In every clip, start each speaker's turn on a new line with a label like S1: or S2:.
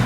S1: 频。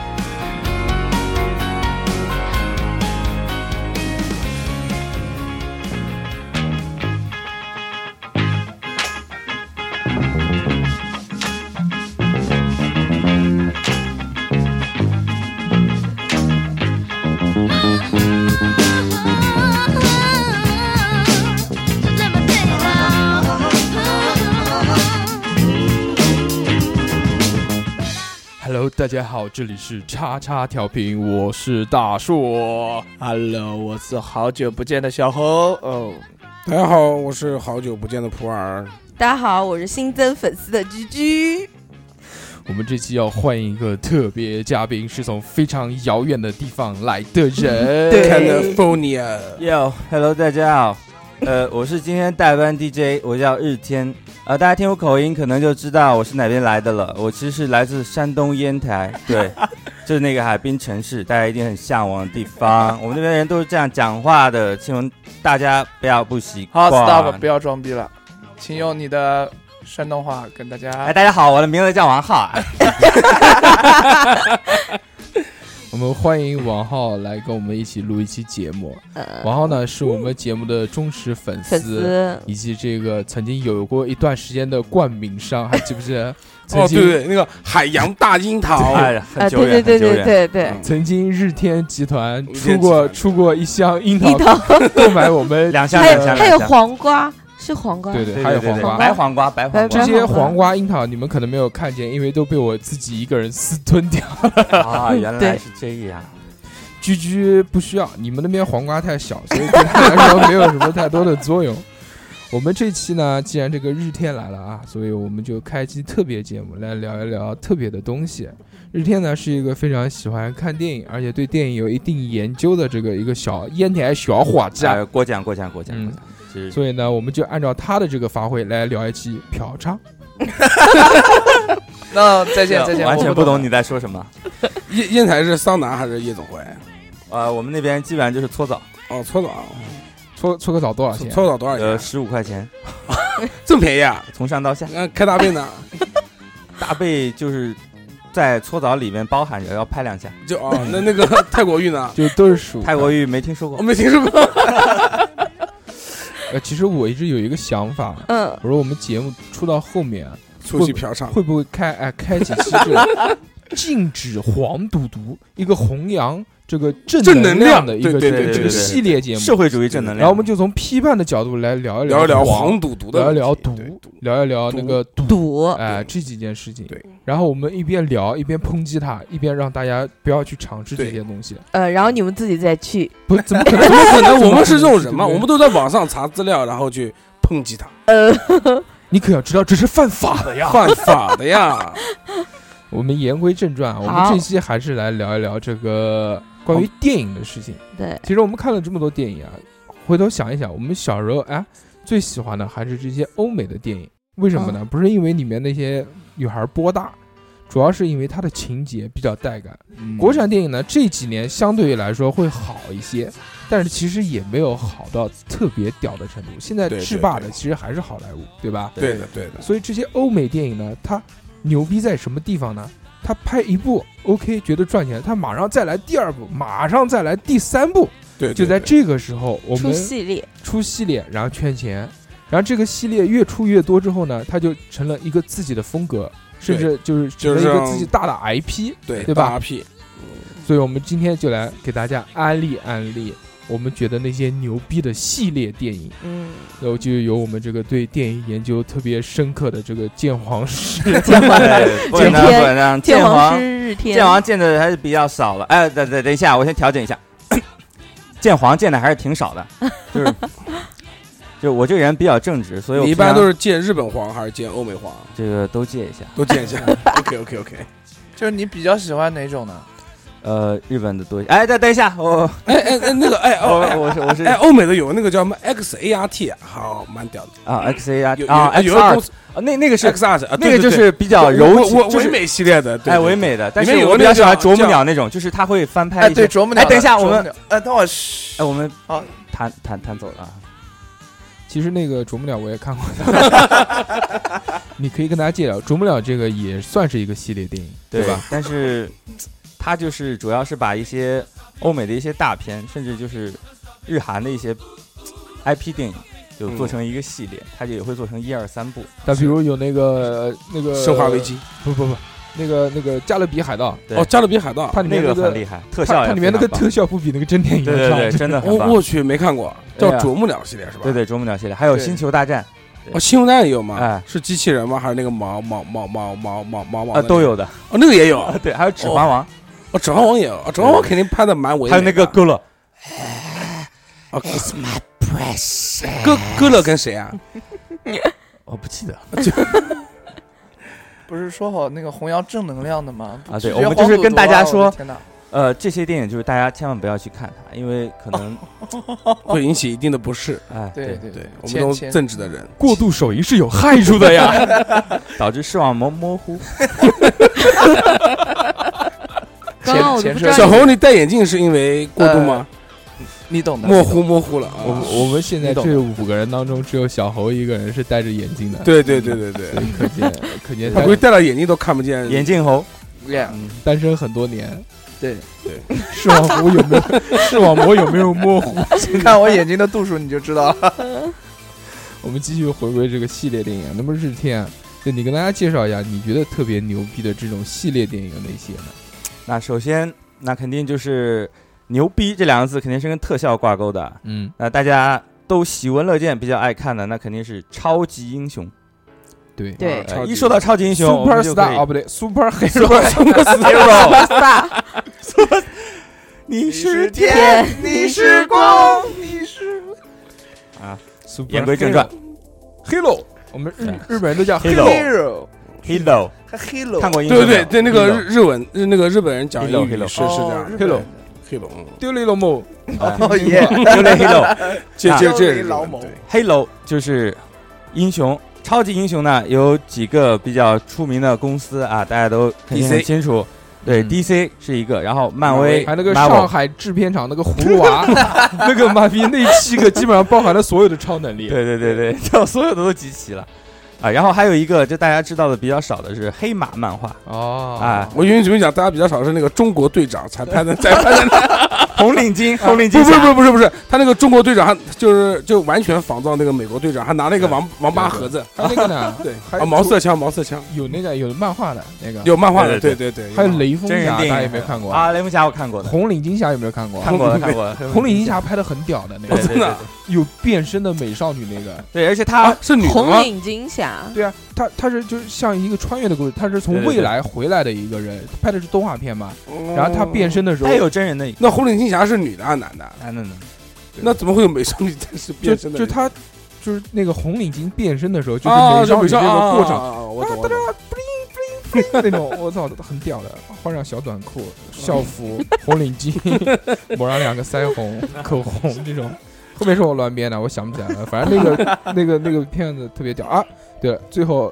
S2: Hello，大家好，这里是叉叉调频，我是大硕。
S3: Hello，我是好久不见的小猴哦。
S4: 大家好，我是好久不见的普洱。
S1: 大家好，我是新增粉丝的居居。
S2: 我们这期要欢迎一个特别嘉宾，是从非常遥远的地方来的 人。
S1: 对
S4: California，
S2: 哦
S5: Yo，Hello，大家好，呃，我是今天代班 DJ，我叫日天，呃，大家听我口音可能就知道我是哪边来的了，我其实是来自山东烟台，对，就是那个海滨城市，大家一定很向往的地方，我们那边人都是这样讲话的，请问大家不要不习
S3: 好
S5: 惯。
S3: ，stop，不要装逼了，请用你的山东话跟大家。
S5: 哎，大家好，我的名字叫王浩啊，
S2: 我们欢迎王浩来跟我们一起录一期节目。王浩呢，是我们节目的忠实嗯粉丝，
S1: 呃粉丝呃
S2: 以及这个曾经有过一段时间的冠名商，还记不记 得？曾
S4: 哦，对
S2: 经、
S4: 对，那个海洋大樱桃，
S5: 哎，
S1: 啊，
S5: 很久远，
S1: 对对
S5: 很久
S1: 对
S5: 远。
S1: 对对对，
S4: 嗯
S2: 曾经日天集团
S4: 日
S2: 出
S4: 天
S2: 过
S4: 集团
S2: 出嗯过一箱樱
S1: 樱
S2: 桃
S1: 桃，
S2: 购买我们
S5: 两箱
S1: 还
S5: 两
S1: 有
S5: 箱，
S1: 还有
S5: 两箱
S1: 黄瓜，是黄瓜，
S2: 对对，
S5: 对对
S2: 还有
S5: 对对
S2: 黄
S5: 对
S2: 瓜，啊
S5: 白黄瓜，白黄
S1: 白
S5: 瓜
S2: 这些
S1: 黄瓜
S2: 黄瓜、樱桃你们可能没有看见，因为都被我自己一个人私吞掉。
S5: 啊，原
S1: 对
S5: 来是这样。
S2: 居居不需要，你们那边黄瓜太小，所以对他来说没有什么太多的作用。我们这期呢，既然这个日天来了啊，所以我们就开一期特别节目来聊一聊特别的东西。日天呢是一个非常喜欢看电影，而且对电影有一定研究的这个一个小烟台小伙子啊。
S5: 哎过奖过奖过奖
S2: 嗯
S5: 过奖，是
S2: 所以呢，我们就按照他的这个发挥来聊一期嫖娼。
S3: 那再见再见，
S5: 啊完全
S3: 我
S5: 不
S3: 不
S5: 懂你。在说什么。
S4: 烟烟台是桑拿还是夜总会？
S5: 呃，我们那边基本上就是搓澡，
S4: 哦，搓澡，
S2: 搓搓个澡多少钱？啊
S4: 搓澡多少
S5: 呃，
S4: 钱？
S5: 十五块钱，
S4: 这么便宜啊？
S5: 从上到下，
S4: 那开大 便呢？
S5: 大背就是在搓澡里面包含着要拍两下。
S4: 就哦，那那个泰国浴呢？
S2: 就都是十五。
S5: 泰国浴没听说
S4: 我
S5: 过，
S4: 没听说过。
S2: 呃，其实我一直有一个想法，
S1: 嗯，
S2: 我说我们节目出到后面啊
S4: 出去嫖娼，
S2: 会不会开哎开几期这个禁止黄赌毒，一个弘扬这个正
S4: 正
S2: 能
S4: 能量
S2: 的一个
S4: 对
S2: 这
S5: 对
S2: 个
S5: 对
S2: 这
S5: 对
S2: 个
S5: 对对
S2: 系列节目，
S5: 社会主义正能量。
S2: 然后我们就从批判的角度来聊一
S4: 聊一聊
S2: 黄，
S4: 黄赌毒的
S2: 聊
S4: 问
S2: 一
S4: 题，
S2: 聊
S4: 对
S2: 毒，聊一聊那个赌，
S1: 赌，
S2: 哎
S4: 对
S2: 这几件事情。
S4: 对，
S2: 然后我们一边聊一边抨击它，一边让大家不要去尝试这
S4: 对
S2: 些东西。
S1: 呃，然后你们自己再去，
S2: 不，怎 么可能？
S4: 怎么可能？ 我们是这种人嘛，
S2: 对
S4: 我们都在网上查资料，然后去抨击他，
S1: 呃，
S2: 你可要知道，这是犯法的呀。
S4: 犯法的呀。
S2: 我们言归正传啊，我们
S1: 好
S2: 这期还是来聊一聊这个关于电影的事情。
S1: 对，
S2: 其实我们看了这么多电影啊，回头想一想，我们小时候哎最喜欢的还是这些欧美的电影，为什么
S4: 哦
S2: 呢？不是因为里面那些女孩波大，主要是因为它的情节比较带感。
S4: 嗯
S2: 国产电影呢这几年相对来说会好一些，但是其实也没有好到特别屌的程度。现在
S4: 对对
S2: 制霸的
S4: 对
S2: 其实还是好莱坞，对吧？
S4: 对的，对的，
S2: 所以这些欧美电影呢，它牛逼在什么地方呢？它拍一部 OK 觉得赚钱，它马上再来第二部，马上再来第三部，
S4: 对，
S2: 就在
S4: 对
S2: 这个时候我
S1: 出
S2: 们
S1: 系列，
S2: 出系列，然后圈钱，然后这个系列越出越多之后呢，它就成了一个自己的风格，甚至就是成了一
S4: 就
S2: 个
S4: 像
S2: 自己大的 IP。
S4: 对
S2: 对吧
S4: 大 IP
S2: 所以我们今天就来给大家安利安利，我们觉得那些牛逼的系列电影。
S1: 嗯，
S2: 然后就由我们这个对电影研究特别深刻的这个鉴黄师
S5: 对不
S1: 见
S5: 能不能
S1: 剑
S5: 剑
S1: 皇
S5: 皇
S1: 是日天，
S5: 剑皇见的还是比较少了。哎，等等等一下，我先调整一下，剑皇见的还是挺少的，就是就我这个人比较正直，所以我
S4: 你一
S5: 平
S4: 般
S5: 常
S4: 都是见日本黄还是见欧美黄？
S5: 这个都借一下。
S4: 都见一 下。OK OK OK。
S3: 就是你比较喜欢哪种呢？
S5: 呃，日本的多一哎，再等一下，我
S4: 哎哎哎， 那个哎
S5: 我
S4: 哦
S5: 我是我是
S4: 哎，欧美的有那个叫什么 XART，好蛮屌的。
S5: 啊，X A R
S4: 嗯有哎
S5: 啊
S4: 有有的公
S5: ，X
S4: 司
S5: R 那那个是
S4: XART，啊
S5: 那
S4: 对
S5: 个
S4: 对
S5: 就
S4: 对
S5: 是比较
S4: 我
S5: 柔情
S4: 我，
S5: 就
S4: 唯
S5: 是
S4: 美系列的，对
S5: 哎
S4: 对
S5: 唯
S4: 对
S5: 美的，但
S4: 面
S5: 是
S4: 有
S5: 我
S4: 个
S5: 比较
S4: 那
S5: 喜欢
S4: 叫
S5: 啄木
S4: 叫
S5: 鸟那种，就是他会翻拍
S3: 哎，
S5: 一些
S3: 对，啄木鸟。
S5: 哎，等一下，我
S3: 啄木
S5: 们
S3: 鸟，哎，等会儿，嘘
S5: 哎，我们
S4: 啊
S3: 好
S5: 弹弹弹走了啊，
S2: 其实那个啄木鸟我也看过的，你可以跟大家介绍，啄木鸟这个也算是一个系列电影，对吧？？
S5: 但是他就是主要是把一些欧美的一些大片，甚至就是日韩的一些 IP 电影，就
S4: 嗯
S5: 做成一个系列，他就也会做成一二三部。
S2: 但比如有那个呃那个
S4: 《生化危，机
S2: 不不不，那个那个《加勒比海盗》，》
S5: 对
S4: 哦，《加勒比海盗》
S2: 它里面
S5: 啊那
S2: 那
S5: 个很
S2: 个
S5: 厉害，特效
S2: 它
S5: 也
S2: 它里面那个
S5: 非常棒
S2: 特效不比那个真电影
S5: 对对
S2: 要
S5: 对，
S2: 差，
S5: 真的很
S4: 我
S5: 棒。
S4: 哦我去没看过，
S5: 对
S4: 叫
S5: 啊
S4: 《啄木鸟》系列是吧？
S5: 对对，啄木鸟系列还有
S3: 对
S5: 星球大战
S4: 哦，星球大战也有吗？
S5: 哎
S4: 是机器人吗？还是那个毛毛毛毛毛毛毛毛
S5: 啊
S4: 的
S5: 都
S4: 那个？
S5: 有的，
S4: 哦，那个也有。
S5: 啊对，还有指环王，
S4: 哦，指环王也有。哦，指环王肯定拍的蛮唯美的。啊
S5: 还有那个够了，
S4: 哦哥哥乐跟谁啊？
S5: 我不记得
S3: 不是说好那个弘扬正能量的吗？
S5: 啊。
S3: 直
S5: 对，
S3: 接
S5: 我们就是
S3: 黄赌
S5: 跟
S3: 毒
S5: 大
S3: 啊
S5: 家
S3: 我的
S5: 说，
S3: 天哪
S5: 呃，这些电影就是大家千万不要去看它，因为可能
S4: 会引起一定的不适。
S5: 哎
S3: 对对
S4: 哦对
S3: 对，
S4: 我们
S3: 钱
S4: 都
S3: 钱
S4: 正直的人。
S2: 过度手淫是有害处的 呀。
S5: 导致视网膜模糊。
S1: 刚刚我都
S3: 前
S1: 不知
S3: 前
S1: 道
S3: 摄
S4: 小红，你戴眼镜是因为过度吗？
S3: 你懂的，
S4: 模糊模糊了啊。
S2: 我我们现在
S4: 你懂的
S2: 这五个人当中，只有小猴一个人是戴着眼镜的，
S4: 对对对对对，
S2: 可见可见
S4: 他
S2: 单
S4: 估计戴了眼镜都看不见。
S5: 眼镜猴，
S3: Yeah，
S5: 嗯，
S2: 单身很多年，
S3: 对
S4: 对，
S2: 视网膜有没有 视网膜有没有模糊？
S3: 看我眼睛的度数你就知道了。
S2: 我们继续回归这个系列电影。那么日天，啊就你跟大家介绍一下，你觉得特别牛逼的这种系列电影有哪些呢？
S5: 那首先，那肯定就是“牛逼”这两个字肯定是跟特效挂钩的。
S2: 嗯，
S5: 那大家都喜闻乐见，比较爱看的，那肯定是超级英雄。
S2: 对
S1: 对
S4: 啊超
S5: 哎
S4: 级
S5: 一说到超级英雄我
S2: ，Super
S5: 们就可以
S2: Star 哦，不对，Super
S5: Super
S2: Hero，
S5: Hero，
S1: 大
S4: 哦
S5: 你是天
S1: 天，
S3: 你是光，你是
S5: 啊！
S2: Super
S5: 言归正传啊
S2: Hero，我们日日本人都叫
S5: Hero
S3: hero，
S5: ，Hero，
S3: 还 hero，
S5: 看过英雄
S4: 对
S5: 没有？
S4: 对对，那个日日文日那个日本人讲英
S5: Hello，
S4: 语
S5: hello
S4: 是是这样。
S3: 黑
S2: ，Hero
S4: 黑龙，嗯
S2: 丢了一龙母，
S5: 啊
S3: 哦 耶，
S5: 丢了 Hero，Hero
S4: 这
S5: 啊
S4: 这这
S3: 幽灵劳
S4: 对
S3: 模
S5: 就是英雄。超级英雄呢，有几个比较出名的公司啊，大家都肯定
S4: DC
S5: 很清楚。对
S2: 嗯
S5: ，DC 是一个，然后漫
S4: 漫
S5: 威
S4: 威，
S2: 还有那个
S5: 哎 Marvel
S2: 上海制片厂那个葫芦 娃，那个妈逼那七个基本上包含了所有的超能力。
S5: 对对对对， 就所有的都集齐了啊。然后还有一个，就大家知道的比较少的是黑马漫画，
S2: 哦
S5: 啊
S4: 我因为怎么讲，大家比较少是那个中国队长才拍的，才拍的。
S5: 红领巾，红领
S4: 不
S5: 巾
S4: 啊不
S5: 侠，
S4: 不不是不是，他那个中国队长还就是就完全仿造那个美国队长，还拿了一个王王八盒子，
S2: 还有那个 呢，
S4: 对，
S2: 还
S5: 哦
S4: 啊毛瑟枪毛瑟枪，
S2: 有那个有漫画的那个，
S4: 有漫画的，
S5: 对
S4: 对对对，
S2: 还有
S4: 漫画
S2: 雷锋
S5: 真人
S2: 侠，
S5: 电影
S2: 大家有没有看过？
S5: 啊，雷锋侠我看过的，
S2: 红领巾侠有没有看过？
S5: 看过的看过的，
S2: 红领巾侠拍的很屌的那
S5: 对，
S2: 个，
S5: 对对
S4: 真的啊
S5: 对
S2: 有变身的美少女那个。
S5: 对，而且他
S4: 啊是女的
S1: 红
S4: 吗？
S1: 领巾侠，
S2: 对啊，他他是就是像一个穿越的故事，他是从
S5: 对对对
S2: 未来回来的一个人，拍的是动画片嘛。
S4: 哦
S2: 然后他变，身的时候
S5: 他，有真人的，啊
S4: 那红领巾侠是女的还是啊男的？
S5: 男的呢，
S4: 那怎么会有美少女战士
S2: 就
S4: 变身的
S2: 就
S4: 人？
S2: 他就是那个红领巾变身的时候，就是
S4: 啊，
S2: 美
S4: 就
S2: 少女这个过程。
S4: 程，
S5: 啊
S4: 我懂我懂。
S2: 那种我操，很屌的，换上小短裤、校服、红领巾，抹上两个腮红、口红这种。后面是我乱编的，我想不起来了。反正那个那个那个片子特别屌啊！对了，最后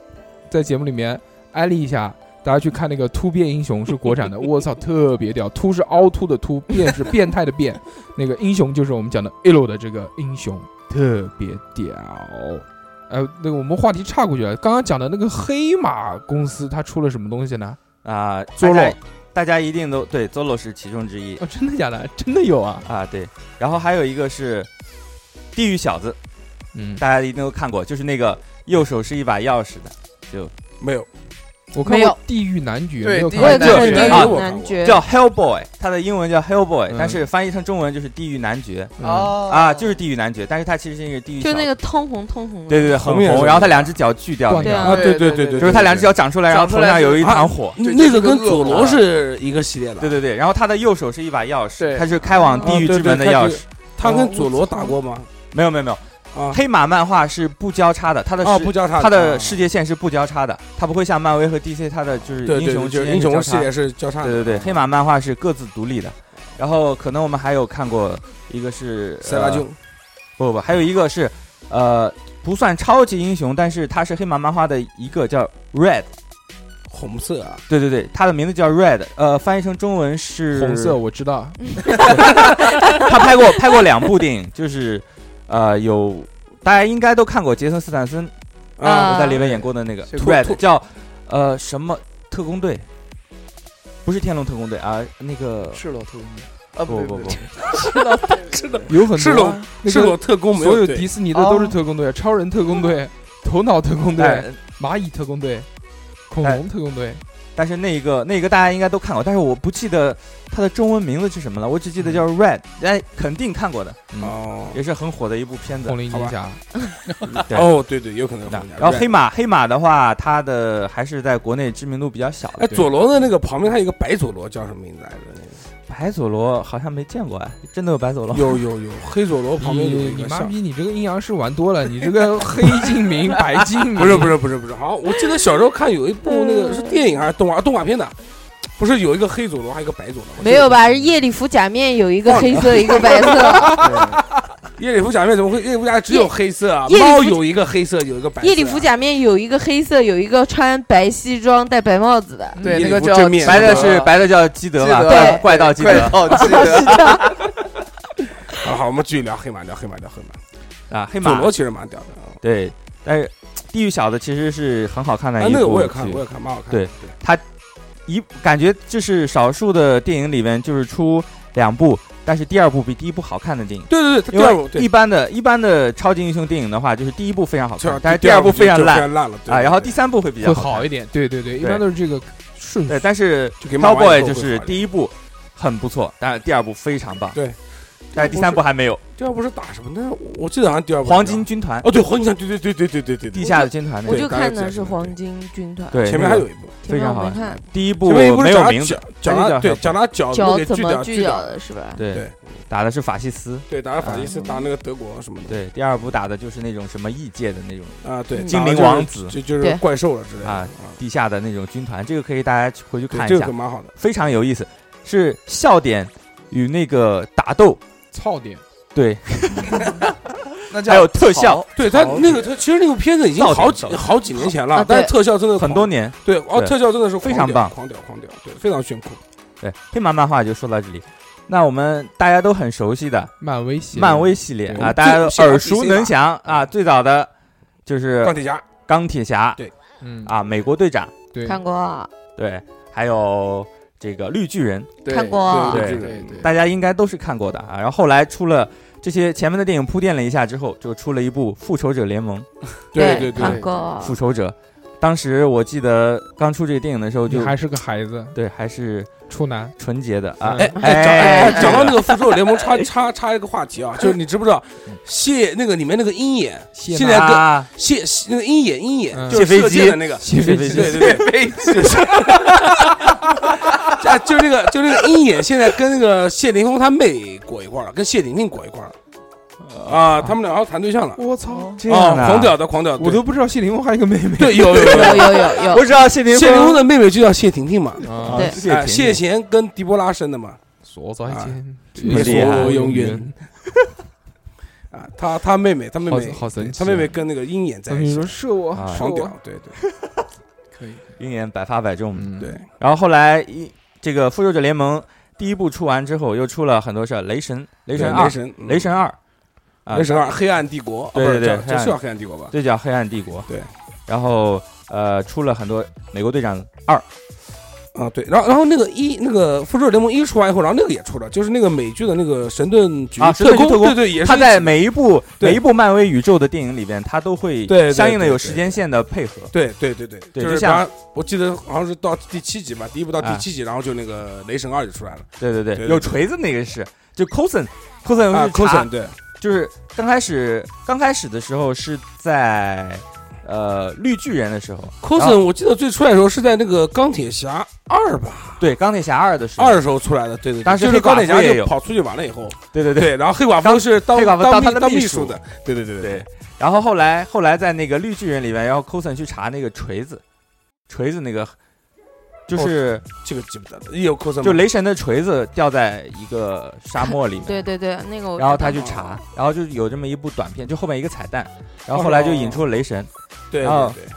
S2: 在节目里面安利一下，大家去看那个《突变英雄》是国产的，我操，特别屌！突是凹凸的凸，变是变态的变，那个英雄就是我们讲的 L 的这个英雄，特别屌。呃，那个我们话题岔过去了，刚刚讲的那个黑马公司，它出了什么东西呢？
S5: 啊，
S2: Zorro
S5: 大家大家一定都对，Zolo 是其中之一
S2: 哦，真的假的？ 真的有啊？
S5: 啊，对，然后还有一个是地狱小子，
S2: 嗯，
S5: 大家一定都看过，就是那个右手是一把钥匙的，
S4: 没有，
S2: 我看
S1: 没
S2: 过
S1: 有
S2: 《地狱男爵》，
S3: 对
S2: 没有看
S3: 地狱
S2: 过
S1: 我也
S2: 这
S1: 看
S2: 个
S1: 过《地
S5: 这个啊
S1: 狱男爵》，
S5: 叫 Hellboy，他的英文叫 Hellboy，
S2: 嗯
S5: 但是翻译成中文就是地狱男爵。
S2: 啊，
S3: 哦
S5: 啊，就是地狱男爵，但是他其实是一个地狱小
S1: 就
S5: 子，
S1: 那个通红通红的，
S5: 对对对，很
S4: 红眼
S5: 红，
S4: 神
S5: 然后他两只脚锯掉
S2: 断
S5: 那个，
S1: 掉
S4: 啊，对
S3: 对
S4: 对对，嗯
S3: 对
S5: 就是他两只脚长出来，然后头上有一团火。
S3: 对就
S4: 那
S3: 是
S4: 个
S3: 跟
S4: 跟佐
S3: 恶魔
S4: 罗是一个系列的，
S5: 啊对对对，然后他的右手是一把钥匙，
S3: 对
S5: 他是开往地狱之门的
S4: 啊
S5: 钥
S4: 对对
S5: 匙。
S4: 他跟佐罗打过吗？
S5: 没有没有没有，
S4: 啊
S5: 哦黑马漫画是不交叉的，它的
S4: 啊
S5: 世
S4: 不交叉，
S5: 它的世
S4: 世
S5: 界线是不交叉的，它不会像漫威和 DC 它的就是
S4: 对
S5: 英
S4: 对
S5: 雄
S4: 对，就
S5: 之
S4: 是
S5: 间
S4: 英雄
S5: 交
S4: 世
S5: 叉
S4: 界是交叉的，
S5: 对对对，黑马漫画是各自独立的。然后可能我们还有看过一个是
S4: 塞巴
S5: 呃
S4: 囧
S5: 不不不，还有一个是呃不算超级英雄，但是它是黑马漫画的一个叫 Red，
S4: 红色啊，
S5: 对对对，它的名字叫 Red，呃翻译成中文是
S2: 红色，我知道，
S5: 他拍过拍过两部电影，就是呃有大家应该都看过杰森斯坦森
S1: 啊
S5: 在里面演过的那个
S3: 是
S5: Red
S3: 兔
S5: 叫呃什么特工队，不是天龙特工队啊，那个
S3: 赤裸特工队啊，
S5: 不
S3: 不
S5: 不不，
S2: 有很
S4: 赤
S2: 多
S4: 裸
S2: 啊、那
S4: 赤
S2: 个
S4: 裸特工没
S2: 所有
S4: 对
S2: 迪士尼的都是特工队，超人特工队、头脑特工队、
S5: 哎
S2: 蚂蚁特工队、恐龙特工队，
S5: 但是那个那个大家应该都看过，但是我不记得它的中文名字是什么了，我只记得叫 Red，哎，肯定看过的，嗯，
S4: 哦
S5: 也是很火的一部片子
S2: 红。鳞
S4: 好
S2: 金
S4: 吧
S2: 侠。
S5: 对
S4: 哦对对，有可能
S5: 那
S4: 红点儿。
S5: 然后
S4: Red
S5: 黑马黑马的话，它的还是在国内知名度比较小的。
S4: 哎，佐罗的那个旁边还有一个白佐罗，叫什么名字来着？那
S5: 白佐罗好像没见过哎，真的有白佐罗
S4: 个？有有有，黑佐罗旁边有
S2: 你
S4: 一
S2: 你
S4: 个
S2: 妈
S4: 像。
S2: 逼，你这个阴阳师玩多了，你这个黑精明、白精明，
S4: 不是不是不是不是，好像我记得小时候看有一部那个是电影还是动画动画片的，不是有一个黑佐罗，还有一个白佐罗吗？
S1: 没有吧？夜礼服假面有一个黑色，一个白色。
S4: 夜里服假面怎么会？夜里服假面只有黑色啊，
S1: 夜夜里
S4: 猫
S1: 服
S4: 有一个黑色，有一个白色啊。
S1: 夜礼服假面有一个黑色，有一个穿白西装戴白帽子的。
S3: 对那
S4: 夜里
S3: 个
S4: 服
S3: 叫
S4: 正面
S5: 白的
S3: 基
S5: 是
S3: 德
S5: 白的叫基德
S3: 基
S5: 嘛，
S3: 德
S5: 怪
S1: 对
S5: 怪盗 基德
S3: 怪盗基德，
S4: 好好，我们继续聊黑马，聊黑马，聊黑马。
S5: 啊，黑
S4: 佐
S5: 马
S4: 罗其实蛮屌的啊，
S5: 对，但是地狱小子其实是很好看的一
S4: 啊
S5: 部剧，
S4: 那个我也看，我也看，蛮好看的。
S5: 对一感觉这是少数的电影里面就是出两部，但是第二部比第一部好看的电影。
S4: 对对对，
S5: 因
S4: 第二部
S5: 为
S4: 对
S5: 一，般的一般的超级英雄电影的话，就是第一部非常好
S4: 这
S5: 看，但是第二部非常
S4: 就
S5: 烂
S4: 非常烂了对
S5: 啊，然后
S4: 对
S5: 第三部会比较
S2: 会
S5: 好看
S2: 好一点。对对对，一
S5: 对
S2: 般都是这个顺序
S5: 对，。但是
S4: 就给骂完以后
S5: Cowboy
S4: 会
S5: 就
S4: 好一
S5: 是
S4: 点
S5: 第一部很不错，但是第二部非常棒，
S4: 对，
S5: 但是第三部还没有。
S4: 第二部是打什么呢？我记得好像第二部是
S5: 黄金军团、
S4: 哦，对黄金枪，对对对对对对对，
S5: 地下的军团那
S1: 我
S5: 个，
S1: 就
S4: 对
S1: 看
S4: 大概
S1: 的
S4: 是
S1: 是黄金军团，
S5: 对，
S4: 前面
S5: 那
S4: 还
S5: 个
S4: 有一部，
S1: 前面我没
S5: 非常
S1: 看，
S5: 第一部
S4: 前面一部
S5: 没
S4: 是
S5: 有
S4: 讲他
S5: 名字
S4: 脚，哎讲他
S5: 那个
S4: 对
S5: 叫
S4: 讲他脚
S1: 脚
S4: 给
S1: 怎
S4: 锯
S1: 么
S4: 掉
S1: 锯
S4: 锯
S1: 掉
S4: 掉，
S1: 的是吧？
S5: 对
S4: 对，
S5: 打的是法西斯。
S4: 对，打了法西斯，
S1: 嗯
S4: 打那个德国什么的
S5: 对，第二部打的就是那种什么异界的那种
S4: 啊，对，
S1: 嗯
S5: 精
S4: 打了
S5: 灵
S4: 就是
S5: 王子
S4: 就就是
S1: 对
S4: 怪兽了之类的
S5: 啊，地下的那种军团，这个可以大家去回去
S4: 对，
S5: 看一
S4: 这
S5: 下
S4: 个，蛮好的。
S5: 非常有意思，是笑点与那个打斗，
S2: 操点，
S5: 对，
S3: 那叫
S5: 还有特效，
S4: 对他
S3: 好
S4: 那个他其实那部片子已经
S5: 笑点
S4: 好几
S5: 笑点
S4: 好几年前
S1: 啊
S4: 了
S1: 对，
S4: 但是特效真的
S5: 很
S4: 狂
S5: 多年。
S4: 对哦，
S5: 对
S4: 特效真的是狂
S5: 非常
S4: 屌
S5: 棒
S4: 狂屌狂屌，对，非常炫酷。
S5: 对，黑马漫画就说到这里。那我们大家都很熟悉的
S2: 漫威系列，
S5: 漫威系列
S2: 对
S5: 啊，大家都
S4: 最
S5: 耳熟能详啊，最早的就是
S4: 钢铁侠
S5: 钢铁侠
S4: 对
S2: 嗯
S5: 啊，美国队长，
S2: 对，
S1: 看过啊，
S5: 对，还有这个绿巨人，
S3: 对
S1: 看过啊
S4: 对
S5: 对
S4: 对
S3: 对
S5: 大家应该都是看过的啊。然后后来出了这些前面的电影铺垫了一下之后，就出了一部《复仇者联盟》。
S4: 对对，
S1: 看过。啊
S5: 复仇者，当时我记得刚出这个电影的时候
S2: 你
S5: 就
S2: 还是个孩子，
S5: 对还是
S2: 处男，
S5: 纯洁的啊
S2: 嗯，
S4: 哎，讲到那
S5: 个
S4: 个复仇者联盟，插插插一个话题啊，就是你知不知道
S5: 嗯
S4: 谢那个里面那个鹰眼，
S2: 谢
S4: 现在跟
S5: 啊，
S4: 谢那个鹰眼鹰眼
S2: 嗯
S4: 就是
S5: 谢飞
S4: 射箭
S5: 机
S4: 的那个，
S2: 谢飞
S5: 谢飞
S2: 机，
S5: 机
S4: 对对 对，
S3: 对，
S4: 啊，就那个就那个鹰眼现在跟那个谢霆锋他妹裹一块儿了，跟谢婷婷裹一块儿了，啊，他们俩要谈对象了，
S2: 我操，
S5: 呃这
S4: 啊
S5: 样，的
S4: 狂屌的狂屌的，
S2: 我都不知道谢霆锋还有一个妹妹。
S4: 对对有有
S1: 有
S4: 有有，
S1: 有有有
S5: 不，知道谢霆
S4: 谢霆锋
S5: 锋
S4: 的妹妹就叫谢婷婷嘛，
S2: 啊
S5: 啊，
S1: 对
S5: 谢
S4: 啊，
S5: 霆
S4: 谢贤跟狄波拉生的嘛，
S2: 说再见，
S4: 别
S5: 厉害
S4: 说永远，啊，他他妹妹他妹妹
S2: 好好神奇
S4: 他妹妹跟那个鹰眼在
S2: 咱
S4: 一
S2: 们
S4: 起
S2: 说，射我
S5: 啊，
S2: 射
S4: 狂
S2: 我
S4: 屌，，对对
S3: 可以，
S5: 鹰眼百发百中。
S2: 嗯，
S4: 对，
S5: 然后后来一这个复仇者联盟第一部出完之后，又出了很多事儿，雷神、雷神
S4: 对
S5: 二
S4: 雷、神嗯
S5: 雷神二啊
S4: 雷，神二黑暗帝国，啊
S5: 对
S4: 不是
S5: 对对
S4: 叫
S5: 黑暗
S4: 这是叫黑暗帝国吧？
S5: 这叫黑暗帝国。
S4: 对，
S5: 然后呃，出了很多美国队长二，
S4: 啊，对，然后然后那个一那个复仇者联盟一出完以后，然后那个也出了，就是那个美剧的那个神盾局
S5: 啊神盾局特工
S4: 对对也是
S5: 他在每一部
S4: 对
S5: 每一部漫威宇宙的电影里边，他都会
S4: 对对
S5: 相应的
S4: 对
S5: 有
S4: 对
S5: 时间线的配合。
S4: 对对对对，
S5: 对
S4: 就
S5: 就是像
S4: 他我记得好像是到第七集嘛，第一部到第
S5: 啊
S4: 七集，然后就那个雷神二就出来了
S5: 对对
S4: 对
S5: 对，
S4: 对对
S5: 有锤子那个是，就 Coulson。Coulson
S4: 啊
S5: 是查
S4: ，Coulson 对
S5: 就是刚开始刚开始的时候是在呃绿巨人的时候，
S4: 科森，我记得最出来的时候是在那个钢铁侠二吧，
S5: 对钢铁侠二的时候，
S4: 二的时候出来的，对对，对
S5: 当时
S4: 就是
S5: 黑寡
S4: 钢
S5: 妇
S4: 铁侠
S5: 也
S4: 就
S5: 有
S4: 跑出去完了以后，
S5: 对对 对。
S4: 对，然后黑寡妇是当
S5: 黑寡妇
S4: 当
S5: 当
S4: 秘
S5: 他的
S4: 当
S5: 秘
S4: 书的，对对对
S5: 对，然后后来后来在那个绿巨人里面，然后 cosen 去查那个锤子，锤子那个就是、
S4: 这个记不得了，也有科森吗，
S5: 就雷神的锤子掉在一个沙漠里面，
S1: 对对对，那个我知道。
S5: 然后他去查，然后就有这么一部短片，就后面一个彩蛋，然
S4: 哦
S5: 后后来就引出了雷神，
S4: 对
S5: 啊
S4: 对对。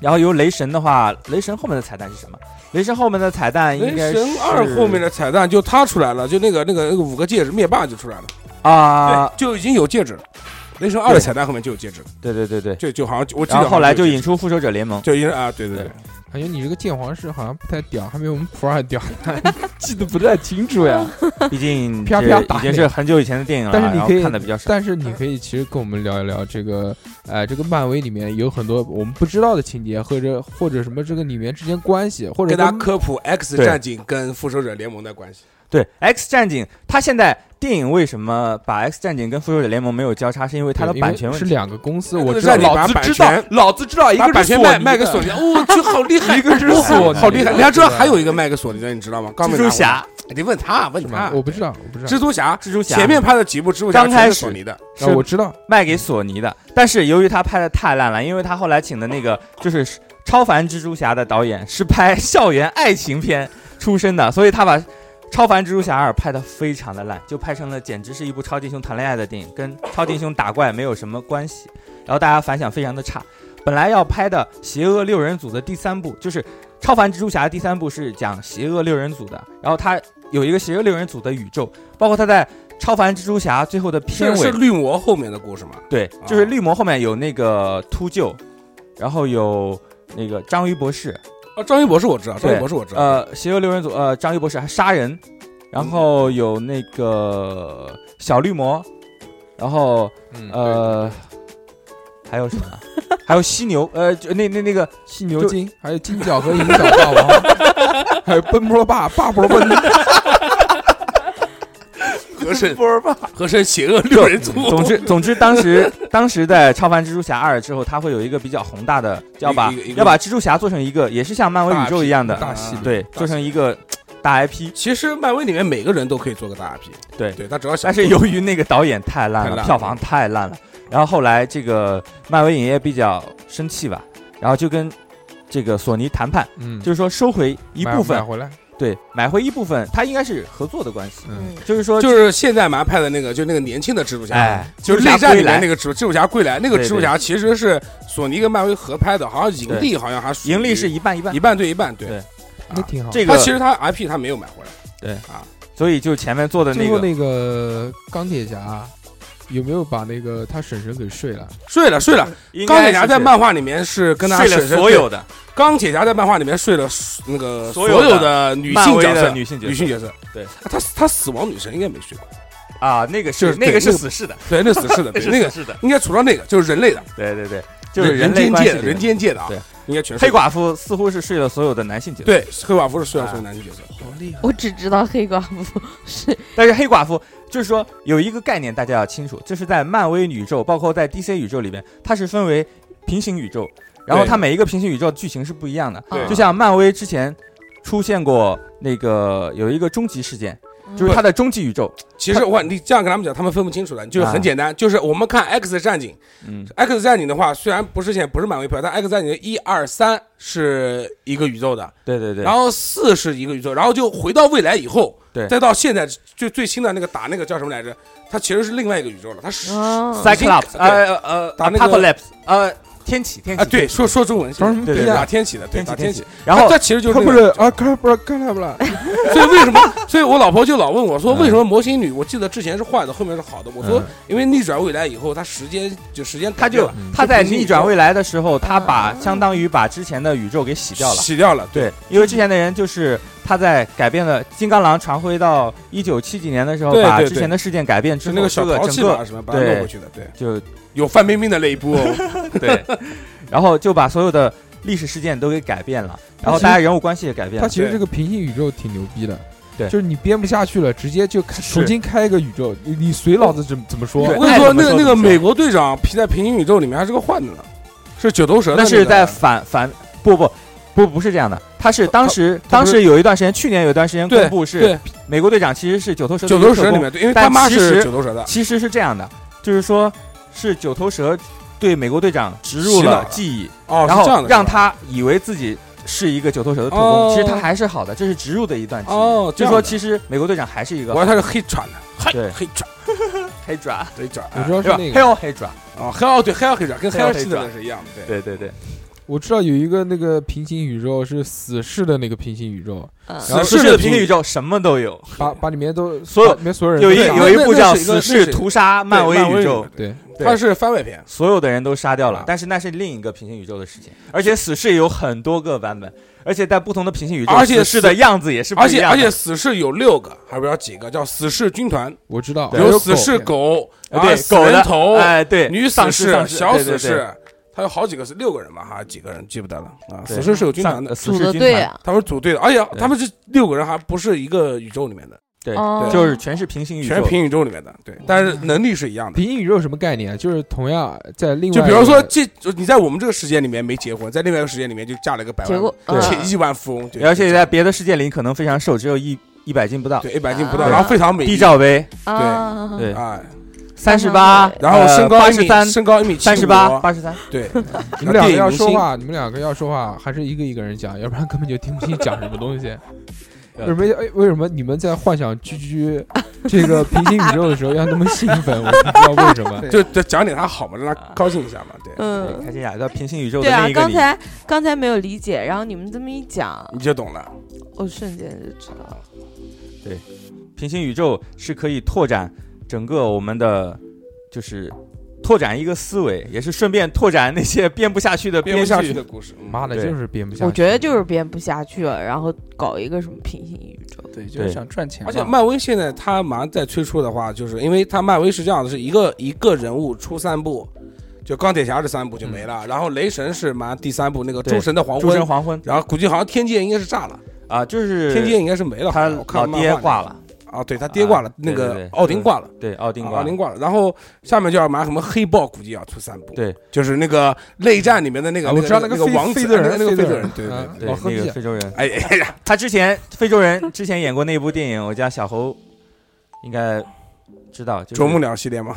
S5: 然后由雷神的话，雷神后面的彩蛋是什么？雷神后面的彩蛋应
S4: 雷
S5: 该是
S4: 神二后面的彩蛋就他出来了，就那个那个那个五个戒指，灭霸就出来了，
S5: 啊，
S4: 对，就已经有戒指了。雷神二的
S5: 对
S4: 彩蛋后面就有戒指了，
S5: 对对对对，
S4: 就就好像我记
S5: 然
S4: 得
S5: 后后来
S4: 就
S5: 就引出复仇者联盟，
S4: 就因为啊，对对对，
S2: 感觉你这个鉴黄师好像不太屌，还没有我们普洱屌，记得不太清楚呀。
S5: 毕竟
S2: 啪
S5: 这
S2: 啪打
S5: 已经
S2: 脸
S5: 是很久以前的电影了，
S2: 但是你
S5: 然后
S2: 可以
S5: 看的比较少。
S2: 但是你可以其实跟我们聊一聊这个，呃，这个漫威里面有很多我们不知道的情节，或者或者什么这个里面之间关系，或者
S4: 给大家
S2: 跟
S4: 科普 X
S5: 对
S4: 战警跟复仇者联盟的关系。
S5: 对，《X 战警》它现在电影为什么把《X 战警》跟《复仇者联盟》没有交叉，是因为它的
S2: 对因为
S5: 版权问
S2: 是
S5: 题。
S2: 两个公司，我
S4: 那
S2: 知道
S4: 让你
S2: 老
S4: 把
S2: 子
S4: 版
S2: 知道
S4: 权，
S2: 老子知道，啊一
S4: 把
S2: 个
S4: 版
S2: 是
S4: 权
S2: 索
S4: 卖
S2: 尼
S4: 卖给
S2: 的
S4: 索尼，哦，这好厉害，
S2: 一个是索 尼，
S4: 好厉害！你要知道还有一
S2: 个
S4: 个卖给索尼的，你知道吗？刚
S5: 蜘
S4: 没
S5: 蛛
S4: 拿过
S5: 侠，
S4: 来，你问他，问
S2: 是
S4: 他
S2: 吗？，我不知道，我不知
S4: 蜘
S2: 道，
S4: 蛛侠。
S5: 蜘蛛侠
S4: 前面拍的几部蜘蛛侠
S5: 刚开
S4: 全
S5: 始
S4: 是索尼的，
S5: 是
S2: 啊，我知道，
S5: 卖给索尼的，但是由于他拍的太烂了，因为他后来请的那个就是《超凡蜘蛛侠》的导演是拍校园爱情片出身的，所以他把《超凡蜘蛛侠二》拍的非常的烂，就拍成了简直是一部超级英雄谈恋爱的电影，跟超级英雄打怪没有什么关系。然后大家反响非常的差。本来要拍的《邪恶六人组》的第三部，就是《超凡蜘蛛侠》的第三部是讲邪恶六人组的，然后他有一个邪恶六人组的宇宙，包括他在《超凡蜘蛛侠》最后的片
S4: 是
S5: 尾
S4: 是绿魔后面的故事嘛？
S5: 对，就是绿魔后面有那个秃鹫，然后有那个章鱼博士，
S4: 哦，章鱼博士我知道，章鱼
S5: 对
S4: 博士我知道。
S5: 呃，邪恶六人组，呃，章鱼博士还杀人，然后有那个小绿魔，然后
S2: 嗯，
S5: 呃，还有什么？啊 还有犀牛，呃，就那那那个
S2: 犀牛精，还有金角和银角霸王，还有奔波霸霸波奔，
S4: 和珅，和珅邪恶六人组，
S5: 总之，总之，当时当时在《超凡蜘蛛侠二》之后，它会有一个比较宏大的，要把
S4: 一个一个
S5: 要把蜘蛛侠做成一个，也是像漫威宇宙一样的，
S2: 大系列
S5: 对，做成一个大 IP。
S4: 其实漫威里面每个人都可以做个大 IP，
S5: 对
S4: 对，他只要想
S5: 但
S4: 做，
S5: 是由于那个导演太烂
S4: 太烂
S5: 了，
S4: 了
S5: 票房太烂了，然后后来这个漫威影业比较生气吧，然后就跟这个索尼谈判，
S2: 嗯，
S5: 就是说收回一
S2: 买
S5: 部
S2: 买
S5: 分，
S2: 回来，
S5: 对，买回一部分，它应该是合作的关系，
S2: 嗯，
S1: 嗯，
S5: 就是 说，
S4: 就是现在蛮派的那个，就那个年轻的蜘蛛侠，
S5: 哎，
S4: 就是
S5: 侠
S4: 内战
S5: 归
S4: 里面
S5: 来
S4: 那个蜘蛛蜘蛛侠归来，那个
S5: 对
S4: 蜘蛛侠其实是索尼跟漫威合拍的，好像盈利好像还属于
S5: 盈利是一半一半
S4: 一，半对一半，对
S5: 对。
S2: 那挺好。
S5: 这
S4: 他
S5: 个
S4: 其，实他 IP 他没有买回来，
S5: 所以就前面做的
S2: 最
S5: 那
S2: 后
S5: 个，
S2: 那个钢铁侠有没有把那个他婶婶给睡了？
S4: 睡了睡了。
S5: 应该
S4: 钢铁侠
S5: 是
S4: 在漫画里面是跟他
S5: 睡了
S4: 婶婶
S5: 所有的
S4: 钢铁侠在漫画里面睡了那个
S5: 所有的
S4: 有的女
S5: 漫
S4: 性
S5: 威
S4: 角
S5: 的
S4: 色，
S5: 女性角
S4: 女
S5: 色
S4: 性角色，
S5: 对
S4: 啊，他他死亡女神应该没睡过，
S5: 啊，那个
S4: 就是是
S5: 那
S4: 对
S5: 个是
S4: 那个
S5: 死侍的，
S4: 对，那死是 的，对那个
S5: 是的，
S4: 应该除了那个就是人类的，
S5: 对对对，就是
S4: 人
S5: 类
S4: 间
S5: 关系
S4: 界
S5: 里
S4: 的
S5: 面
S4: 人间界的啊
S5: 对，
S4: 应该全是
S5: 黑寡妇似乎是睡了所有的男性角色。
S4: 对黑寡妇是睡了所有男性角
S5: 啊
S4: 色，好厉害
S1: 我只知道黑寡妇 是
S5: 但是黑寡妇就是说有一个概念大家要清楚，就是在漫威宇宙，包括在 DC 宇宙里边，它是分为平行宇宙，然后它每一个平行宇宙剧情是不一样的。
S4: 对
S5: 就像漫威之前出现过那个有一个终极事件，
S4: 嗯
S5: 就是它的终极宇宙，
S4: 其实我你这样跟他们讲，他们分不清楚的，就是
S5: 啊
S4: 很简单，就是我们看 X 战警。
S5: 嗯，
S4: X 战警的话，虽然不是现在不是漫威拍，但 X 战警的一二三是一个宇宙的，
S5: 对对对，
S4: 然后四是一个宇宙，然后就回到未来以后，
S5: 对
S4: 再到现在就最新的那个打那个叫什么来着？它其实是另外一个宇宙了，它是啊，
S1: 哦
S5: Cyclops，
S4: 对
S5: 呃呃
S4: 打那个啊
S5: ，Apocalypse，呃，天启，天启，
S4: 对，说说中文，
S2: 装什么
S5: 对
S4: 对
S2: 逼
S4: 打
S2: 啊？
S4: 天启的，对
S5: 天
S4: 打
S5: 启，
S4: 天
S5: 天
S4: 启
S5: 启，。然后
S4: 它啊它其实就是
S2: 他
S4: 那
S2: 不
S4: 个
S2: 是
S4: 宇宙
S2: 啊，看不是看不了，
S4: 所以为什么？ 所以我老婆就老问我
S5: 嗯
S4: 说，为什么魔形女？我记得之前是坏的，后面是好的。我说
S2: 嗯，
S4: 因为逆转未来以后，它时间就时间改
S5: 他
S4: 变
S5: 就
S4: 了
S2: 嗯
S5: 他在
S4: 就平行宇宙
S5: 逆转未来的时候，他把
S1: 啊
S5: 相当于把之前的宇宙给洗掉了。
S4: 洗掉了，对
S5: 对，因为之前的人就是他在改变了金刚狼传回到一九七几年的时候，
S4: 对
S5: 把
S4: 对
S5: 之前的事件改变之
S4: 是
S5: 后，
S4: 那个小
S5: 这个
S4: 淘气
S5: 整
S4: 吧，
S5: 个
S4: 什么把它弄
S5: 对
S4: 回去的，对，
S5: 就
S4: 有范冰冰的那一 部哦，
S5: 对，然后就把所有的历史事件都给改变了，然后大家人物关系也改变
S2: 他
S5: 了。
S2: 其实这个平行宇宙挺牛逼的。
S5: 对
S2: 就是你编不下去了，直接就开
S5: 是
S2: 重新开一个宇宙，你你随老子怎么怎么说
S5: 对
S4: 我跟你
S5: 爱
S4: 说，
S5: 怎么
S4: 那个
S5: 说
S4: 那
S5: 怎
S4: 个
S5: 么说
S4: 美国队长皮在平行宇宙里面还是个坏的呢，是九头蛇的
S5: 那
S4: 个，
S5: 是在反反不不不不是这样的，他是当时
S4: 他
S5: 当
S4: 不是
S5: 时有一段时间，去年有一段时间
S4: 对
S5: 公布是
S4: 对
S5: 美国队长其实是九头蛇的
S4: 九
S5: 一个
S4: 头
S5: 特
S4: 蛇里
S5: 工，
S4: 面，对，因为
S5: 但
S4: 他妈
S5: 其实
S4: 是九头蛇的，
S5: 其实是这样的，就是说是九头蛇对美国队长植入
S4: 洗脑
S5: 了
S4: 了
S5: 记忆，
S4: 哦，
S5: 然
S4: 是这样
S5: 后
S4: 的，
S5: 让
S4: 是吧
S5: 他以为自己是一个九头蛇的特
S4: 哦
S5: 工，其实他还是好的，这是植入的一段记忆。
S4: 哦，
S5: 就
S4: 这样
S5: 说
S4: 的
S5: 其实美国队长还是一个
S4: 我说他是黑爪的，
S5: 对
S4: 黑黑爪
S5: 黑爪，
S4: 黑爪，
S2: 我
S4: 哎
S2: 知道是
S5: 对吧
S2: 那？
S5: 黑
S2: 个，
S5: 奥黑爪，
S4: 哦，黑哦对黑曜黑爪跟黑
S5: 黑曜
S4: 曜
S5: 黑
S4: 系
S5: 爪
S4: 的是一样的，对。
S5: 对对对，
S2: 我知道有一个那个平行宇宙是死侍的那个平行宇宙，
S4: 呃
S1: 嗯
S2: 然后
S5: 死侍的平行宇宙什么都有，
S2: 把把里面都
S5: 所有
S2: 把里面所有人
S5: 有
S2: 都
S5: 一
S2: 杀了
S5: 有一部
S4: 那
S5: 叫
S4: 那
S5: 《
S4: 是一个
S5: 死
S4: 那
S5: 侍
S4: 是一个
S5: 屠杀漫威宇宙》，
S2: 对
S5: 对
S4: 它是番外篇，
S5: 所有的人都杀掉了
S4: 啊，
S5: 但是那是另一个平行宇宙的事情，而且死侍有很多个版本，而且在不同的平行宇宙，
S4: 而且
S5: 死侍的样子也是不
S4: 而
S5: 一
S4: 且
S5: 样
S4: 而
S5: 的
S4: 且死侍有六个，还不知道几个，叫死侍军团，
S2: 我知道
S5: 哦对
S2: 还
S4: 有死侍
S2: 狗
S4: 狗，
S5: 呃
S4: 然后
S5: 对
S4: 啊死
S5: 狗的
S4: 人头，
S5: 哎对，
S4: 女
S5: 丧
S4: 死
S5: 尸
S4: 士
S5: 丧、尸
S4: 小
S5: 对
S4: 死
S5: 对对
S4: 士，他有好几个是六个人吧，还是几个人记不得了啊？
S5: 对
S4: 死侍是有军
S5: 丧
S4: 团的
S5: 呃，死
S1: 组
S5: 侍
S1: 的
S5: 军
S1: 队
S5: 团
S1: 啊，
S4: 他们是组队的，而且他们是六个人，还不是一个宇宙里面的，
S5: 对，
S1: 哦
S5: 就是全是平行宇宙，嗯
S4: 全是平行宇宙里面的，对，但是能力是一样的。
S2: 平行宇宙什么概念啊？就是同样在另外
S4: 就比如说
S2: 一个
S4: 这，就你在我们这个时间里面没结婚，在另外一个时间里面就嫁了一个百
S1: 结
S4: 万
S1: 果
S2: 对
S1: 嗯
S4: 且亿万富翁，对
S5: 而且在别的世界里可能非常瘦，只有一一百斤不到，
S4: 对一百斤不到，
S1: 啊
S4: 然后非常美丽
S5: 地罩杯
S1: 啊，
S5: 对
S4: 哎，
S5: 三十八，
S4: 然后身高
S5: 呃八
S4: 一
S5: 十
S4: 米，
S5: 三，
S4: 身高一米七
S5: 三十八，，八十三，
S4: 对，
S2: 你们两个
S4: 电影
S2: 要
S4: 明
S2: 说
S4: 星
S2: 话，你们两个要说话，还是一个一个人讲，要不然根本就听不清讲什么东 西。为什么？哎，为什么你们在幻想居居这个平行宇宙的时候要那么兴奋？我不知道为什 么。
S4: 就就讲点他好嘛，让他高兴一下嘛，对，
S5: 对
S1: 嗯，
S5: 开心呀，到平行宇宙的
S1: 对
S5: 另
S1: 啊
S5: 一，个
S1: 刚
S5: 你，
S1: 才刚才没有理解，然后你们这么一讲，
S4: 你就懂了。
S1: 我瞬间就知道了。
S5: 平行宇宙是可以拓展整个我们的，就是拓展一个思维，也是顺便拓展 那些编不下去的
S4: 编
S5: 编
S4: 不
S5: 剧
S4: 下去的故事，嗯
S2: 妈的，
S5: 对
S2: 就是编不下去。
S1: 我觉得就是编不下去了，然后搞一个什么平行宇宙。
S3: 对，就是想赚钱嘛。
S4: 而且漫威现在他马上再推出的话，就是因为他漫威是这样的，是一个一个人物出三部，就钢铁侠是三部就没了，然后雷神是马上第三部那个
S5: 嗯对
S4: 诸神的黄
S5: 诸神
S4: 昏，
S5: 黄昏
S4: 然后估计好像天界应该是炸了，
S5: 啊，就是
S4: 天界应该是没了，
S5: 他
S4: 我看
S5: 老
S4: 漫
S5: 爹
S4: 画
S5: 挂
S4: 里
S5: 了，
S4: 啊，对他爹挂了
S5: 啊，
S4: 那
S5: 对对
S4: 个
S5: 对
S4: 奥丁挂了。
S5: 对，奥丁
S4: 啊
S5: 挂
S4: 奥
S5: 了
S4: 丁，挂了，然后下面就要马上什么黑豹，估计要出三部，
S5: 对，
S4: 就是那个内战里面的那个，
S2: 啊我知道那
S4: 那
S2: 个
S4: 个
S2: 飞
S4: 王子
S2: 飞的人
S4: 那个那个
S2: 飞
S4: 飞
S2: 的
S4: 的
S2: 人
S4: 人，对
S2: 啊
S4: 对对，
S5: 对
S2: 老喝
S5: 那
S2: 屁
S5: 个非洲人，
S4: 哎呀呀，
S5: 他之前非洲人之前演过那一部电影，我家小猴应该知道，就是
S4: 啄木鸟系列嘛，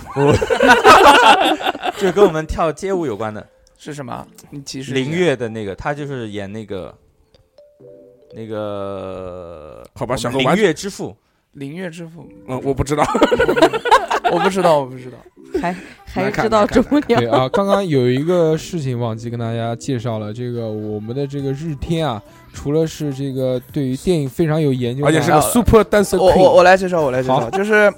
S5: 就是跟我们跳街舞有关的
S3: 是什么？你其实
S5: 林月的那个，他就是演那个那个
S4: 好吧，小
S5: 我
S4: 何
S5: 们
S4: 完
S5: 林月之父，
S3: 林月之父，
S4: 嗯，我不知道，
S3: 我不知道，我不知道。
S1: 还还
S4: 看
S1: 知道
S4: 看
S1: 啄木
S2: 对
S1: 鸟，
S2: 啊，刚刚有一个事情忘记跟大家介绍了，这个我们的这个日天啊，除了是这个对于电影非常有研究的
S4: 而
S2: 啊，
S4: 且是个 super dancer
S3: 我我
S4: queen，
S3: 我来介绍，我来介
S2: 好
S3: 绍，就是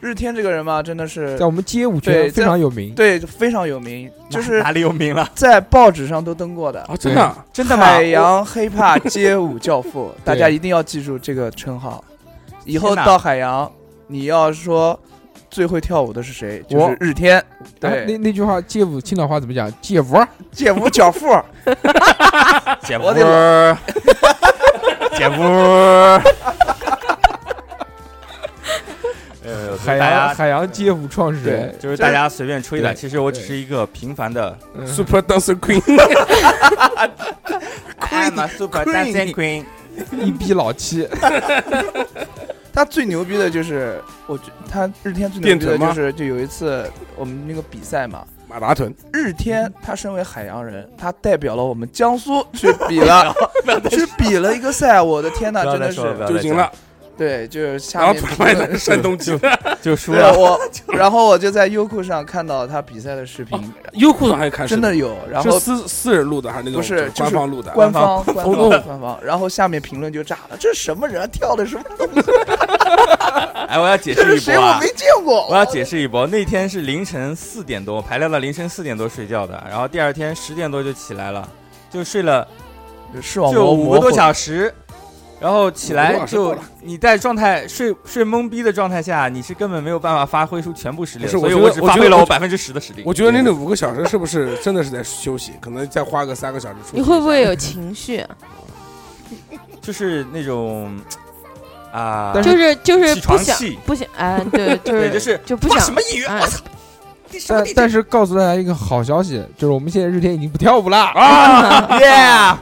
S3: 日天这个人嘛，真的是
S2: 在我们街舞圈
S3: 对
S2: 非常有名。
S3: 对非常有名，就是
S5: 哪里有 名了？
S3: 在报纸上都登过的。
S4: 啊，真的啊，
S5: 真的吗？
S3: 海洋黑 怕街舞教父，大家一定要记住这个称号。以后
S5: 天哪
S3: 到海洋，你要说最会跳舞的是谁，就
S2: 我
S3: 是日天。
S2: 哎，那
S3: 对，
S2: 那句话街舞青岛话怎么讲？街舞
S3: 街舞教 父，
S5: 姐夫
S3: 我得
S5: 姐夫。 呃，
S2: 海
S5: 大
S2: 洋
S5: 家
S2: 海洋街舞创始人
S3: 对，
S5: 就是大家随便吹的，
S2: 对
S5: 其实我只是一个平凡的
S2: 嗯
S4: super dancer queen，
S5: I'm a super
S4: Queen
S5: dancing queen。
S2: 一逼老 七，
S3: 他最牛逼的就是，我觉他日天最牛逼的
S4: 电臀
S3: 就
S4: 吗
S3: 是，就有一次我们那个比赛嘛，
S5: 嗯
S4: 马达臀，
S3: 日天他身为海洋人，他代表了我们江苏去比 了，去比了一个赛，我的天呐，
S5: 不要
S3: 真
S5: 再
S3: 的
S5: 说了，不要
S3: 是
S5: 再
S4: 就行了，
S3: 对，就是下
S4: 然后
S3: 面
S4: 把麦在山东籍，
S5: 讲， 就输
S3: 对
S5: 啊了。哦
S3: 我， 然后我就在优酷上看到他比赛的视频，
S4: 优酷上还看
S3: 真的有，然
S4: 是
S3: 后
S4: 私私人录的还是那种
S3: 不是就
S4: 官
S3: 是
S4: 方录的？
S3: 官 方官
S4: 哦
S3: 方官方，然后下面评论就炸了，这什么人啊跳的什么东西？
S5: 哎，我要解
S3: 这
S5: 释
S3: 是
S5: 一
S3: 谁
S5: 波
S3: 我
S5: 啊
S3: 没！见过。
S5: 我要解释一波。那天是凌晨四点多，我排练到凌晨四点多睡觉的，然后第二天十点多就起来了，就睡了
S3: 哦视网
S5: 就
S3: 膜
S5: 五
S3: 模
S5: 个
S3: 糊
S5: 多，小时，然后起
S4: 五个
S5: 来
S4: 多小时够
S5: 就
S4: 了
S5: 你在状态睡睡懵逼的状态下，你是根本没有办法发挥出全部实力的，
S4: 不是
S5: 所以
S4: 我觉得
S5: 只
S4: 我
S5: 发
S4: 觉
S5: 挥
S4: 得
S5: 了
S4: 我
S5: 我百分之十的实力。
S4: 我觉得那那五个小时是不是真的是在休息？可能再花个三个小时出去。
S1: 你会不会有情绪？啊
S5: 就是那种啊，
S2: 但
S1: 就是就是
S5: 嗯起
S1: 不
S5: 床
S1: 想
S5: 气
S1: 不想哎，对，就
S5: 对，
S1: 是
S5: 就是
S1: 就不
S5: 发
S1: 想
S5: 什么抑郁，
S1: 哎
S5: 我操，
S3: 第什么
S2: 但
S3: 第几
S2: 但是告诉大家一个好消息，就是我们现在日天已经不跳舞啦。
S3: 啊，Yeah！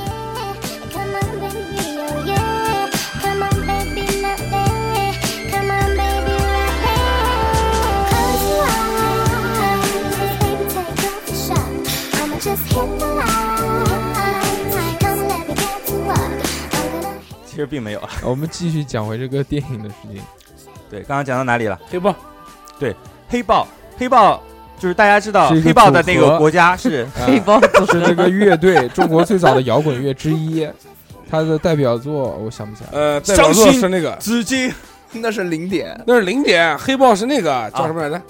S6: Come on, baby, oh yeah. Come on, baby, not there. Come on, baby, we're here. Close your eyes, baby, take off your shirt. I'ma just hit the lights. Come, let me get to work. I'm gonna.
S5: 其实并没有。
S2: 我们继续讲回这个电影的事 情。
S5: 对，刚刚讲到哪里了？
S4: 黑豹
S5: 黑豹，黑豹就是大家知道
S2: 是一个
S5: 黑豹的那
S2: 组合
S5: 个国 家是
S1: 黑
S2: 啊
S1: 豹组
S2: 是这
S1: 合，
S2: 个乐队，中国最早的摇滚乐之一。他的代表作我想不起来了，
S4: 呃，代表作
S5: 伤心
S4: 是那个，
S5: 紫金，
S3: 那是零点，
S4: 那是零点，黑豹是那个
S5: 啊
S4: 叫什么来着？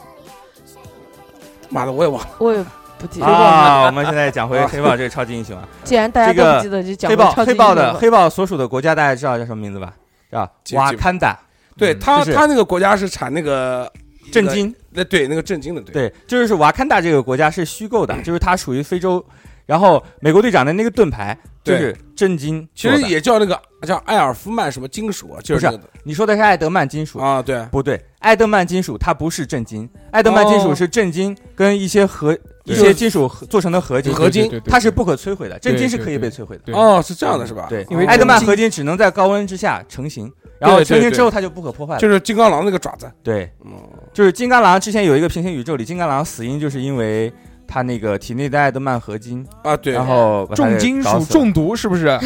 S4: 妈的，我也忘了。
S1: 我也不记 得。
S5: 啊，我们现在讲回黑豹这个超级英雄啊，
S1: 既然大家
S5: 这个
S1: 都不记得，就讲
S5: 黑
S1: 个
S5: 豹
S1: 超级
S5: 黑
S1: 英雄
S5: 豹的
S1: 吧
S5: 黑豹所属的国家大家知道叫什么名字吧？是吧？
S4: 记
S5: 瓦坎达，
S4: 对
S2: 嗯
S4: 他，
S5: 就是
S4: 他那个国家是产那个
S5: 震，惊，
S4: 那对那个震惊的，对，嗯
S5: 对，就是瓦坎达这个国家是虚构的，就是它属于非洲。然后美国队长的那个盾牌就
S4: 对
S5: 是震惊
S4: 其
S5: 做的，
S4: 实也叫那个叫艾尔夫曼什么金属啊，就是
S5: 不
S4: 那
S5: 是
S4: 个
S5: 你说的是艾德曼金属
S4: 啊，对，
S5: 不对，爱德曼金属它不是正金，爱德曼金属
S4: 哦
S5: 是正金跟一些合
S2: 对
S5: 一些金属合做成的合金，
S4: 合金
S2: 对对对对
S5: 它是不可摧毁的，正金是
S2: 对
S5: 可以
S2: 对
S5: 被摧毁的。
S2: 对
S4: 哦，是这样的，是吧？
S5: 嗯对
S2: 因为，
S5: 爱德曼
S2: 正金
S5: 合金只能在高温之下成型，然后
S4: 对对
S5: 成型
S4: 对
S5: 之后它就不可破坏了。
S4: 就是金刚狼那个爪子，
S5: 对，
S4: 嗯，
S5: 就是金刚狼之前有一个平行宇宙里，金刚狼死因就是因为它那个体内的爱德曼合金，
S4: 啊，对，
S5: 然后把它
S2: 重
S5: 给
S2: 金
S5: 搞
S2: 属
S5: 死了
S2: 中毒是不是？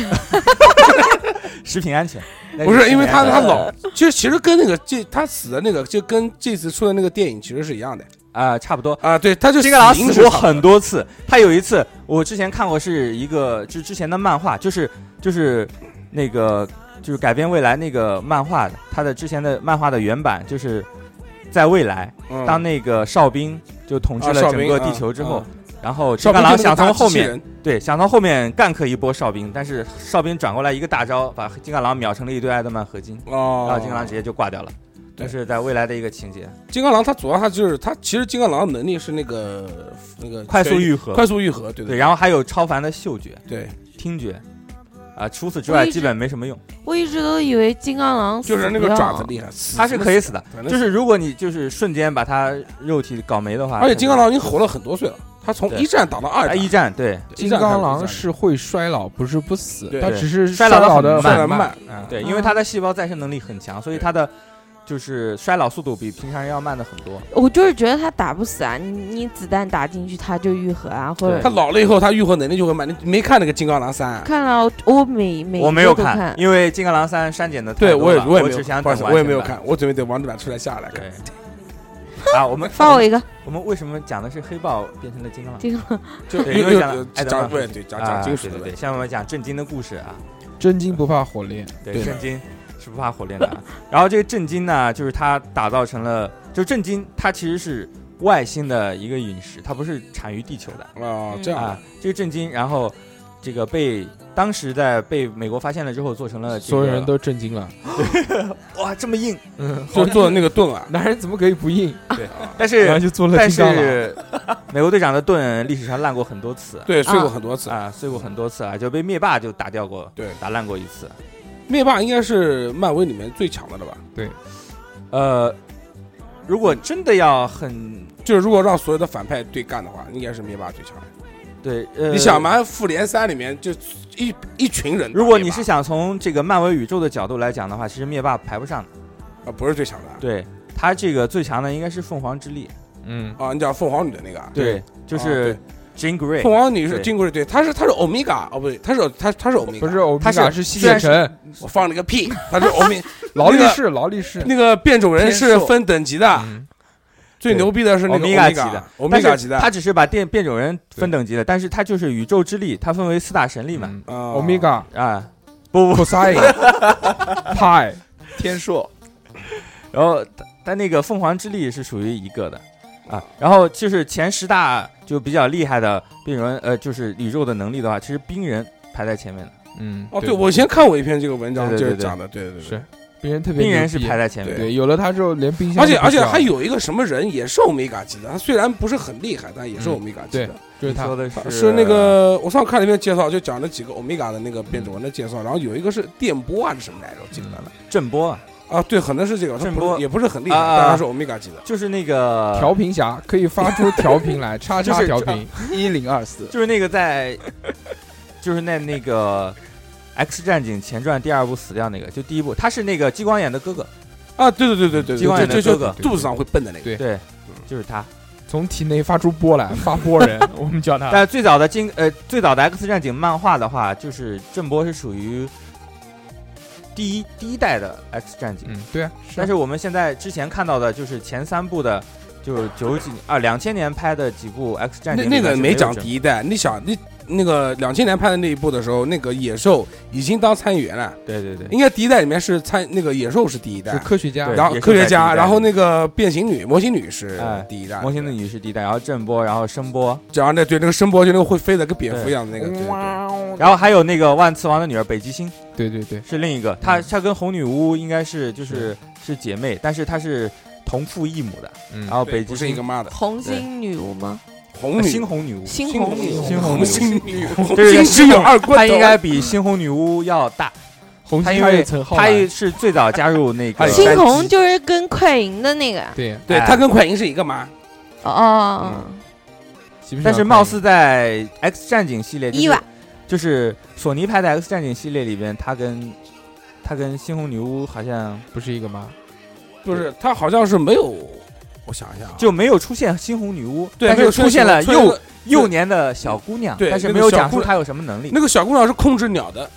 S5: 食品安全，那
S4: 不
S5: 就是
S4: 因为他
S5: 食品
S4: 他
S5: 安全
S4: 老，其实其实跟那个这他死的那个就跟这次出的那个电影其实是一样的
S5: 啊，差不多。
S4: 啊，对，他就
S5: 金刚狼
S4: 死因
S5: 死
S4: 是
S5: 过
S4: 差不多
S5: 很多次，他有一次我之前看过是一个就是之前的漫画，就是就是那个就是改编未来那个漫画的，他的之前的漫画的原版就是在未来，
S4: 嗯
S5: 当那个哨兵就统治
S4: 啊
S5: 了
S4: 哨
S5: 整
S4: 兵
S5: 个
S4: 啊
S5: 地球之后
S4: 啊，
S5: 然后金
S4: 少兵
S5: 刚狼
S4: 跟那
S5: 想
S4: 个大
S5: 从
S4: 机
S5: 后
S4: 器
S5: 面
S4: 人
S5: 对想从后面 gank 一波哨兵，但是哨兵转过来一个大招，把金刚狼秒成了一堆爱德曼合金，然后
S4: 哦，
S5: 啊金刚狼直接就挂掉了。这
S4: 对
S5: 是在未来的一个情节，
S4: 金刚狼它主要它就是它其实金刚狼的能力是那个那个
S5: 快速
S4: 全
S5: 愈合，
S4: 快速愈合，对
S5: 对，
S4: 对
S5: 然后还有超凡的嗅觉，
S4: 对，
S5: 听觉，啊，除此之
S1: 我
S5: 外
S1: 一直
S5: 基本没什么用。
S1: 我一直都以为金刚狼死
S4: 就是那个
S1: 不了
S4: 爪子厉害，死
S5: 它是可以死的，
S4: 反正
S5: 就是如果你就是瞬间把它肉体搞没的话，
S4: 而且
S5: 它
S4: 金刚狼已经活了很多岁了，他从
S5: 对
S4: 一战打到二
S5: 哎
S4: 战，
S5: 一战对
S4: 一
S2: 金
S4: 战
S2: 刚
S4: 打到
S2: 狼
S4: 二战
S2: 是会衰老，不是不死，
S4: 对
S2: 它
S5: 对
S2: 只是
S5: 衰老得
S2: 老
S5: 很
S2: 的
S4: 慢
S2: 很
S4: 慢，
S2: 啊
S5: 嗯对，因为它的细胞再生能力很强，所以它的就是衰老速度比平常人要慢的很多。
S1: 我就是觉得他打不死啊，你你子弹打进去他就愈合啊，或
S5: 对
S1: 者
S4: 他老了以后他愈合能力就会慢，你没看那个金刚狼三啊？
S1: 看了我我每每
S5: 我
S1: 一
S5: 没
S1: 个
S5: 有
S1: 都看，
S5: 看，因为《金刚狼三》删减的
S4: 对
S5: 我
S4: 我也
S5: 我
S4: 也没有
S5: 只
S4: 看，
S5: 想
S4: 不好意
S5: 等
S4: 思
S5: 完
S4: 我也没有
S5: 整版。
S4: 看，我准备等完整版出来下来看。
S5: 对， 啊，我们
S1: 发我一个
S5: 我们为什么讲的是黑豹变成了金刚狼？
S1: 金刚狼，
S4: 就
S5: 对
S4: 又
S5: 因为
S4: 又
S5: 讲
S4: 又
S5: 爱德
S4: 讲
S5: 曼
S4: 对对讲
S5: 啊
S4: 讲金属
S5: 对
S4: 的
S5: 对
S4: 呗
S5: 对，，下面我们讲震惊的故事啊。
S2: 真金不怕火炼。
S5: 对，
S4: 对
S5: 震惊是不怕火炼的啊。然后这个震惊呢，就是它打造成了，就震惊它其实是外星的一个陨石，它不是产于地球的
S4: 啊
S1: 嗯
S4: 这样
S5: 啊
S4: 啊。
S5: 这个震惊，然后这个被当时在被美国发现了之后，做成了这个
S2: 所有人都震惊了，
S5: 哇这么硬，
S2: 嗯，
S4: 就做那个盾啊，
S2: 男人怎么可以不硬？
S5: 但
S2: 然后
S5: 是
S2: 就做了
S5: 但
S2: 金刚狼。
S5: 是美国队长的盾历史上烂过很多 次。
S4: 对，碎过很多次。
S5: 啊，碎过很多次啊，就被灭霸就打掉过，
S4: 对
S5: 打烂过一次。
S4: 灭霸应该是漫威里面最强的了吧？
S5: 呃，如果真的要很
S4: 就是如果让所有的反派对干的话，应该是灭霸最强的。
S5: 对，呃，
S4: 你想嘛，复联三里面就一一群人打灭霸，
S5: 如果你是想从这个漫威宇宙的角度来讲的话，其实灭霸排不上的。
S4: 啊，不是最强的啊，
S5: 对他这个最强的应该是凤凰之力，
S2: 嗯，
S4: 啊，你讲凤凰女的那个啊，
S2: 对，
S5: 就
S4: 啊
S5: 是 Jean
S4: 对凤
S5: Grey。
S4: 凰女是
S5: 对
S4: 金龟，对，她是她是欧米伽，哦不对，她是她她是欧米伽，
S2: 不是，我们
S5: 他是
S2: 俩是吸
S5: 虽
S2: 血
S5: 然是
S2: 神，
S4: 我放了个屁，她是欧米，
S2: 劳力
S4: 那个
S2: 士，劳力士。
S4: 那个变种人是
S3: 天寿
S4: 分等级的，
S2: 嗯
S4: 最牛逼的是那个
S5: 欧
S4: 欧
S5: 米
S4: 米
S5: 伽
S4: 伽
S5: 级的，
S4: 欧
S5: 但
S4: 米
S5: 是
S4: 伽级的，
S5: 他只是把变变种人分等级了，但是他就是宇宙之力，它分为四大神力嘛。
S2: 嗯
S4: 啊
S2: ，Omega、
S5: 啊，不不，
S2: Cosine、Pi，
S3: 天硕，
S5: 然后他他那个凤凰之力是属于一个的啊，然后就是前十大就比较厉害的变种人，呃，就是宇宙的能力的话，其实冰人排在前面的，
S2: 嗯，
S4: 哦，对我以前看过一篇这个文章，
S5: 对
S4: 就
S5: 对
S4: 是
S5: 对对
S4: 讲的，对对对
S2: 是。冰人特别
S5: 冰人
S2: 牛
S5: 是
S2: 逼
S5: 排在前面的。
S2: 对，有了他之后，连冰箱
S4: 而且
S2: 都不
S4: 而且
S2: 需要
S4: 还有一个什么人也是欧米伽级的，他虽然不是很厉害，但也是欧米伽级
S2: 对
S4: 的。，
S2: 就是
S5: 你
S2: 他
S5: 说的
S4: 啊
S5: 是
S4: 是那个，我上次看了一篇介绍，就讲啊了几个欧米伽的那个变种人的介绍，然后有一个是电波还是什么来着，我记不得了。
S5: 震波啊，
S4: 啊，啊，对，可能是这个，他
S5: 郑
S4: 不
S5: 波
S4: 是也不是很厉害，
S5: 啊啊
S4: 但他是欧米伽级的。
S5: 就是那个
S2: 调频侠可以发出调频来，叉叉调频，
S3: 一零二四，
S5: 就是那个在，就是那那个《X 战警前传》第二部死掉那个，就第一部，他是那个激光眼的哥哥，
S4: 啊，对对对对对
S5: 激光
S4: 对，
S5: 眼
S4: 就
S5: 的
S4: 就
S5: 哥
S4: 就
S5: 哥
S4: 肚子上会蹦的那个
S2: 对
S5: 对，就是他。
S2: 从体内发出波来，发波人，我们
S4: 啊
S2: 叫他
S5: 但最早的金呃最早的 X 战警漫画的话，就是郑波是属于第一第一代的 X 战警，
S2: 嗯，对啊，
S5: 但是我们现在之前看到的就是前三部的。就是九几啊，两千年拍的几部 X 战
S4: 那
S5: 警，
S4: 那个没讲第
S5: 敌，
S4: 一代，你想那那个两千年拍的那一部的时候，那个野兽已经当参议员了，
S5: 对对对，
S4: 应该第一代里面是参那个野兽是第一
S2: 是
S4: 代，
S2: 科学家
S5: 对，
S4: 然后
S5: 野兽
S4: 科学
S5: 在第一
S4: 家，
S5: 代
S4: 然后那个变形女、模型女是
S5: 哎
S4: 第一代，
S5: 模型的女是第一代，然后郑波，然后声波，
S4: 然后那对那个声波就那个会飞的跟蝙蝠一样的那个，对对对
S5: 然后还有那个万磁王的女儿北极星，
S2: 对对对，
S5: 是另一个，
S4: 嗯
S5: 她她跟红女巫应该是就是是姐妹，但是她是同父异母的。
S2: 嗯
S5: 然，后
S4: 对
S5: 北极
S4: 不是一
S5: 星呃
S4: 个妈的
S1: 红星女巫吗？
S5: 哎
S4: 红女
S5: 猩红女巫，
S1: 猩
S4: 红
S1: 红女巫
S2: 猩红女
S4: 猩女
S5: 对对
S4: 猩只有二
S5: 她
S4: 棍头，
S5: 应该比猩红女巫 要大。
S2: 红
S5: 他
S2: 星
S5: 因
S2: 还有
S5: 为
S2: 一层号码，
S5: 她也是最早加入 那个
S4: 她有
S1: 猩
S4: 三
S1: 红
S4: 级
S1: 就是跟快银的那个啊
S2: 对，
S4: 对
S5: 哎
S4: 她跟快银是一个妈，
S1: 哦哦，
S5: 嗯
S2: 基本上
S5: 但是
S2: 看
S5: 貌似在 X 战警系列，就
S1: 伊
S5: 是
S1: 娃
S5: 就是索尼拍的 X 战警系列里边，她跟她跟猩红女巫好像
S2: 不是一个妈，
S4: 不是她好像是没有，我想一下啊，
S5: 就没有出现猩红女巫，
S4: 对
S5: 但
S4: 没有
S5: 是出现了
S4: 出现了
S5: 幼幼年的小姑娘，
S4: 对
S5: 但是
S4: 那个
S5: 没有
S4: 小
S5: 讲
S4: 姑
S5: 出
S4: 娘
S5: 她有什么能力。
S4: 那个小姑娘是控制鸟的，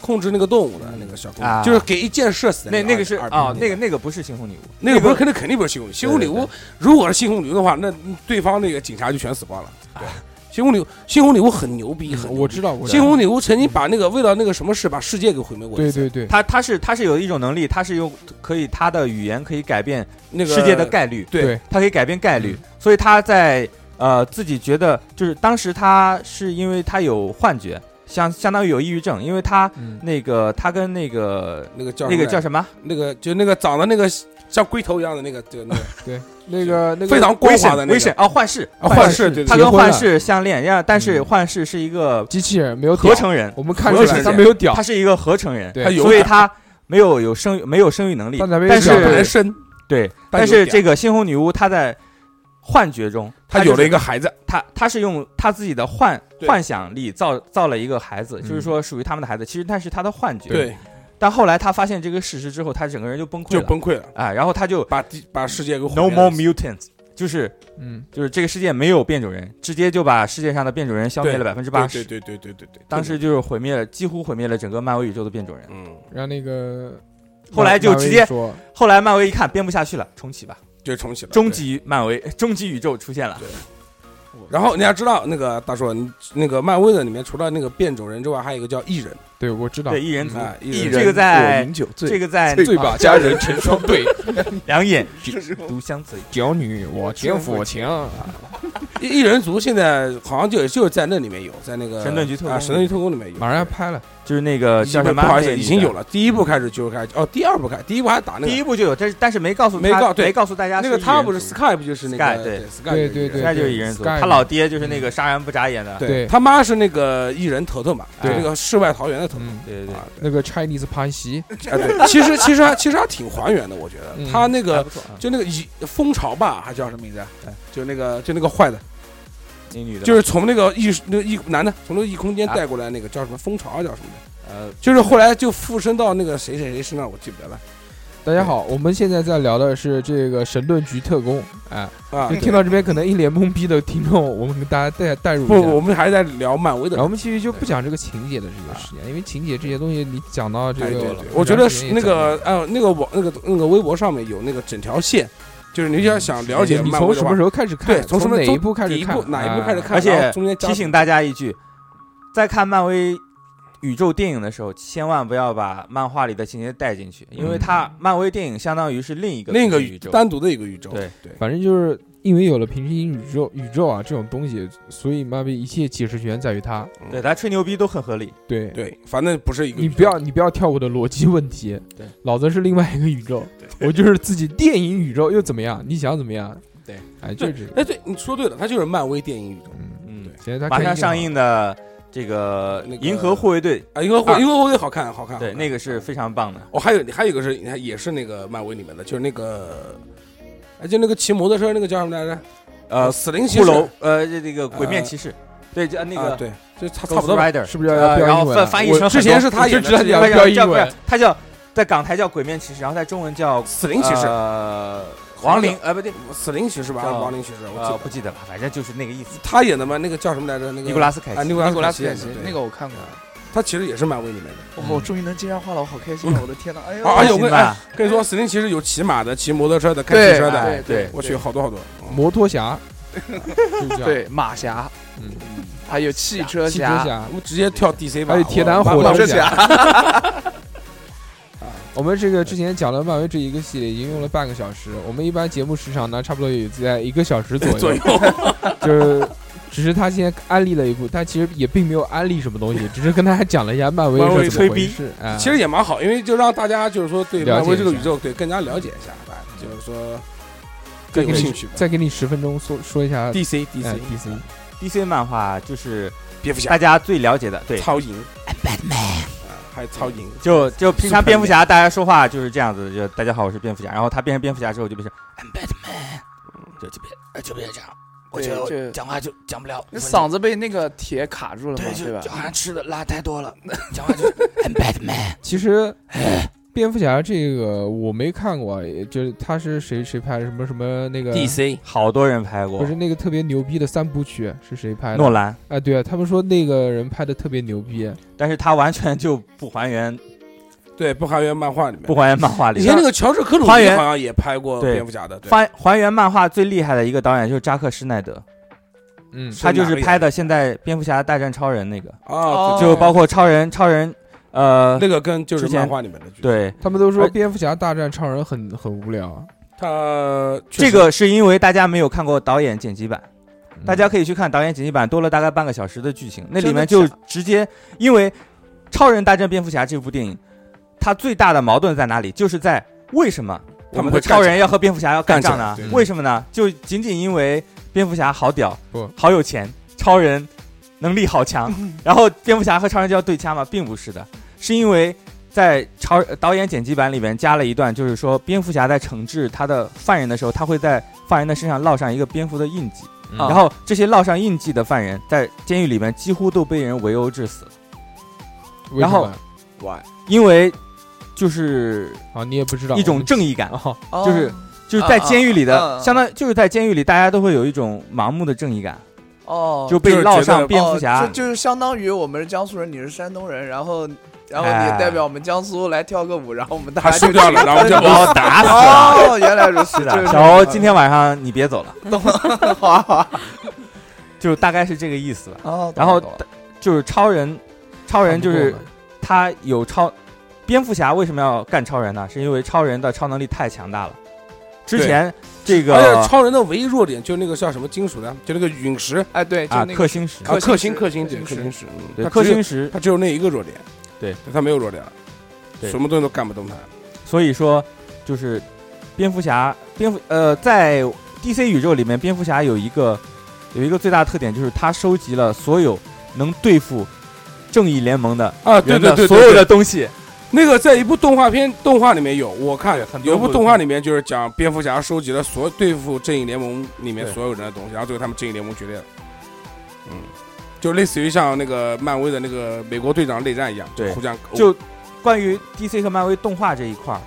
S4: 控制那个动物的那个小姑娘，
S5: 啊
S4: 就是给一箭射死的
S5: 那
S4: 那
S5: 那个是
S4: 啊
S5: 啊，，那
S4: 个
S5: 个那个不是猩红女巫，
S4: 那个不是肯定肯定不是猩红猩红女
S5: 对
S4: 巫
S5: 对。
S4: 如果是猩红女巫的话，那对方那个警察就全死光了。对，猩红女巫猩红女巫很牛逼，很
S2: 嗯我知道，我知
S4: 猩
S2: 道，
S4: 红女巫曾经把那个为了那个什么事把世界给毁灭过一
S2: 对
S4: 次。
S2: 对对，
S5: 他他是他是有一种能力，他是用可以他的语言可以改变
S4: 那个嗯
S5: 世界的概率，
S4: 对
S2: 对
S5: 他可以改变概率，所以他在呃自己觉得就是当时他是因为他有幻觉，相相当于有抑郁症，因为他
S2: 嗯，
S5: 那个他跟那个
S4: 那个叫
S5: 那个叫
S4: 什么来着
S5: 什么
S4: 那个就那个长得那个像龟头一样的那个，就那个
S2: 那个那个
S4: 非常光滑的那个
S5: 危险啊幻视，
S4: 啊，
S2: 幻
S4: 幻视
S2: 视
S4: 对
S2: 结
S5: 他
S2: 它
S4: 对
S5: 跟
S2: 婚了
S5: 幻视相恋，然后但是
S2: 嗯
S5: 幻视是一个
S2: 机器人没有屌
S5: 合，成人，
S2: 我们看出
S4: 合
S2: 来
S4: 成
S2: 他
S4: 人
S2: 没有屌
S5: 他，是一个合成人，
S2: 对
S4: 他有
S5: 所以
S4: 点
S5: 他没有有生没有生育能力
S2: 但咱们，
S5: 但
S2: 是小
S4: 本来
S2: 白
S5: 是
S4: 生
S5: 对，
S4: 但
S5: 但
S4: 有
S5: 是
S4: 点
S5: 这个猩红女巫她在幻觉中，
S4: 他
S5: 就
S4: 有了
S5: 是
S4: 一个孩子，
S5: 她她是用她自己的幻
S4: 对
S5: 幻想力造造了一个孩子，
S2: 嗯
S5: 就是说属于他们的孩子，其实那是她的幻觉。
S4: 对，
S5: 但后来她发现这个事实之后，她整个人就崩溃
S4: 就
S5: 了，
S4: 崩溃了，
S5: 啊，然后她就
S4: 把地把世界给毁
S5: no
S4: 灭了
S5: more mutants，就是
S2: 嗯，
S5: 就是这个世界没有变种人，直接就把世界上的变种人消灭了
S4: 对
S5: 百分之八
S4: 对
S5: 十。
S4: 对对对对对对，
S5: 当时就是毁灭了，几乎毁灭了整个漫威宇宙的变种人。
S4: 嗯，
S2: 让那个
S5: 后来就
S2: 漫威
S5: 直接
S2: 说
S5: 后来漫威一看编不下去了，重启吧，
S4: 就重启了。
S5: 终
S4: 对。
S5: 极漫威、终极宇宙出现了。
S4: 然后你要知道，那个大叔，你那个漫威的里面除了那个变种人之外，还有一个叫异人
S2: 对我知道嗯
S5: 对，，异人族，
S4: 啊，异
S5: 这
S4: 人
S5: 个在
S3: 饮酒
S5: 这
S3: 醉，
S5: 个在
S2: 醉把佳人成双对，
S5: 两眼独相随。
S2: 屌女我天府 强，
S4: 异异人族现在好像就就是在那里面有，在那个
S5: 神盾局特工
S4: 啊，神盾局特工里面有，
S2: 马上要拍了，
S5: 就是那个
S4: 已
S5: 叫
S4: 经
S5: 什
S4: 不
S5: 么？
S4: 好意思，已经有
S5: 了。
S4: 了。第一部开始就开始哦，第二部开，第一部还打那个
S5: 第一部就有，但是但是没告诉
S4: 没
S5: 他
S4: 告对
S5: 没告诉大家
S4: 那个
S5: 异
S4: 他
S5: 人
S4: 不是
S5: 族
S4: Sky 不就是那
S5: Sky，
S4: 个
S5: 对
S4: Sky
S2: 对
S4: 就
S2: 对
S4: 是
S2: 对
S4: 异人
S5: 现在就是蚁人族，
S2: Sky
S5: 他老爹就是那个杀人不眨眼的。
S4: 对
S2: 对
S4: 他妈是那个异人头头嘛，
S2: 对
S4: 就那个世外桃源的头头。
S2: 嗯，
S5: 对对对
S4: 啊，
S2: 那个 Chinese 潘西，
S4: 啊对，其实其实还其实还挺还原的，我觉得
S2: 嗯
S4: 他那
S5: 还
S4: 个
S5: 不错啊，
S4: 就那个蚁蜂巢吧，还叫什么名字啊
S5: 对？
S4: 就那个就那个坏的，
S5: 那女的
S4: 就是是从那个异那个异男的从那个异空间带过来那个叫什么蜂巢啊叫什么的，
S5: 呃，
S4: 就是后来就附身到那个谁谁谁身上，我记不得了
S2: 大家好，我们现在在聊的是这个神盾局特工，哎，
S4: 啊
S2: 就。
S4: 对
S2: 听到这边可能一脸懵逼的听众，我们给大家带带入一
S4: 不，
S2: 下。
S4: 我们还在聊漫威的
S2: 然后我。们其实就不讲这个情节的这个事情，因为情节这些东西你讲到这
S4: 啊哎对对
S2: 个
S4: 对，，我觉得是那个呃那个网那个那个微博上面有那个整条线，就是你要想了解
S2: 嗯你
S4: 漫
S2: 从
S4: 威的
S2: 什
S4: 话
S2: 么时，候开始看？
S4: 对从什么
S2: 哪
S4: 从
S2: 一部开
S4: 第
S2: 始
S4: 一
S2: 看
S4: 部？哪一部开始
S2: 哎？
S4: 看，
S5: 而且
S4: 然后中间加
S5: 提醒大家一句，在看漫威宇宙电影的时候，千万不要把漫画里的情节带进去，因为
S2: 嗯
S5: 它漫威电影相当于是另一个
S4: 另一个
S5: 宇宙。
S4: 单独的一个宇宙，
S5: 对
S4: 对
S2: 反正就是因为有了平行宇宙宇宙啊这种东西，所以漫威一切解释权在于它。
S5: 对，他吹牛逼都很合理。
S2: 对，
S4: 对，反正不是一个宇宙。
S2: 你不要你不要跳我的逻辑问题，
S5: 对，
S2: 老子是另外一个宇宙，我就是自己电影宇宙又怎么样？你想怎么样？
S4: 对，
S2: 哎，就
S4: 对
S2: 是这，个。
S4: 哎，对，你说对了，他就是漫威电影宇宙。
S2: 嗯，
S5: 嗯
S4: 对，
S2: 现在他
S5: 马上上映的这个
S4: 那个啊
S5: 银河护卫队，
S4: 啊，银河护
S5: 啊
S4: 银河护卫队好看，好看。
S5: 对，那个是非常棒的。
S4: 我、哦、还有还有一个是，你看也是那个漫威里面的，就是那个，哎，就那个骑摩托车那个叫什么来着？
S5: 呃，
S4: 死灵骑
S5: 骷
S4: 士
S5: 髅，呃，这这个鬼面
S4: 呃
S5: 骑士，对，就那
S4: 啊
S5: 个
S4: 对，就差差
S5: Ghost
S4: 不多吧。
S5: Rider，
S2: 是不是要要
S5: 呃，
S2: 标
S5: 然
S2: 英
S5: 后
S2: 文
S5: 翻
S2: 啊？
S5: 翻译
S4: 我
S5: 成
S4: 之前是他演
S2: 就
S4: 的，
S2: 知道你要
S5: 他
S2: 标
S5: 叫
S2: 英
S5: 叫不
S2: 文
S5: 是，，他叫在港台叫鬼面骑士，然后在中文叫
S4: 死灵骑士，
S5: 呃，亡灵，呃，不对，
S4: 死灵骑士吧，还
S5: 叫
S4: 是亡灵骑士，我记
S5: 呃，
S4: 得
S5: 不记得了，反正就是那个意思。
S4: 他演的嘛，那个叫什么来着？那个
S5: 尼古拉斯凯
S4: 啊，
S5: 奇，
S4: 尼古拉斯
S3: 古拉斯
S4: 演
S3: 凯
S4: 的
S3: 奇
S4: 对
S3: 那个我看过，
S5: 嗯
S4: 他其实也是漫威里面的。
S3: 哇，我终于能接上话了，我好开心
S5: 嗯
S3: 啊！我的天哪，哎呦，
S4: 啊哎呦
S5: 开心
S4: 我
S5: 吧
S4: 跟你说，死灵骑士有骑马的，骑摩托车的，开
S3: 对
S4: 汽车
S3: 哎
S4: 的，
S3: 对对
S4: 我去好多好多。嗯
S2: 摩托侠， 是不是啊，
S5: 哎
S3: 对马侠，
S2: 嗯，
S3: 还有汽车
S2: 汽车
S3: 侠，
S2: 侠
S4: 我，们直接跳 DC 吧。
S2: 还有铁胆
S4: 我
S2: 火
S3: 马
S2: 车
S3: 车
S2: 侠
S3: 侠。
S2: 我们这个之前讲了漫威这一个系列，已经用了半个小时。我们一般节目时长呢，差不多也在一个小时左右。
S4: 左右
S2: 就是，只是他现在安利了一部，但其实也并没有安利什么东西，只是跟大家讲了一下漫威
S4: 漫威
S2: 是怎么
S4: 吹
S2: 回
S4: 逼
S2: 事。啊、
S4: 其实也蛮好，因为就让大家就是说对
S2: 了解
S4: 漫威这个
S2: 一下
S4: 宇宙对更加了解一下吧，就是说
S2: 再
S4: 更
S2: 给
S4: 有兴
S2: 你
S4: 趣吧。
S2: 再给你十分钟说说一下
S4: DC
S2: 哎
S4: DC
S2: DC
S5: DC 漫画就是
S4: 蝙蝠侠
S5: 大家最了解的，对，
S4: 超银，Batman，还啊有超银，
S5: 就就平常
S4: Superman
S5: 蝙蝠侠大家说话就是这样子，就大家好，我是蝙蝠侠，然后他变成蝙蝠侠之后就变成 I'm Batman，就这边呃就变成这样，我觉得
S3: 对
S5: 我
S3: 就
S5: 讲话就讲不了，
S3: 那嗓子被那个铁卡住了嘛
S5: 对，，
S3: 对
S5: 就
S3: 吧
S5: 就？好像吃的辣太多了， 讲话就是 I'm Batman，
S2: 其实。蝙蝠侠这个我没看过，也就是他是谁谁拍的？什么什么那个
S5: 好多人拍过
S2: 不是那个特别牛逼的三部曲是谁拍的？
S5: 诺兰，
S2: 哎，对啊，他们说那个人拍的特别牛逼，
S5: 但是他完全就不还原
S4: 对，不还原漫画里面
S5: 不。还原漫画里
S4: 以。前那个乔治·克鲁尼好
S5: 还原
S4: 像也拍过
S5: 对
S4: 蝙蝠侠的，对，
S5: 还还原漫画最厉害的一个导演就是扎克施耐德，
S2: 嗯，
S5: 他就是拍
S4: 的
S5: 的现在蝙蝠侠大战超人那个，
S4: 啊，
S3: 哦
S4: 对
S5: 就包括超人超人，呃，
S4: 那个跟就是
S5: 之前
S4: 漫画里面的剧，
S5: 对，
S2: 他们都说
S5: 而
S2: 蝙蝠侠大战超人很很无聊，
S4: 他
S5: 这个是因为大家没有看过导演剪辑版，
S2: 嗯
S5: 大家可以去看导演剪辑版，多了大概半个小时的剧情，那里
S3: 真
S5: 面就
S3: 的
S5: 直接因为《超人大战蝙蝠侠》这部电影，它最大的矛盾在哪里？就是在为什么
S4: 他
S5: 我
S4: 们
S5: 们
S4: 会
S5: 的
S4: 干
S5: 超人要和蝙蝠侠要干仗
S4: 干
S5: 呢
S4: 仗
S2: 对？
S5: 啊为什么呢？就仅仅因为蝙蝠侠好屌
S2: 不，
S5: 好有钱，超人能力好强， 然后蝙蝠侠和超人就要对掐吗？并不是的，是因为。在超导演剪辑版里面加了一段，就是说蝙蝠侠在惩治他的犯人的时候，他会在犯人的身上烙上一个蝙蝠的印记，
S2: 嗯
S5: 然后这些烙上印记的犯人在监狱里面几乎都被人围殴致死了，
S2: 嗯为
S5: 然
S2: 什
S5: 后
S2: 么
S5: 因为就是
S2: 啊，你也不知道
S5: 一种正义感，
S2: 哦，
S3: 哦
S5: 就是就是在监狱里
S3: 啊啊
S5: 的，
S3: 啊
S5: 相当于就是在监狱里，大家都会有一种盲目的正义感，
S3: 哦，
S5: 就被
S4: 就是
S5: 烙
S4: 觉
S5: 上
S4: 得
S5: 蝙蝠侠
S3: 就，就是相当于我们是江苏人，你是山东人，然后然后
S5: 哎
S3: 你代表我们江苏来跳个舞，然后我们大
S4: 他
S3: 家就
S4: 输掉了， 然后就
S5: 然后打死了。
S3: 哦，原来如此，
S5: 是
S3: 就是
S5: 的，
S3: 这
S5: 小欧，
S3: 种
S5: 今天晚上你别走了，
S3: 懂了，好啊好啊
S5: 就大概是这个意思吧。
S3: 哦，
S5: 然后
S3: 懂了懂了
S5: 就是超人，超人就
S2: 看不
S5: 是
S2: 过嘛
S5: 他有超，蝙蝠侠为什么要干超人呢？是因为超人的超能力太强大了。之
S4: 对
S5: 前这
S4: 而
S5: 个
S4: 且超人的唯一弱点就是那个叫什么金属的，就那个陨石
S3: 哎，对，就
S5: 啊
S3: 那个
S5: 氪星石，
S4: 啊，氪
S3: 氪
S4: 星
S3: 星
S4: 氪
S3: 氪星
S4: 星对氪
S3: 氪
S4: 星
S3: 星
S4: 石，
S5: 对
S4: 他
S5: 氪
S4: 只有
S5: 星石，
S4: 他只有那一个弱点，
S5: 对，
S4: 他没有弱点了，
S5: 对
S4: 什么东西都干不动他。
S5: 所以说就是蝙蝠侠，蝙蝠呃，在 DC 宇宙里面，蝙蝠侠有一个有一个最大的特点，就是他收集了所有能对付正义联盟的
S4: 啊，对
S5: 人
S4: 对
S5: 的
S4: 对，
S5: 所有
S4: 对
S5: 的东西。
S4: 那个在一部动画片动画里面有，我看
S5: 对很多
S4: 有一部
S5: 部
S4: 动画里面就是讲蝙蝠侠收集了所有对付正义联盟里面
S5: 对
S4: 所有人的东西，然后最后他们正义联盟决裂了，嗯，就类似于像那个漫威的那个美国队长内战一样，
S5: 对
S4: 互相殴
S5: 就关于 DC 和漫威动画这一块儿。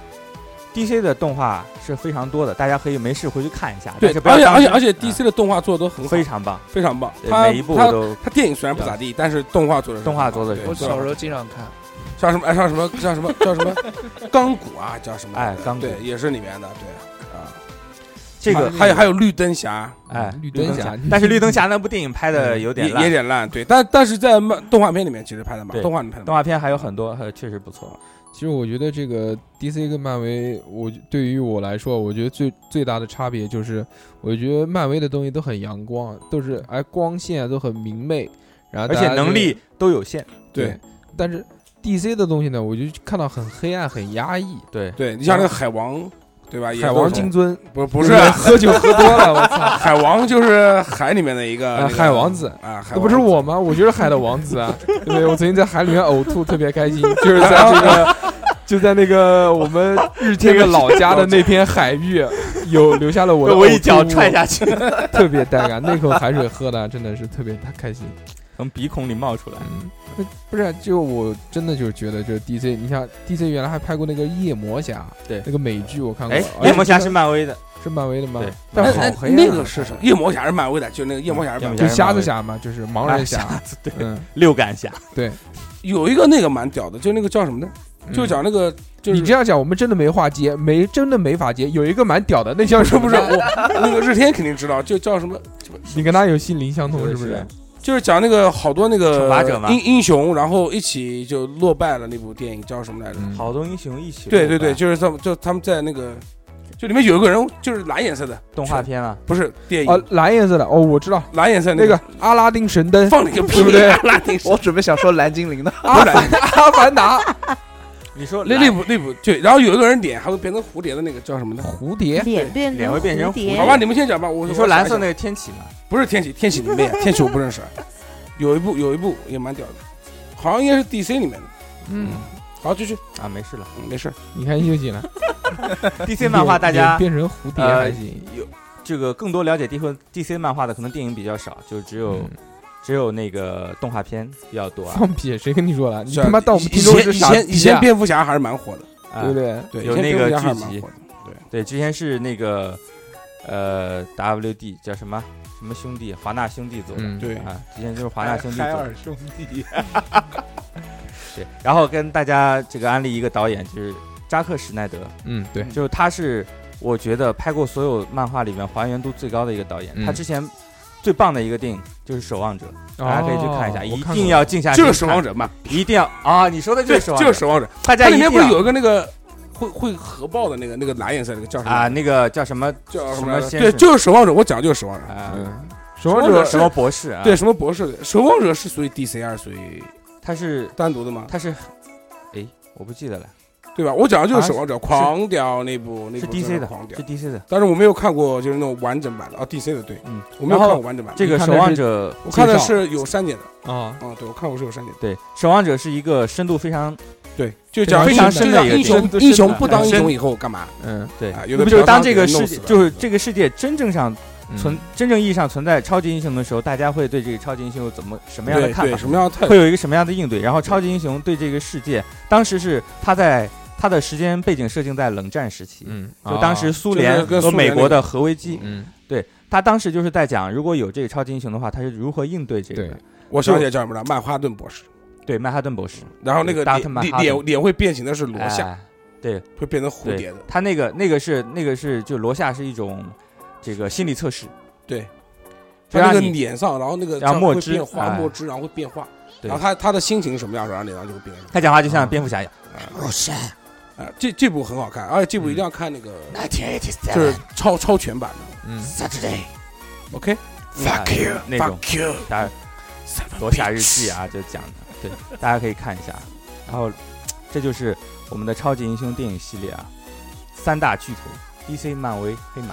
S5: DC 的动画是非常多的，大家可以没事回去看一下。
S4: 对
S5: 但是，不要
S4: 而且
S5: 当
S4: 而且
S5: 真
S4: 而且
S5: 嗯
S4: DC 的动画做的都很好
S5: 非常棒，
S4: 非常棒，
S5: 对
S4: 他
S5: 每一部
S4: 他
S5: 都啊
S4: 他电影虽然不咋地，但是动画做的
S5: 动画做得是
S3: 我
S5: 很
S3: 小时候经常看，
S4: 像什么哎，像什么像什么叫 什么钢骨啊，叫什么
S5: 哎钢骨
S4: 对，也是里面的对啊，
S5: 这个
S4: 还还有还有绿灯侠
S5: 哎，
S2: 嗯绿灯侠，
S5: 但是绿灯侠那部电影拍的呃有
S4: 嗯也
S5: 点
S4: 也有
S5: 烂，
S4: 点烂，对，但但是在漫动画片里面其实拍的蛮
S5: 对
S4: 动画里面拍的
S5: 动
S4: 蛮
S5: 画片还有很多，呃确实不
S4: 啊
S5: 错。
S2: 其实我觉得这个 DC 跟漫威，我对于我来说，我觉得最最大的差别就是，我觉得漫威的东西都很阳光，都是哎光线都很明媚，然后
S5: 而
S2: 大
S5: 且
S2: 家
S5: 能
S2: 就
S5: 力都有限，
S4: 对。
S2: 但是 DC 的东西呢，我就看到很黑暗、很压抑。
S5: 对
S4: 对你像那个海王对吧？也
S2: 海
S4: 都
S2: 王
S4: 是
S2: 金尊
S4: 不不是
S2: 有
S5: 啊
S2: 人喝酒喝多了，我操，
S4: 海王，就是海里面的一个
S2: 啊
S4: 那个
S2: 海王子
S4: 啊，海
S2: 那不是
S4: 王子
S2: 我吗？我就是海的王子啊，对不对？我曾经在海里面呕吐，特别开心，就是在这个。就在那个我们日天的老家的那片海域，有留下了我的
S7: 我一
S2: 呕吐
S7: 脚
S2: 物
S7: 踹下去，
S2: 特别带感，那口海水喝的真的是特别开心。
S7: 从鼻孔里冒出来。
S2: 嗯，那不是就我真的就觉得就是 DC，你像 DC 原来还拍过那个夜魔侠，
S7: 对
S2: 那个美剧我
S4: 嗯
S2: 看过
S5: 哎，，
S2: 哎
S5: 夜魔侠是漫威的，
S2: 是漫威的吗
S7: 对？
S2: 但
S4: 哎
S2: 好
S4: 哎
S2: 黑啊，
S4: 那个是什么？夜魔侠是漫威的，就那个夜魔侠是
S7: 夜
S4: 漫威
S7: 魔
S4: 的。
S2: 就瞎子侠嘛，就是盲人侠，
S5: 哎
S7: 对，
S2: 嗯，
S7: 六感侠，
S4: 有一个那个蛮屌的，就那个叫什么呢？就
S2: 讲。
S4: 讲那个就
S2: 嗯
S4: 是
S2: 你这样讲，我们真的没话接，没真的没法接。有一个蛮屌的，那叫
S4: 是
S2: 什么
S4: 不是？？ 我那个日天肯定知道，就叫什么？
S2: 你跟他有心灵相通是不
S7: 是
S2: 是？
S4: 就是讲那个好多那
S7: 惩罚者
S4: 个
S7: 嘛
S4: 英英雄，然后一起就落败了那部电影叫什么来着？
S2: 嗯，
S5: 好多英雄一起。
S4: 对对对，，就是他们就他们在那个，就里面有一个人就是蓝颜色的，
S5: 动画片啊，
S4: 不是电
S2: 哦
S4: 影，，
S2: 蓝颜色的哦，我知道
S4: 蓝颜色
S2: 那
S4: 个
S2: 个阿拉丁神灯，
S4: 哎放了一个屁
S2: 对不对
S4: 拉丁神
S3: 我准备想说蓝精灵的，
S2: 阿凡阿凡达
S5: 你说
S4: 那那部那部对，然后有一个人脸还会变成蝴蝶的那个叫什么呢？
S2: 蝴蝶，
S1: 脸变
S5: 哎脸会变成
S1: 蝴蝶
S5: 蝴蝶
S4: 好吧，你们先讲吧。我
S5: 你说蓝色
S4: 那
S5: 那个天启嘛？
S4: 不是天启，天启你妹啊，天启我不认识。有一部有一部也蛮屌的，好像应该是 DC 里面的。
S2: 嗯，
S4: 好，继续，
S5: 啊，没事 了。
S4: 嗯没事。
S2: 你看就行了。
S5: DC 漫画大
S2: 脸脸
S5: 家
S2: 变成蝴蝶
S5: 呃
S2: 还行，
S5: 有这个更多了解 DC DC 漫画的，可能电影比较少，就只有
S2: 嗯
S5: 只有那个动画片比较多 啊。
S2: 放屁，谁跟你说了？你
S4: 是啊
S2: 他妈当我们
S4: 以
S2: 听众
S4: 前
S2: 是
S4: 以
S2: 傻
S4: 前以
S2: 逼
S4: 前
S2: 啊？
S4: 蝙蝠侠还是蛮火的，
S5: 啊
S2: 对不对？
S4: 对，
S5: 有
S4: 以前
S5: 那
S4: 蝙蝠
S5: 个
S4: 侠还
S5: 剧
S4: 是蛮
S5: 集
S4: 火的。
S5: 对，之前是那个呃 WD 叫什么什么兄弟，华纳兄弟做的、
S2: 嗯，
S4: 对，
S5: 啊，之前就是华纳兄弟做的。
S4: 兄弟，
S5: 对，然后跟大家这个安利一个导演，就是扎克施奈德，
S2: 嗯对，
S5: 就是他是我觉得拍过所有漫画里面还原度最高的一个导演。
S2: 嗯
S5: 他之前最棒的一个电影就是《守望者》，大家可以去看一下，
S2: 哦
S5: 一定，要静下心
S4: 就
S5: 看。
S4: 是守望者嘛，
S5: 一定要啊！你说的就
S4: 对，
S5: 是守望者，
S4: 就是守望者。
S5: 大家
S4: 它
S5: 一
S4: 里
S5: 定
S4: 面不是
S5: 要
S4: 有一个那个会会核爆的那个那个蓝颜色那个叫什
S5: 啊
S4: 么？
S5: 那个叫什么
S4: 叫
S5: 什
S4: 什
S5: 么
S4: 么？
S5: 先
S4: 对，
S5: 生
S4: 就是守望者，我讲的就是守望者。
S2: 我看
S5: 啊
S2: 过嗯，守望
S4: 守望
S2: 者
S4: 者
S5: 什
S2: 是
S5: 么博士啊？
S4: 对，，什么博士的守望者是属于 DC 还是属于
S5: 他是
S4: 单独的吗？
S5: 他是，哎，我不记得了，
S4: 对吧？我讲的就是守望者，
S5: 啊像是
S4: 狂屌那部那
S5: 是
S4: 部
S5: DC
S4: 真
S5: 的
S4: 狂，屌
S5: 是，DC 的。
S4: 但是我没有看过就是那种完整版的啊，DC 的对，
S5: 嗯，
S4: 我没有
S5: 然
S4: 看
S5: 后
S4: 过完整版的。
S5: 这
S2: 你
S5: 个
S2: 看
S5: 守
S2: 的
S5: 望
S2: 是
S5: 者，
S4: 我看的
S2: 介绍
S4: 是有删减的
S2: 啊，
S4: 啊，对我看过是有删减的，
S5: 对，守望者是一个深度非常，
S4: 对，就讲
S5: 非常
S4: 英雄就
S5: 深的
S4: 讲
S5: 一个
S4: 英
S5: 深度
S4: 雄
S5: 深
S4: 英雄
S5: 的
S4: 不当英
S5: 深
S4: 雄以后干嘛？
S2: 嗯
S5: 对
S4: 啊，有的
S5: 那么就是
S4: 嫖
S5: 当
S4: 娼
S5: 这
S4: 给
S5: 个
S4: 弄
S5: 世
S4: 死
S5: 界，
S4: 了
S5: 就是这个世界真正上
S2: 嗯
S5: 存真正意义上存在超级英雄的时候，大家会对这个超级英雄有怎么什么样的
S4: 对
S5: 看
S4: 对，
S5: 法？
S4: 什么样的 态度？
S5: 会有一个什么样的应对？然后超级英雄对这个世界，当时是他在他的时间背景设定在冷战时期，
S2: 嗯，
S5: 就当时
S2: 啊
S5: 苏
S4: 就是
S5: 联
S4: 跟
S5: 和
S4: 苏
S5: 美
S4: 联
S5: 国
S4: 那
S5: 的核危机，
S2: 嗯
S5: 他当时就是在讲，如果有这个超级英雄的话，他是如何应对这个
S2: 对
S5: 的。
S4: 我想起来叫什么了？曼哈顿博士。
S5: 对，曼哈顿博士
S4: 然后那个
S5: 达特
S4: 脸
S5: 曼
S4: 脸
S5: 哈顿
S4: 脸脸会变形的是罗夏，
S5: 哎
S4: 会变成蝴蝶的。
S5: 他那个那个是那个是就罗夏是一种这个心理测试，
S4: 对，他
S5: 就
S4: 那
S5: 让
S4: 个
S5: 你
S4: 脸上，然后那个
S5: 然
S4: 这
S5: 后
S4: 样
S5: 墨
S4: 会
S5: 汁
S4: 变化，
S5: 哎
S4: 墨汁然后会变化。
S5: 对
S4: 然后他他的心情什么样，然后脸上就会变什么
S5: 他讲话就像蝙蝠侠一样。
S4: 样。罗夏，啊，这这部很好看，而且这部一
S5: 嗯
S4: 定要看那个，就是超超全版的。
S2: 嗯
S4: OK，
S5: Fuck you，那啊种
S4: Fuck you，
S5: 当然罗夏日记啊，就讲的，对，大家可以看一下。然后，这就是我们的超级英雄电影系列啊，三大巨头：DC、漫威、黑马。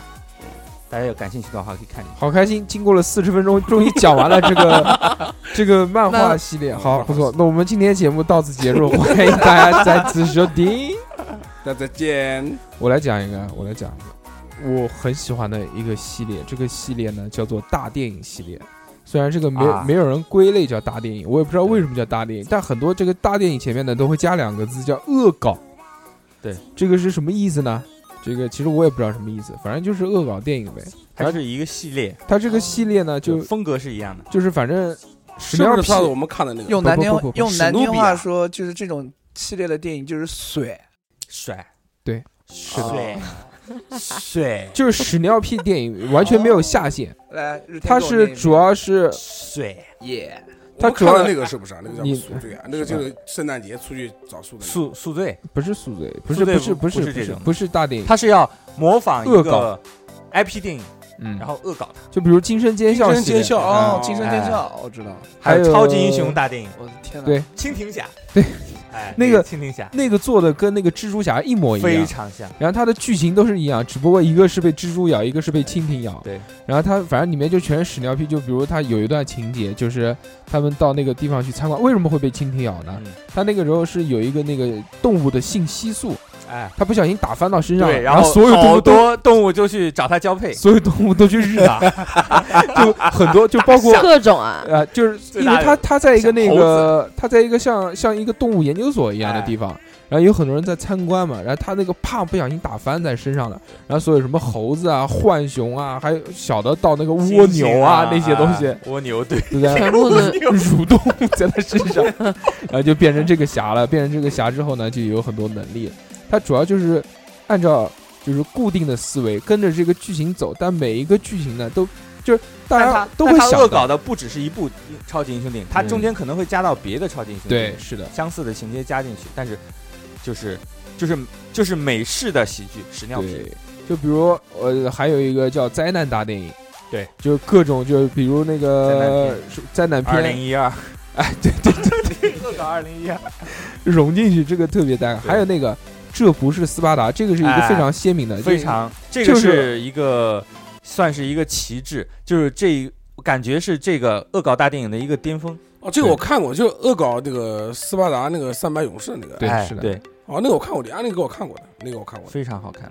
S5: 大家有感兴趣的话，可以看一下。
S2: 好开心！经过了四十分 钟，终于讲完了这个这个漫画系列，好不错。那我们今天节目到此结 束，欢迎大家再次收听。
S4: 那再见。
S2: 我来讲一个，我来讲一个，我很喜欢的一个系列，这个系列呢叫做大电影系列。虽然这个没、
S5: 啊嗯
S2: 没有人归类叫大电影，我也不知道为什么叫大电影，但很多这个大电影前面呢都会加两个字叫恶搞。
S5: 对，
S2: 这个是什么意思呢？这个其实我也不知道什么意思，反正就是恶搞电影呗。
S5: 它是一个系列，
S2: 它这个系列呢，就
S5: 风格是一样的。
S2: 就是反正
S4: 是
S2: 什么
S4: 不
S2: 样
S4: 是
S2: 屁
S4: 上次我们看的那个？
S3: 用南京
S2: 不不不不
S3: 用南
S4: 史努
S3: 京
S4: 比亚
S3: 话说就是这种系列的电影就是水，
S5: 帅，
S2: 对，
S5: 帅
S3: 是的，
S4: 啊
S5: 帅，
S2: 就是屎尿屁电影，完全没有下限。
S5: 哦
S3: 来，日天
S2: 它
S3: 给我念
S2: 是
S3: 一
S2: 主要是
S5: 帅，
S3: 遍耶，
S4: 我
S2: 他
S4: 们
S2: 主
S4: 看
S2: 要
S4: 的那个是不是啊？那个叫
S2: 你
S4: 宿醉啊，那个就是圣诞节出去找宿的那个。
S5: 宿宿醉，
S2: 不是宿醉，不
S5: 宿
S2: 是
S5: 醉
S2: 不是
S5: 不
S2: 不是
S5: 不
S2: 不
S5: 是这
S2: 是
S5: 种
S2: 不是大电影，
S5: 它是要模仿一
S2: 恶
S5: 个
S2: 搞
S5: IP 电影，
S2: 嗯
S5: 然，后恶搞它。
S2: 就比如《惊声尖笑》
S4: 惊声
S2: 系列
S4: 尖笑
S3: 哦
S4: 啊，
S5: 哎
S3: 惊声尖叫，我知道，
S2: 还
S5: 还有
S2: 有
S5: 超级英雄大电影，
S3: 我的天 哪，
S2: 对
S5: 《蜻蜓侠》哎
S2: 那个
S5: 蜻蜓侠
S2: 那个做的跟那个蜘蛛侠一模一
S5: 非
S2: 样。
S5: 常像，
S2: 然后它的剧情都是一样，只不过一个是被蜘蛛咬，一个是被蜻蜓咬。
S5: 对，
S2: 然后它反正里面就全是屎尿屁，就比如它有一段情节，就是他们到那个地方去参观，为什么会被蜻蜓咬呢？
S5: 嗯
S2: 它那个时候是有一个那个动物的性激素，
S5: 哎，
S2: 它不小心打翻到身上，
S5: 对，
S2: 然
S5: 后
S2: 所有动
S5: 好
S2: 物都
S5: 多动物就去找他交配，
S2: 所有动物都去日 打，就很多，就包括
S1: 各种啊，
S2: 呃，就是
S5: 最
S2: 因
S5: 大
S2: 为
S5: 的
S2: 它它在一个那
S5: 像猴
S2: 个它在一个像像一个动物研究所一样的地
S5: 哎
S2: 方，然后有很多人在参观嘛，然后它那个啪不小心打翻在身上了，然后所有什么猴子啊、浣熊啊，还有小的到那个蜗
S5: 猩猩
S2: 牛
S5: 啊
S2: 那些东西，
S5: 啊蜗牛对，
S2: 对不对？
S1: 全部都
S2: 啊 蠕动在他身上，然后就变成这个侠了。变成这个侠之后呢，就有很多能力。他主要就是按照就是固定的思维，跟着这个剧情走，但每一个剧情呢，都就是大
S5: 但
S2: 家
S5: 他
S2: 都
S5: 但
S2: 会
S5: 他
S2: 想
S5: 恶
S2: 到
S5: 搞，的不只是一部超级英雄电影，他
S2: 嗯
S5: 中间可能会加到别的超级英雄电
S2: 对
S5: 影，，
S2: 是的，
S5: 相似的情节加进去，但是就是就是就是美式的喜剧屎尿屁
S2: 对。就比如呃，还有一个叫灾难大电影，
S5: 对，
S2: 就各种就比如那个是灾难
S5: 二
S2: 片
S5: 零一二，
S2: 哎，对对对，
S5: 恶搞二零一二，
S2: 融进去这个特别带感。
S5: 对
S2: 还有那个这不是斯巴达，这个是一个
S5: 哎
S2: 非常鲜明的，
S5: 非常这
S2: 呃就
S5: 个
S2: 是
S5: 是一个算是一个旗帜，就是这感觉是这个恶搞大电影的一个巅峰。
S4: 哦，这个我看过，就恶搞那个斯巴达那个三百勇士那个。
S2: 对
S5: 哎
S2: 是的
S5: 对，
S4: 哦，那个我看过的，啊，那个我看过的，那个我看过的。
S5: 非常好看。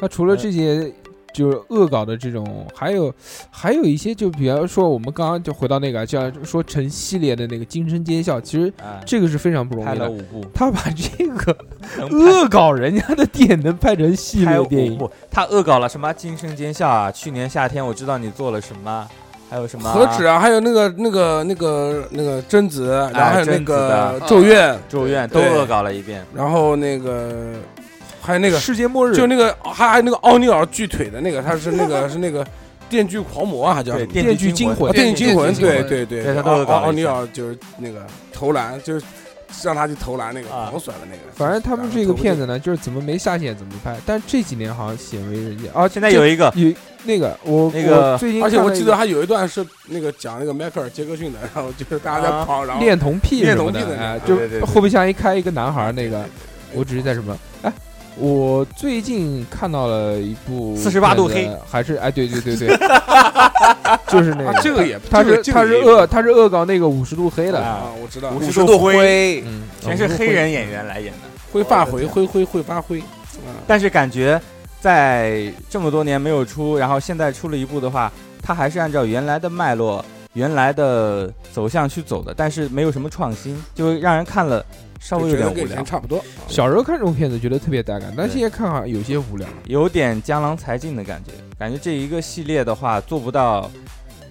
S2: 那除
S4: 嗯
S2: 了这些，就是恶搞的这种，还有还有一些，就比方说我们刚刚就回到那个，叫说成系列的那个《惊声尖笑》，其实
S5: 啊，
S2: 这个是非常不容
S5: 拍
S2: 易
S5: 了
S2: 的。
S5: 五 部，
S2: 他把这个
S5: 能
S2: 恶搞人家的电影能拍成系
S5: 拍拍
S2: 列
S5: 五
S2: 电影，
S5: 部。他恶搞了什么《惊声尖笑》啊？去年夏天我知道你做了什么，还有什么
S4: 何止啊，还有那个那个那个那个贞子，然后还有那
S3: 贞
S4: 个
S3: 子的
S4: 咒怨，
S5: 咒怨都
S4: 对
S5: 恶搞了一遍。
S4: 然后那个还有那个
S2: 世界末日
S4: 就那个还还有那个奥尼尔锯腿的那个，他是那个是那个电锯狂魔啊，还叫
S5: 对，
S4: 什么？
S2: 电锯惊
S5: 魂
S2: 魂
S4: 啊，电锯惊魂，
S3: 电锯惊
S4: 对
S3: 魂
S4: 对对，
S5: 对他都
S4: 奥
S5: 有搞了一下
S4: 奥尼尔就是那个投篮，就是让他去投篮那个
S5: 啊
S4: 狂甩的那个。
S2: 反正他们这个片子
S4: 呢，
S2: 呢，就是怎么没下线怎么拍，但这几年好像鲜为人见啊。
S5: 现在
S2: 这
S5: 有一个
S2: 有那个我
S5: 那个
S2: 我最近
S4: 而且
S2: 看
S4: 我
S2: 了
S4: 记
S2: 一
S4: 得
S2: 个
S4: 还有一段是那个讲那个迈克尔杰克逊的，然后就是大家在
S5: 啊
S4: 跑，然后
S2: 恋童癖什么
S4: 恋童癖的那
S2: 哎
S4: 个
S2: 就
S4: 对对对
S2: 后备箱一开一个男孩儿那个，我只是在什么哎。我最近看到了一部
S5: 48度
S2: 片子，还是哎，对对对 对，就是那
S4: 啊
S2: 个，
S4: 这个也
S2: 他
S4: 这
S2: 是
S4: 个这个
S2: 他是
S4: 也
S2: 恶他是恶搞那个五十度黑的，
S4: 啊，我知道
S5: 五
S3: 五
S5: 十
S3: 十
S5: 度
S3: 度
S5: 灰
S3: 灰，
S2: 嗯，
S5: 全是黑人演员来演的，
S4: 会发灰灰灰会发灰，嗯，
S5: 但是感觉在这么多年没有出，然后现在出了一部的话，它还是按照原来的脉络、原来的走向去走的，但是没有什么创新，就会让人看了稍微有
S4: 觉得
S5: 点
S4: 跟
S5: 无
S4: 以前
S5: 聊，
S4: 差不多。
S2: 小时候看这种片子觉得特别带感，但
S5: 对
S2: 现在看好像有些无聊。
S5: 有点江郎才尽的感觉。感觉这一个系列的话，做不到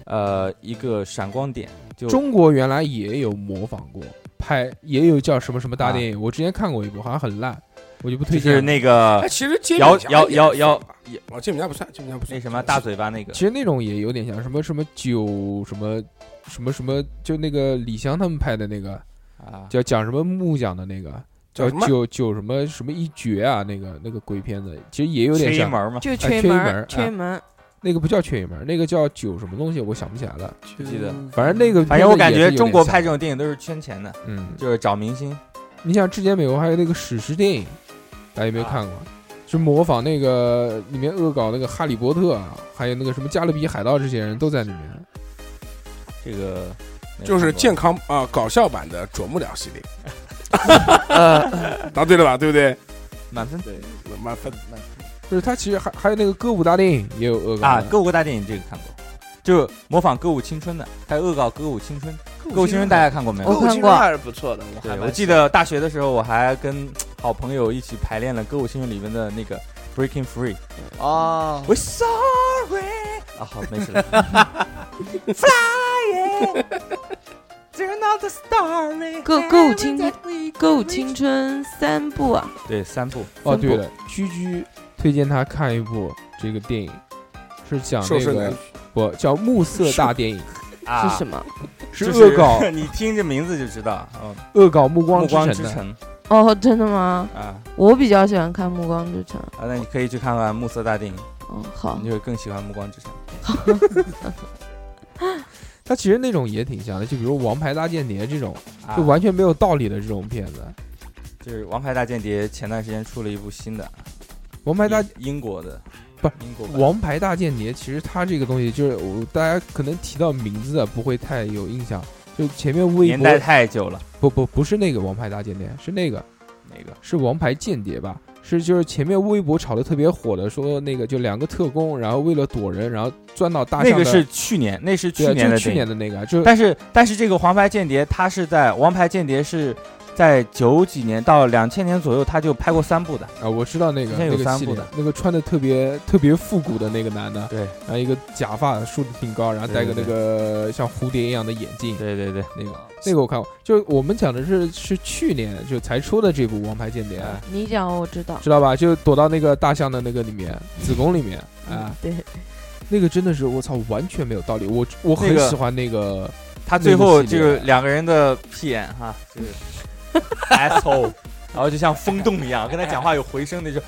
S5: 呃一个闪光点，就
S2: 中国原来也有模仿过拍，也有叫什么什
S4: 啊
S2: 么大电影，我之前看过一部，好像很烂，我就不
S5: 就
S2: 推
S5: 是
S2: 荐了。
S5: 那个
S4: 哎，其实煎饼
S5: 摇
S4: 侠
S5: 摇
S4: 也
S5: 摇
S4: 算
S5: 摇
S4: 吧哦，煎饼侠不算，煎饼侠不算
S5: 那什么大嘴巴那个
S2: 其实那种也有点像什么什么酒什么什么什么，就那个李湘他们拍的那个，
S5: 啊，
S2: 叫讲什么木匠的那个，
S4: 叫
S2: 叫
S4: 什么
S2: 九九什么什么一绝啊，那个那个鬼片子，其实也有点
S5: 缺一
S2: 像，
S5: 门嘛，
S1: 就
S2: 缺
S1: 缺
S2: 一门儿
S1: 门，
S2: 啊
S1: 缺门。
S2: 那个不叫缺一门，那个叫九什么东西，我想不起来了。
S5: 不记得。
S2: 反正那个片子
S5: 嗯反正我感
S2: 也是有
S5: 觉
S2: 点
S5: 中国拍
S2: 像，
S5: 这种电影都是圈钱的，
S2: 嗯，
S5: 就是找明星。
S2: 你想之前美国还有那个史诗电影，大家有没有看
S5: 啊
S2: 过？是模仿那个里面恶搞那个哈利波特啊，还有那个什么加勒比海盗，这些人都在里面。
S5: 这个没有
S4: 就是
S5: 看过
S4: 健康啊、搞笑版的啄木鸟系 列。
S5: 呃
S4: 答对了吧？对不对？
S5: 满分
S4: 对，满分。
S2: 就是他其实还还有那个歌舞大电影也有恶搞
S5: 啊！
S2: 的
S5: 歌舞大电影这个看过，就模仿歌舞青春的，还恶搞歌舞青春。歌舞青春大家看过没
S1: 我
S5: 有？
S3: 歌舞
S1: 看
S3: 青
S1: 过
S3: 春还是不错的，我还
S5: 对，
S3: 蛮
S5: 我记得大学的时候，我还跟好朋友一起排练了歌舞青春里面的那个 Breaking Free。
S3: 哦，
S5: 我 sorry 啊，好，没 事了。Flying to another story
S1: 歌歌舞青春，歌舞青春三部啊，
S5: 对三部
S2: 哦，对了，居居推荐他看一部这个电影，是讲
S4: 瘦
S2: 那
S4: 身男
S2: 个不叫暮色大电影，
S5: 啊
S1: 是什么？
S2: 是
S5: 就是
S2: 恶搞
S5: 你听这名字就知道，嗯，
S2: 恶搞暮
S5: 《
S2: 光
S5: 暮光之
S2: 城的。
S5: 城》
S1: 哦，真的吗？
S5: 啊
S1: 我比较喜欢看《暮光之城》。
S5: 啊，那你可以去看看《暮色
S2: 啊
S5: 大电影》，
S1: 哦，好
S5: 你，就会更喜欢《暮光之城》。
S2: 它其实那种也挺像的，就比如《王牌大间谍》这种，
S5: 啊
S2: 就完全没有道理的这种片子。
S5: 就是《王牌大间谍》前段时间出了一部新的，
S2: 王牌大
S5: 英英国的，
S2: 不是
S5: 英国版
S2: 王牌大间谍，其实它这个东西就是我大家可能提到名字啊不会太有印象，就前面微
S5: 年
S2: 博
S5: 代太久了，
S2: 不不不是那个王牌大间谍，是那个
S5: 那个
S2: 是王牌间谍吧？是就是前面微博炒得特别火的，说那个就两个特工，然后为了躲人，然后钻到大象
S5: 那
S2: 的
S5: 个是去年，那是去
S2: 对啊
S5: 年
S2: 就
S5: 的
S2: 是去
S5: 电影
S2: 年的那个，就是
S5: 但是但是这个《王牌间谍》，它是在《王牌间谍》是在九几年到两千年左右，他就拍过三部的。
S2: 啊，我知道那个
S5: 之前有
S2: 那个
S5: 三
S2: 系
S5: 部
S2: 列
S5: 的，
S2: 那个穿的特别特别复古的那个男的，
S5: 对
S2: 然后一个假发梳的挺高，然后戴个那
S5: 对对
S2: 个像蝴蝶一样的眼镜，
S5: 对对对，
S2: 那个那个我看过，就是我们讲的是是去年就才出的这部《王牌间谍》，
S5: 啊
S1: 你讲我知道，
S2: 知道吧？就躲到那个大象的那个里面子宫里面啊，
S1: 对，
S2: 那个真的是我操，完全没有道理。我我很
S5: 那个
S2: 喜欢那个，
S5: 他最后
S2: 那个系
S5: 就
S2: 列
S5: 是两个人的屁眼哈，就是 asshole，然后就像风洞一样，跟他讲话有回声那种。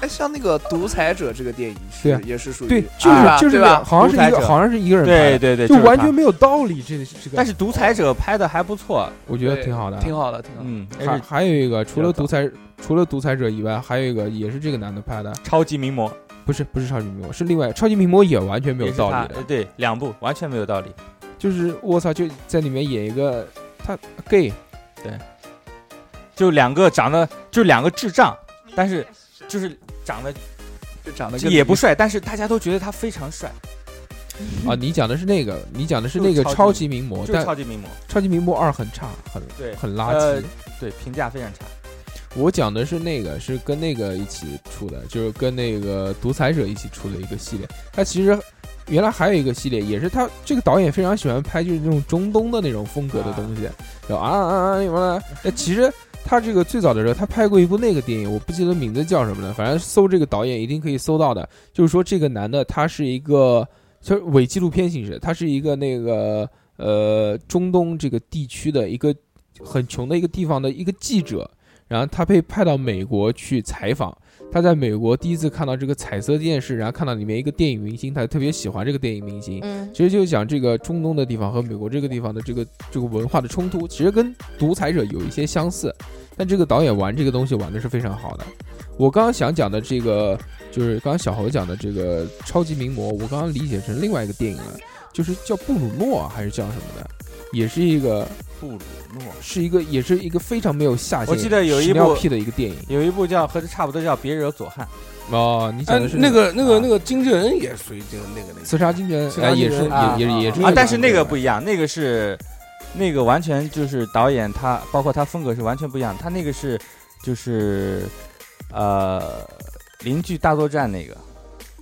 S3: 哎，像那个《独裁者》这个电影
S2: 对啊
S3: 是也是属于
S2: 对，就是、
S3: 啊
S2: 就是
S3: 对吧？
S2: 好像是一
S5: 独裁
S2: 个
S5: 者
S2: 好像是一个人拍
S5: 对
S2: 的，
S5: 对对，
S2: 就是完
S5: 他
S2: 全。没有道理。这这个，
S5: 但是独裁者拍的还不错，
S2: 我觉得挺好的，啊
S3: 挺好的，挺好的。
S5: 嗯，
S2: 还
S5: 还是
S2: 还有一个，除
S5: 比
S2: 了
S5: 较
S2: 独裁，除了独裁者以外，还有一个也是这个男的拍的，
S5: 超级名模，
S2: 不是不是超级名模，是另外超级名模也完全没有
S5: 也是
S2: 道
S5: 他
S2: 理的
S5: 呃，对，两部完全没有道理。
S2: 就是我操，就在里面演一个他 gay，
S5: 就两个长得就两个智障，但是就是长得
S3: 就长得跟
S5: 也不帅，但是大家都觉得他非常帅，
S2: 啊，你讲的是那个，你讲的是那个
S5: 就是
S2: 超
S5: 超级
S2: 级名模，
S5: 就是
S2: 但
S5: 超级名模。
S2: 超级名模二很差，很
S5: 对
S2: 很垃
S5: 呃
S2: 圾。
S5: 对，评价非常差。
S2: 我讲的是那个，是跟那个一起出的，就是跟那个独裁者一起出的一个系列。他其实原来还有一个系列，也是他这个导演非常喜欢拍，就是那种中东的那种风格的东西。然后啊啊啊，完了，哎，其实他这个最早的时候，他拍过一部那个电影，我不记得名字叫什么了，反正搜这个导演一定可以搜到的。就是说这个男的他是一个就是伪纪录片形式，他是一个那个呃中东这个地区的一个很穷的一个地方的一个记者，然后他被派到美国去采访。他在美国第一次看到这个彩色电视，然后看到里面一个电影明星，他特别喜欢这个电影明星。
S1: 嗯，
S2: 其实就讲这个中东的地方和美国这个地方的这个这个文化的冲突，其实跟独裁者有一些相似，但这个导演玩这个东西玩的是非常好的。我刚刚想讲的这个，就是刚刚小侯讲的这个超级名模，我刚刚理解成另外一个电影了，就是叫布鲁诺啊还是叫什么的，也是一个
S5: 布鲁诺
S2: 是一个也是一个非常没有下限，
S5: 我记得有一
S2: 屎尿
S5: 部
S2: 屁的一个电影
S5: 有一部叫和这差不多叫《别惹左汉
S2: 哦，你
S4: 哎
S2: 讲的是，
S5: 呃
S4: 那
S5: 嗯
S4: 个那个
S2: 啊
S4: 那个金正恩也属于这个那个那
S2: 刺
S4: 个。
S2: 杀金人，
S4: 刺杀
S2: 哎，
S4: 金
S2: 也
S4: 人
S2: 是
S3: 啊
S2: 也
S3: 啊
S2: 也也
S3: 啊
S2: 是》
S5: 啊，但是那个不
S2: 一
S5: 一样，那个是那个完全就是导演他包括他风格是完全不一样，他那个是就是呃邻居大作战那个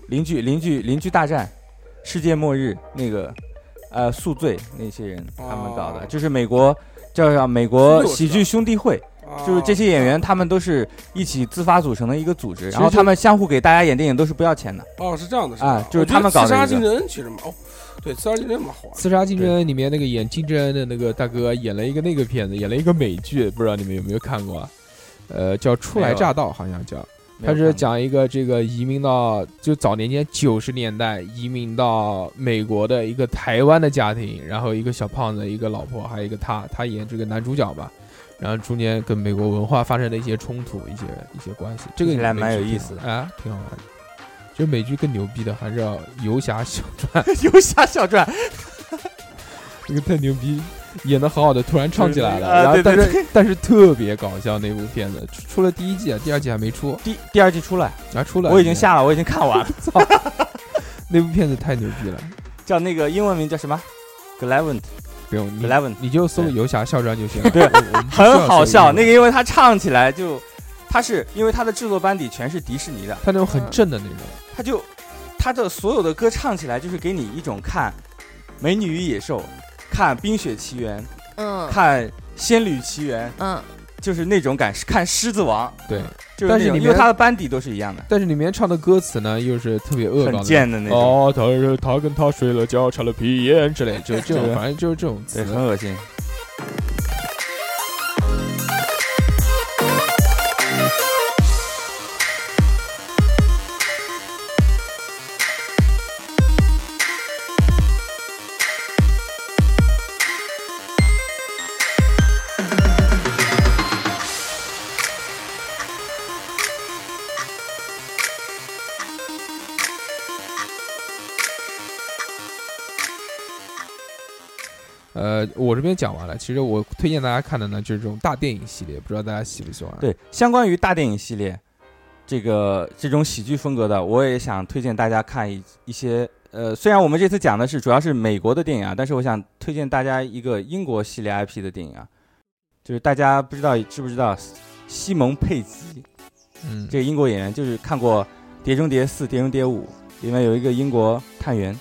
S5: 邻居邻居邻居大战世界末日那个呃宿醉那些人他们搞的，
S4: 哦
S5: 就是美国叫啥美
S4: 宿
S5: 国
S4: 醉我知
S5: 喜剧
S4: 道
S5: 兄弟会。哦就是这些演员，他们都是一起自发组成的一个组织，
S2: 实
S5: 然后
S2: 就
S5: 他们相互给大家演电影都是不要钱的。
S4: 哦，是这样的，是
S5: 啊
S4: 吧
S5: 就是
S4: 我觉
S5: 他
S4: 得
S5: 们搞的
S4: 刺杀
S5: 一个
S4: 金正恩其实嘛，哦，对，刺杀金正恩蛮好玩的。
S2: 刺杀金正恩里面那个演金正恩的那个大哥演了一个那个片子，演了一个美剧，不知道你们有没有看过啊？呃，叫《初来乍到》，好像叫。他是讲一个这个移民到就早年间九十年代移民到美国的一个台湾的家庭，然后一个小胖子，一个老婆，还有一个他，他演这个男主角吧。然后中间跟美国文化发生的一些冲突，一些一些关系，这个
S5: 听起来
S2: 美
S5: 蛮
S2: 剧
S5: 有意
S2: 挺
S5: 思
S2: 好啊，挺好玩的。就美剧更牛逼的还是要游侠小传，
S5: 游侠小传，
S2: 这个太牛逼， 演的好好的，突然唱起来了，
S5: 啊
S2: 然后
S5: 对
S2: 但
S5: 对
S2: 是但是特别搞笑那部片子，出出了第一季啊，第二季还没出，
S5: 第第二季出来，
S2: 然后出了
S5: 我已经下了，我已经看 完了，
S2: 那部片子太牛逼了，
S5: 叫那个英文名叫什么 g l a v i n
S2: 不用你
S5: g l a v i n
S2: 你就搜
S5: 对
S2: 游侠校长就行了，
S5: 对
S2: 我我们不需要
S5: 很好
S2: 搜
S5: 笑。
S2: 英文
S5: 那个因为他唱起来就，他是因为他的制作班底全是迪士尼的，
S2: 他那种很正的那种，
S5: 他就他的所有的歌唱起来就是给你一种看《美女与野兽》、看《冰雪奇缘》、
S1: 嗯
S5: 看《仙女奇缘
S1: 嗯，》，
S5: 就是那种感，看《狮子王》。
S2: 对，
S5: 就是
S2: 但
S5: 那
S2: 是
S5: 种
S2: 里
S5: 因为
S2: 面
S5: 他的班底都是一样的，
S2: 但是里面唱的歌词呢又是特别恶搞
S5: 很
S2: 的。
S5: 贱的那种，
S2: 哦，他是他跟他睡了觉，插了皮烟之类，就是这种，
S5: 对
S2: 反正就是这种
S5: 对，
S2: 词。
S5: 很恶心。
S2: 呃，我这边讲完了。其实我推荐大家看的呢，就是这种大电影系列，不知道大家喜不喜欢？，
S5: 对，相关于大电影系列，这个这种喜剧风格的，我也想推荐大家看一一些。呃，虽然我们这次讲的是主要是美国的电影啊，但是我想推荐大家一个英国系列 IP 的电影啊，就是大家不知道知不知道西蒙佩吉
S2: 嗯，
S5: 这个英国演员，就是看过《碟中谍四》《碟中谍五》，里面有一个英国探员，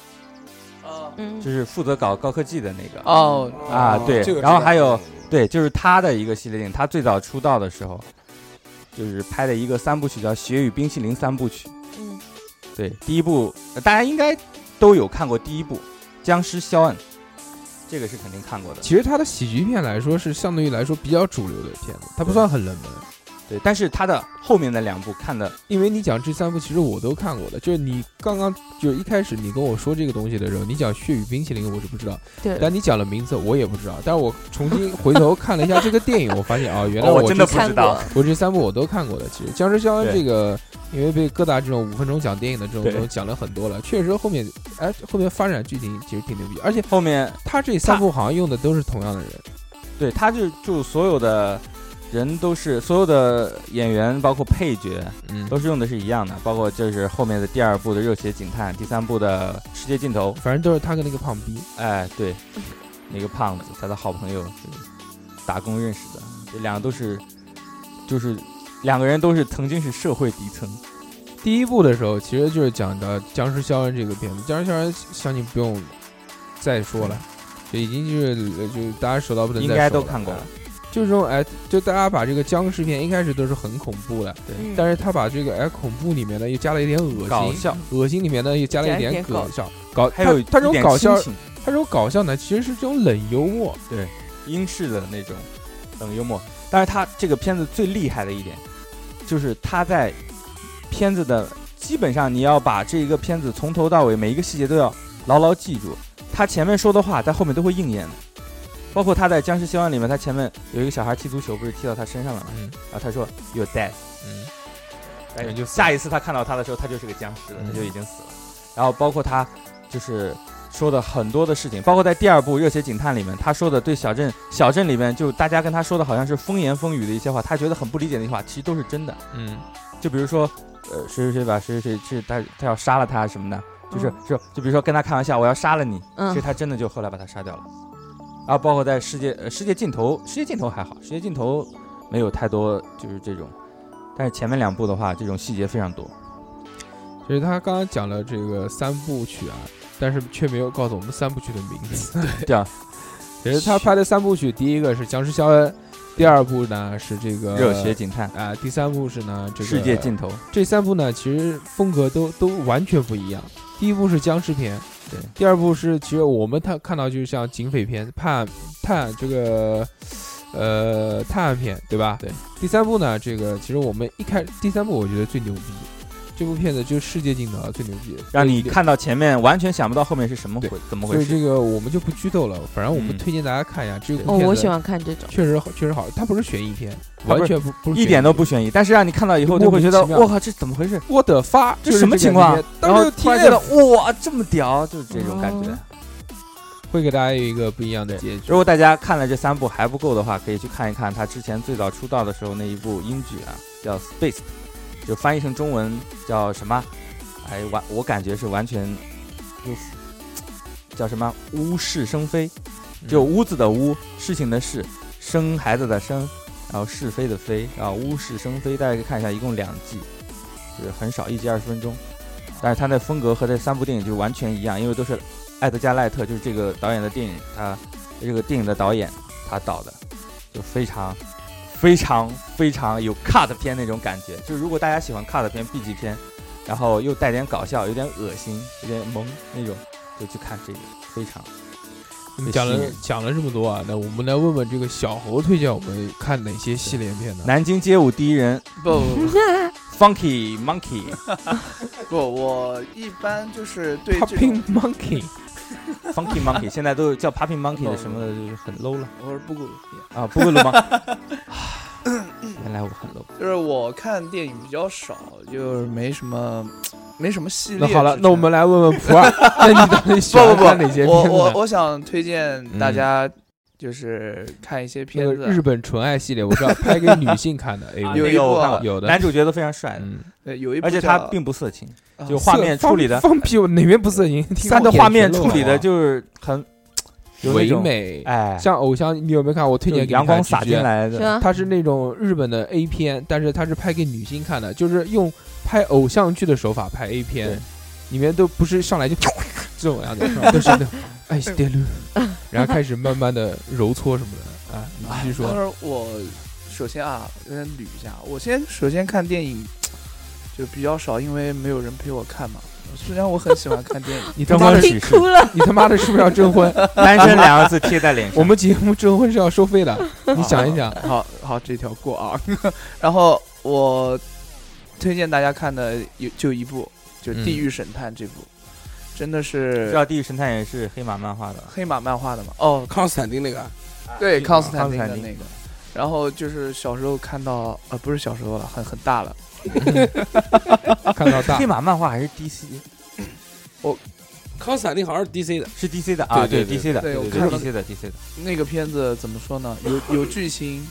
S1: 嗯
S5: 就是负责搞高科技的那个。
S1: 哦，
S5: 啊
S4: 哦
S5: 对
S4: 这个
S5: 然后
S4: 知道
S5: 还有对，就是他的一个系列电影。他最早出道的时候，就是拍的一个三部曲，叫《血与冰淇淋三部曲》。
S1: 嗯，
S5: 对，第一部、呃大家应该都有看过第一部《僵尸肖恩》，这个是肯定看过的。
S2: 其实它的喜剧片来说是相对于来说比较主流的片子，它不算很冷门。
S5: 对，但是他的后面的两部看的，
S2: 因为你讲这三部，其实我都看过的。就是你刚刚就是一开始你跟我说这个东西的时候，你讲《血与冰淇淋》，我是不知道，
S1: 对，
S2: 但你讲了名字我也不知道。但是我重新回头看了一下这个电影，我发现啊，原来
S5: 哦
S2: 我
S5: 我真
S2: 这
S5: 的不
S1: 看
S5: 知道
S1: 过，
S2: 我这三部我都看过的，其实《僵尸肖恩》
S5: 对
S2: 这个，因为被各大这种五分钟讲电影的这种
S5: 对
S2: 东西讲了很多了，确实后面哎后面发展剧情其实挺牛逼，而且
S5: 后面
S2: 他这三部好像用的都是同样的人，
S5: 对他就就所有的人都是所有的演员，包括配角，
S2: 嗯，
S5: 都是用的是一样的，包括就是后面的第二部的《热血警探》，第三部的《世界尽头》，
S2: 反正都是他跟那个胖逼，
S5: 哎， 对，那个胖子，他的好朋友是打工认识的，这两个都是，就是两个人都是曾经是社会底层，
S2: 第一部的时候，其实就是讲的《僵尸肖恩》这个片子，《僵尸肖恩》相信不用再说了，就已经就是呃就是大家熟到不能再
S5: 嗯应
S2: 熟了
S5: 该都看过了
S2: 啊。就是这种哎，就大家把这个僵尸片一开始都是很恐怖的，
S1: 嗯
S2: 但是他把这个哎恐怖里面呢又加了一点恶
S5: 搞
S2: 心，
S5: 笑，
S2: 恶心里面呢又加了一点搞笑，搞
S5: 还有
S2: 他他这
S5: 一
S2: 种
S5: 点
S2: 搞笑，
S5: 亲情
S2: 他这种搞笑呢其实是这种冷幽默，
S5: 英式的那种冷幽默。但是他这个片子最厉害的一点，就是他在片子的基本上你要把这一个片子从头到尾每一个细节都要牢牢记住，他前面说的话在后面都会应验的。包括他在《僵尸肖恩》里面，他前面有一个小孩踢足球，不是踢到他身上了吗？
S2: 嗯
S5: 然后他说 “You're dead”，
S2: 嗯，
S5: 哎
S2: 人就死了
S5: 下一次他看到他的时候，他就是个僵尸了，
S2: 嗯
S5: 他就已经死了。然后包括他就是说的很多的事情，包括在第二部《热血警探》里面，他说的对小镇小镇里面就大家跟他说的好像是风言风语的一些话，他觉得很不理解的一些话，其实都是真的。
S2: 嗯，
S5: 就比如说，呃，谁谁谁把谁谁谁是他他要杀了他什么的，就是
S1: 嗯
S5: 是就比如说跟他开玩笑，我要杀了你，其实
S1: 嗯，
S5: 他真的就后来把他杀掉了。然后包括在世界、呃、世界尽头，世界尽头还好，世界尽头没有太多就是这种，但是前面两部的话，这种细节非常多。
S2: 就是他刚刚讲了这个三部曲啊，但是却没有告诉我们三部曲的名字。
S5: 对啊，
S2: 其实他拍的三部曲，第一个是《僵尸肖恩》，第二部呢是这个
S5: 热血警探、
S2: 啊、第三部是呢呃这个
S5: 世界尽头，
S2: 这三部呢，其实风格都都完全不一样。第一部是僵尸片，
S5: 对；
S2: 第二部是其实我们看看到就是像警匪片、探探这个呃探案片，对吧？
S5: 对。
S2: 第三部呢，这个其实我们一开第三部我觉得最牛逼，这部片子就是世界尽头啊最牛逼，
S5: 让你看到前面完全想不到后面是什么回怎么
S2: 所
S5: 回
S2: 以
S5: 事。
S2: 这个我们就不剧透了，反正我们
S5: 嗯
S2: 推荐大家看一下这个
S1: 哦，
S2: 片
S1: 我
S2: 子
S1: 喜欢看这种，
S2: 确实好，确实好，它不是悬疑片，
S5: 它
S2: 完
S5: 不是
S2: 全不不是
S5: 一点都不
S2: 悬
S5: 悬疑，但是让你看到以后
S2: 就
S5: 就
S2: 莫
S5: 会
S2: 名
S5: 觉得
S2: 其妙
S5: 我靠，这怎么回事？
S2: 疑。我的发，
S5: 这
S2: 就是
S5: 什么
S2: 这个
S5: 情况
S2: 里面？
S5: 然后突然觉
S2: WTF
S5: 得哇，这么屌，就是这种感觉
S1: 哦。
S2: 会给大家有一个不一样的结局
S5: 如。果大家看了这三部还不够的话，可以去看一看他之前最早出道的时候那一部英剧啊，叫《Space》，就翻译成中文叫什么？哎，完，我感觉是完全就叫什么无事生非，就屋子的屋，事情的事，生孩子的生，然后是非的非，然后乌是生非，大家可以看一下，一共两季，就是很少，一集二十分钟。但是它的风格和这三部电影就完全一样，因为都是艾德加·赖特，就是这个导演的电影，他这个电影的导演他导的，就非常非常非常有 cut 片那种感觉。就是如果大家喜欢 cut 片、B 级片，然后又带点搞笑，有点恶心，有点萌那种，就去看这个，非常。
S2: 嗯讲
S5: 这
S2: 了
S5: 系列
S2: 讲了这么多啊，那我们来问问这个小猴推荐我们看哪些系列片呢？
S5: 南京街舞第一人
S3: 不不不
S5: Funky Monkey，
S3: 不，我一般就是对这
S2: Popping
S3: 种，
S2: Monkey，
S5: Funky Monkey，现在都叫 Popping Monkey 的什么的，哦就是很 low 了
S3: 我是不鼓励。
S5: 啊，不会了 吗？啊原来我很 low，
S3: 就是我看电影比较少，就是没什么没什么系列
S2: 那
S3: 之前。
S2: 好了，那我们来问问普 洱，那你到底喜
S3: 不
S2: 欢
S3: 不
S2: 看哪些
S3: 不，我
S2: 片
S3: 我
S2: 子？嗯
S3: 我想推荐大家就是看一些
S2: 那
S3: 片
S2: 个
S3: 子，
S2: 日本纯爱系列，我知道拍给女性 看的哎
S5: 啊
S3: 有
S5: 那
S2: ，AV
S3: 一
S5: 个我
S3: 部
S5: 看过
S2: 有的，
S7: 男主角都非常帅的，
S2: 嗯，
S3: 对有一部
S5: 而且
S3: 叫
S5: 他并不色情，
S3: 啊
S5: 就画面处理的
S2: 色放放屁，我哪边不色情？
S5: 他
S2: 三
S5: 的画面处理的就是很有那
S2: 唯
S5: 种，
S2: 美，
S5: 哎，
S2: 像偶像，你有没有看？我推
S5: 就
S2: 荐
S5: 是
S2: 给你
S5: 阳光
S2: 看
S5: 洒
S2: 几集啊
S5: 进来
S1: 是
S5: 的，
S1: 吧？
S2: 它是那种日本的 A 片，但是它是拍给女性看的，就是用拍偶像剧的手法拍 A 片
S5: 对，
S2: 里面都不是上来就 这种样子，是吧都是那种哎西电路，然后开始慢慢的揉搓什么的啊，你继续
S3: 但
S2: 说，
S3: 是我首先啊，我先捋一下，我先首先看电影就比较少，因为没有人陪我看嘛。虽然我很喜欢看电 影，
S2: 你他
S5: 灯
S2: 妈
S5: 光
S2: 的，
S1: 听
S5: 启示，
S1: 哭 了，
S2: 你他妈的是不是要征婚？
S5: 单身两个字贴在脸上。
S2: 我们节目征婚是要收费的，你想一想，
S3: 好好这条过啊。 然后我推荐大家看的有就一部，就
S2: 嗯
S3: 《地狱神探》这部，真的
S5: 知
S3: 是
S5: 道《地狱神探》也是黑马漫画的，
S3: 黑马漫画的嘛？哦，
S4: 康斯坦丁那个
S3: 对，康斯坦
S5: 康斯
S3: 丁
S5: 坦
S3: 的
S5: 丁
S3: 那个。然后就是小时候看到，呃，不是小时候了，很很大了。
S2: 看到大
S5: 黑，马漫画还是 DC
S4: 康斯坦丁好像是 DC 的，
S5: 是 DC 的啊？
S4: 对对对
S5: DC 的，
S3: 对我看
S5: 对
S3: 了
S5: DC 的 DC 的，
S3: 那个片子怎么说呢？有有剧情，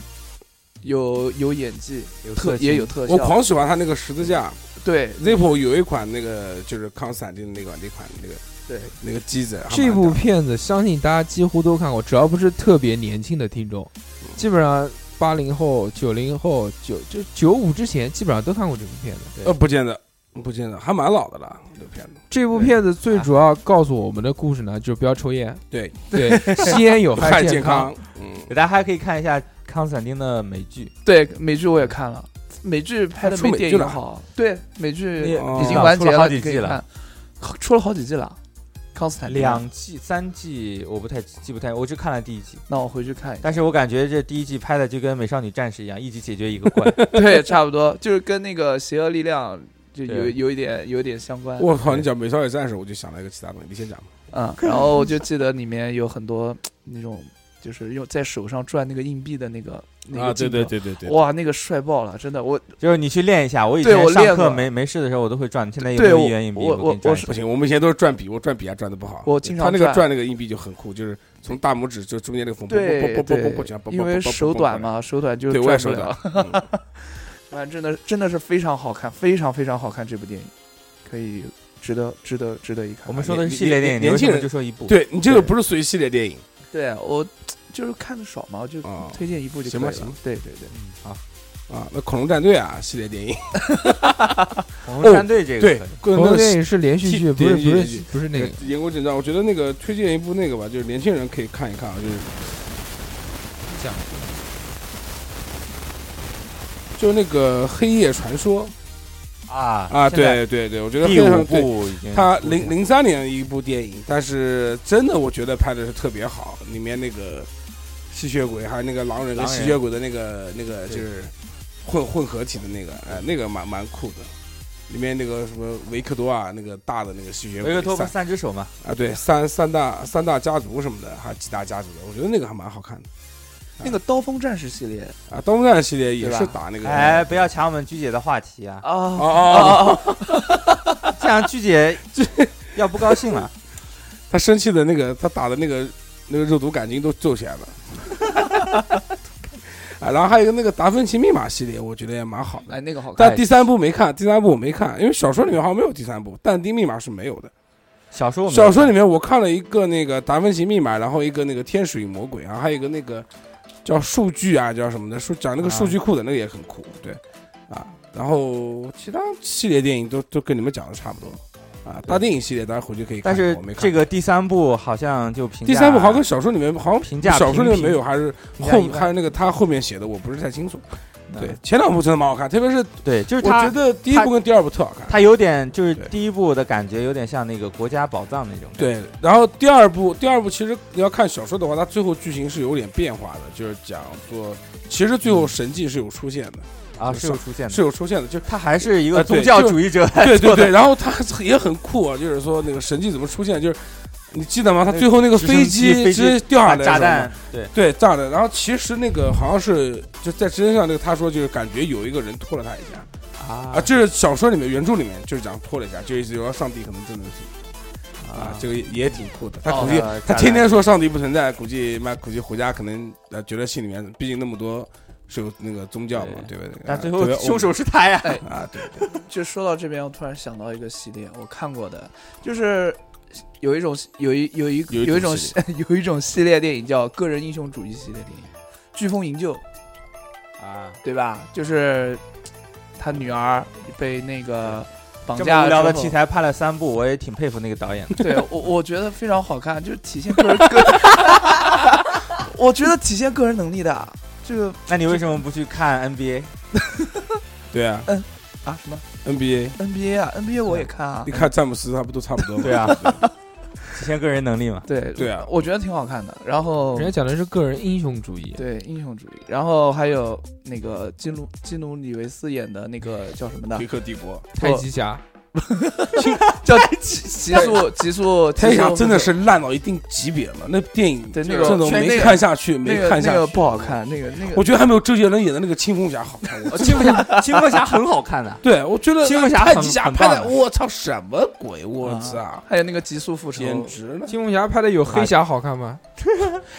S3: 有有演技，
S5: 有
S3: 特
S5: 特技
S3: 也有特效。
S4: 我狂喜欢他那个十字架。
S3: 对
S4: Zippo 有一款那个就是康斯坦丁的那款那款那个
S3: 对，
S4: 那个机子，
S2: 这部片子相信大家几乎都看过，只要不是特别年轻的听众，基本上八零后、九零后、九就九五之前，基本上都看过这部片子。
S4: 呃不见得不见得，还蛮老的了，这片子。
S2: 这部片子最主要告诉我们的故事呢，就是不要抽烟。
S4: 对
S2: 对，吸烟有害
S4: 害
S2: 健
S4: 康。，嗯，
S5: 大家还可以看一下康斯坦丁的美剧，
S3: 对，美剧我也看了，美剧拍的
S4: 出
S3: 没
S4: 美
S3: 电
S4: 剧
S3: 影
S4: 了
S3: 好。对，美剧
S4: 哦
S3: 已经完结
S5: 出了好几
S3: 你可以
S5: 季了
S3: 看，出了好几季了。康斯坦丁，
S5: 两季、三季，我不太记不太，我只看了第一季，
S3: 那我回去看一下。
S5: 但是我感觉这第一季拍的就跟《美少女战士》一样，一集解决一个怪。
S3: 对，差不多就是跟那个《邪恶力量》就有
S5: 对
S3: 有一点有一点相关。
S4: 我靠，你讲美少女战士，我就想到一个其他东西，你先讲吧。
S3: 嗯，然后我就记得里面有很多那种，就是用在手上转那个硬币的那个那
S5: 啊
S3: 个镜头
S4: 对对对
S3: 哇，那个帅爆了，真的我
S5: 就是你去练一下，我以
S3: 对
S5: 前
S3: 我
S5: 上
S3: 练
S5: 课
S3: 过
S5: 没没事的时候，我都会转，现在有没
S3: 对
S5: 有
S3: 我
S5: 一元硬币？
S3: 我
S5: 给你
S3: 我
S5: 转
S3: 我
S5: 一
S3: 是
S5: 下
S4: 不行，我们以前都是转笔，我转笔还转的不好。
S3: 我经常
S4: 他那个
S3: 转
S4: 转那个硬币就很酷，就是从大拇指就中间那个缝，
S3: 对
S4: 啵啵啵啵啵啵
S3: 对
S4: 啵啵，
S3: 因为手短，嘛，手短就
S4: 对，我也
S3: 转不
S4: 手
S3: 了
S4: 短。。嗯
S3: 反正真的真的是非常好看，非常非常好看这部电影，可以值得值得值得一看。
S5: 我们说的是
S4: 你
S5: 系列
S4: 你
S5: 电影，
S4: 年
S5: 你为什
S4: 轻
S5: 么
S4: 人
S5: 就说一部。
S4: 对你这个不是属于系列电影，
S3: 对我就是看的少嘛，我就
S4: 哦
S3: 推荐一部就可以
S4: 行吧
S3: 了。
S4: 行吧
S3: 对对对，
S5: 嗯，好，
S4: 啊，那恐龙战队啊，系列电影，
S5: 恐龙战队这个
S4: 哦对
S5: 可以，
S4: 跟
S2: 恐
S4: 那
S2: 龙电
S4: 个
S2: 影是连续剧，
S4: T-
S2: 不是
S4: 连续
S2: 不是
S4: 剧
S2: 不是那个。
S4: 言归正传，我觉得那个推荐一部那个吧，就是年轻人可以看一看啊，就是
S2: 讲
S4: 就那个《黑夜传说》
S5: 啊
S4: 啊，
S5: 现在
S4: 对对对，我觉得
S5: 第
S4: 非
S5: 五
S4: 常对。
S5: 部已经
S4: 他零零三年一部电影，但是真的我觉得拍的是特别好，里面那个吸血鬼还有那个狼人跟
S5: 狼人
S4: 吸血鬼的那个那个
S5: 对
S4: 就是混混合体的那个，哎，那个蛮蛮酷的。里面那个什么维克多啊，那个大的那个吸血鬼，
S5: 维克托不
S4: 三
S5: 是三只手嘛，
S4: 啊，对，三三大三大家族什么的，还有几大家族的，我觉得那个还蛮好看的
S3: 那个《刀锋战士》系列
S4: 啊。东战系列也
S3: 对吧
S4: 是打那个，
S5: 哎，不要抢我们鞠姐的话 题啊！
S3: 啊，
S4: 哦哦，
S5: 这样 鞠姐要不高兴啊了。
S4: 他生气的那个，他打的那个那个肉毒杆菌都皱起来了。 啊，然后还有一个那个达芬奇密码系列，我觉得也蛮好的，
S3: 哎，那个好看。
S4: 但第三部没看，第三部我没看，因为小说里面好像没有第三部，但丁密码是没有的。
S5: 小说我们
S4: 小说里面我看了一个那个达芬奇密码，然后一个那个天使与魔鬼啊，还有一个那个叫数据啊，叫什么的数，讲那个数据库的那个也很酷，对，啊，然后其他系列电影都都跟你们讲的差不多了啊，大电影系列大家回去可以看
S5: 但
S4: 看，
S5: 是
S4: 我没看
S5: 这个第三部好像就评价
S4: 第三部好像跟小说里面好像
S5: 评价
S4: 小说里面没
S5: 平
S4: 有，还是
S5: 评价
S4: 后
S5: 一般
S4: 还有那个他后面写的，我不是太清楚。
S5: 嗯
S4: 对，前两部真的蛮好看，特别是
S5: 对，就是
S4: 我觉
S5: 他
S4: 得第一部跟第二部特好看。
S5: 他有点就是
S4: 对
S5: 第一部的感觉有点像那个国家宝藏那种。，
S4: 对，然后第二部，第二部其实你要看小说的话，它最后剧情是有点变化的，就是讲说，其实最后神迹是有出现的，
S5: 啊是有
S4: 是
S5: 出现的，
S4: 是有出现的，就是
S5: 他还是一个
S4: 啊对
S5: 宗教主义者
S4: 对
S5: 来
S4: 对
S5: 做
S4: 对，
S5: 的。
S4: 然后他也很酷啊，就是说那个神迹怎么出现，就是你记得吗？他最后那个
S5: 直升
S4: 飞
S5: 机
S4: 机
S5: 飞
S4: 直接
S5: 机
S4: 掉下
S5: 把
S4: 来的时候
S5: 啊炸
S4: 嘛
S5: 弹，对，
S4: 对，炸的。然后其实那个好像是就在真相那个他说就是感觉有一个人拖了他一下，
S3: 啊
S4: 啊，这是小说里面原著里面就是讲破了一下，就意思说上帝可能真的是啊，这个也也挺酷的。他
S3: 哦
S4: 估计
S3: 那
S4: 他天天说上帝不存在，估计妈估计回家可能呃觉得心里面毕竟那么多是有那个宗教嘛，对不对？啊
S5: 但最
S4: 特
S5: 后
S4: 别
S5: 凶手是他呀！
S4: 啊，对，
S3: 就说到这边，我突然想到一个系列，我看过的，就是有一种有一有一
S4: 有一
S3: 有一
S4: 种
S3: 种 有一种系列电影叫个人英雄主义系列电影，《飓风营救》
S5: 啊，
S3: 对吧？就是他女儿被那个绑
S5: 这
S3: 架
S5: 么无聊
S3: 之
S5: 的
S3: 后
S5: 题，材拍了三部，我也挺佩服那个 导演的。
S3: 对我我觉得非常好看，就是体现个人 个人，我觉得体现个人能力的这个
S5: 那你为什么不去看 NBA？
S4: 对啊
S3: 啊什么
S4: ，NBA，
S3: NBA 啊 NBA 我也看啊
S4: 你，看詹姆斯他不都差不多吗？
S5: 对啊，体现个人能力嘛。
S3: 对
S4: 对啊
S3: 我觉得挺好看的。然后
S2: 人家讲的是个人英雄主义，
S3: 对，英雄主义。然后还有那个基努基努里维斯演的那个叫什么 的
S4: 黑？客帝 国，
S2: 太极侠，
S3: 叫极极速极速
S4: 太
S3: 极
S4: 阳
S3: 速
S4: 哎真的是烂到一定级别了，那电影
S3: 对那
S4: 这
S3: 个
S4: 种
S3: 全
S4: 没
S3: 那个
S4: 看下去，
S3: 那
S4: 没
S3: 个
S4: 看下
S3: 那
S4: 去，
S3: 个不好。看，那个那个
S4: 我觉得还没有周杰伦演的那个《青蜂侠》好看。我
S5: 金凤侠，金哦凤侠很好看的。
S4: 对，我觉得
S5: 金凤侠
S4: 太
S5: 很
S4: 极侠
S5: 很
S4: 拍的，
S5: 棒啊的
S4: 我操，什么鬼？我
S3: 啊
S4: 操，
S3: 还有那个极速复仇，
S4: 简直了！
S2: 金凤侠拍的有黑侠好看吗？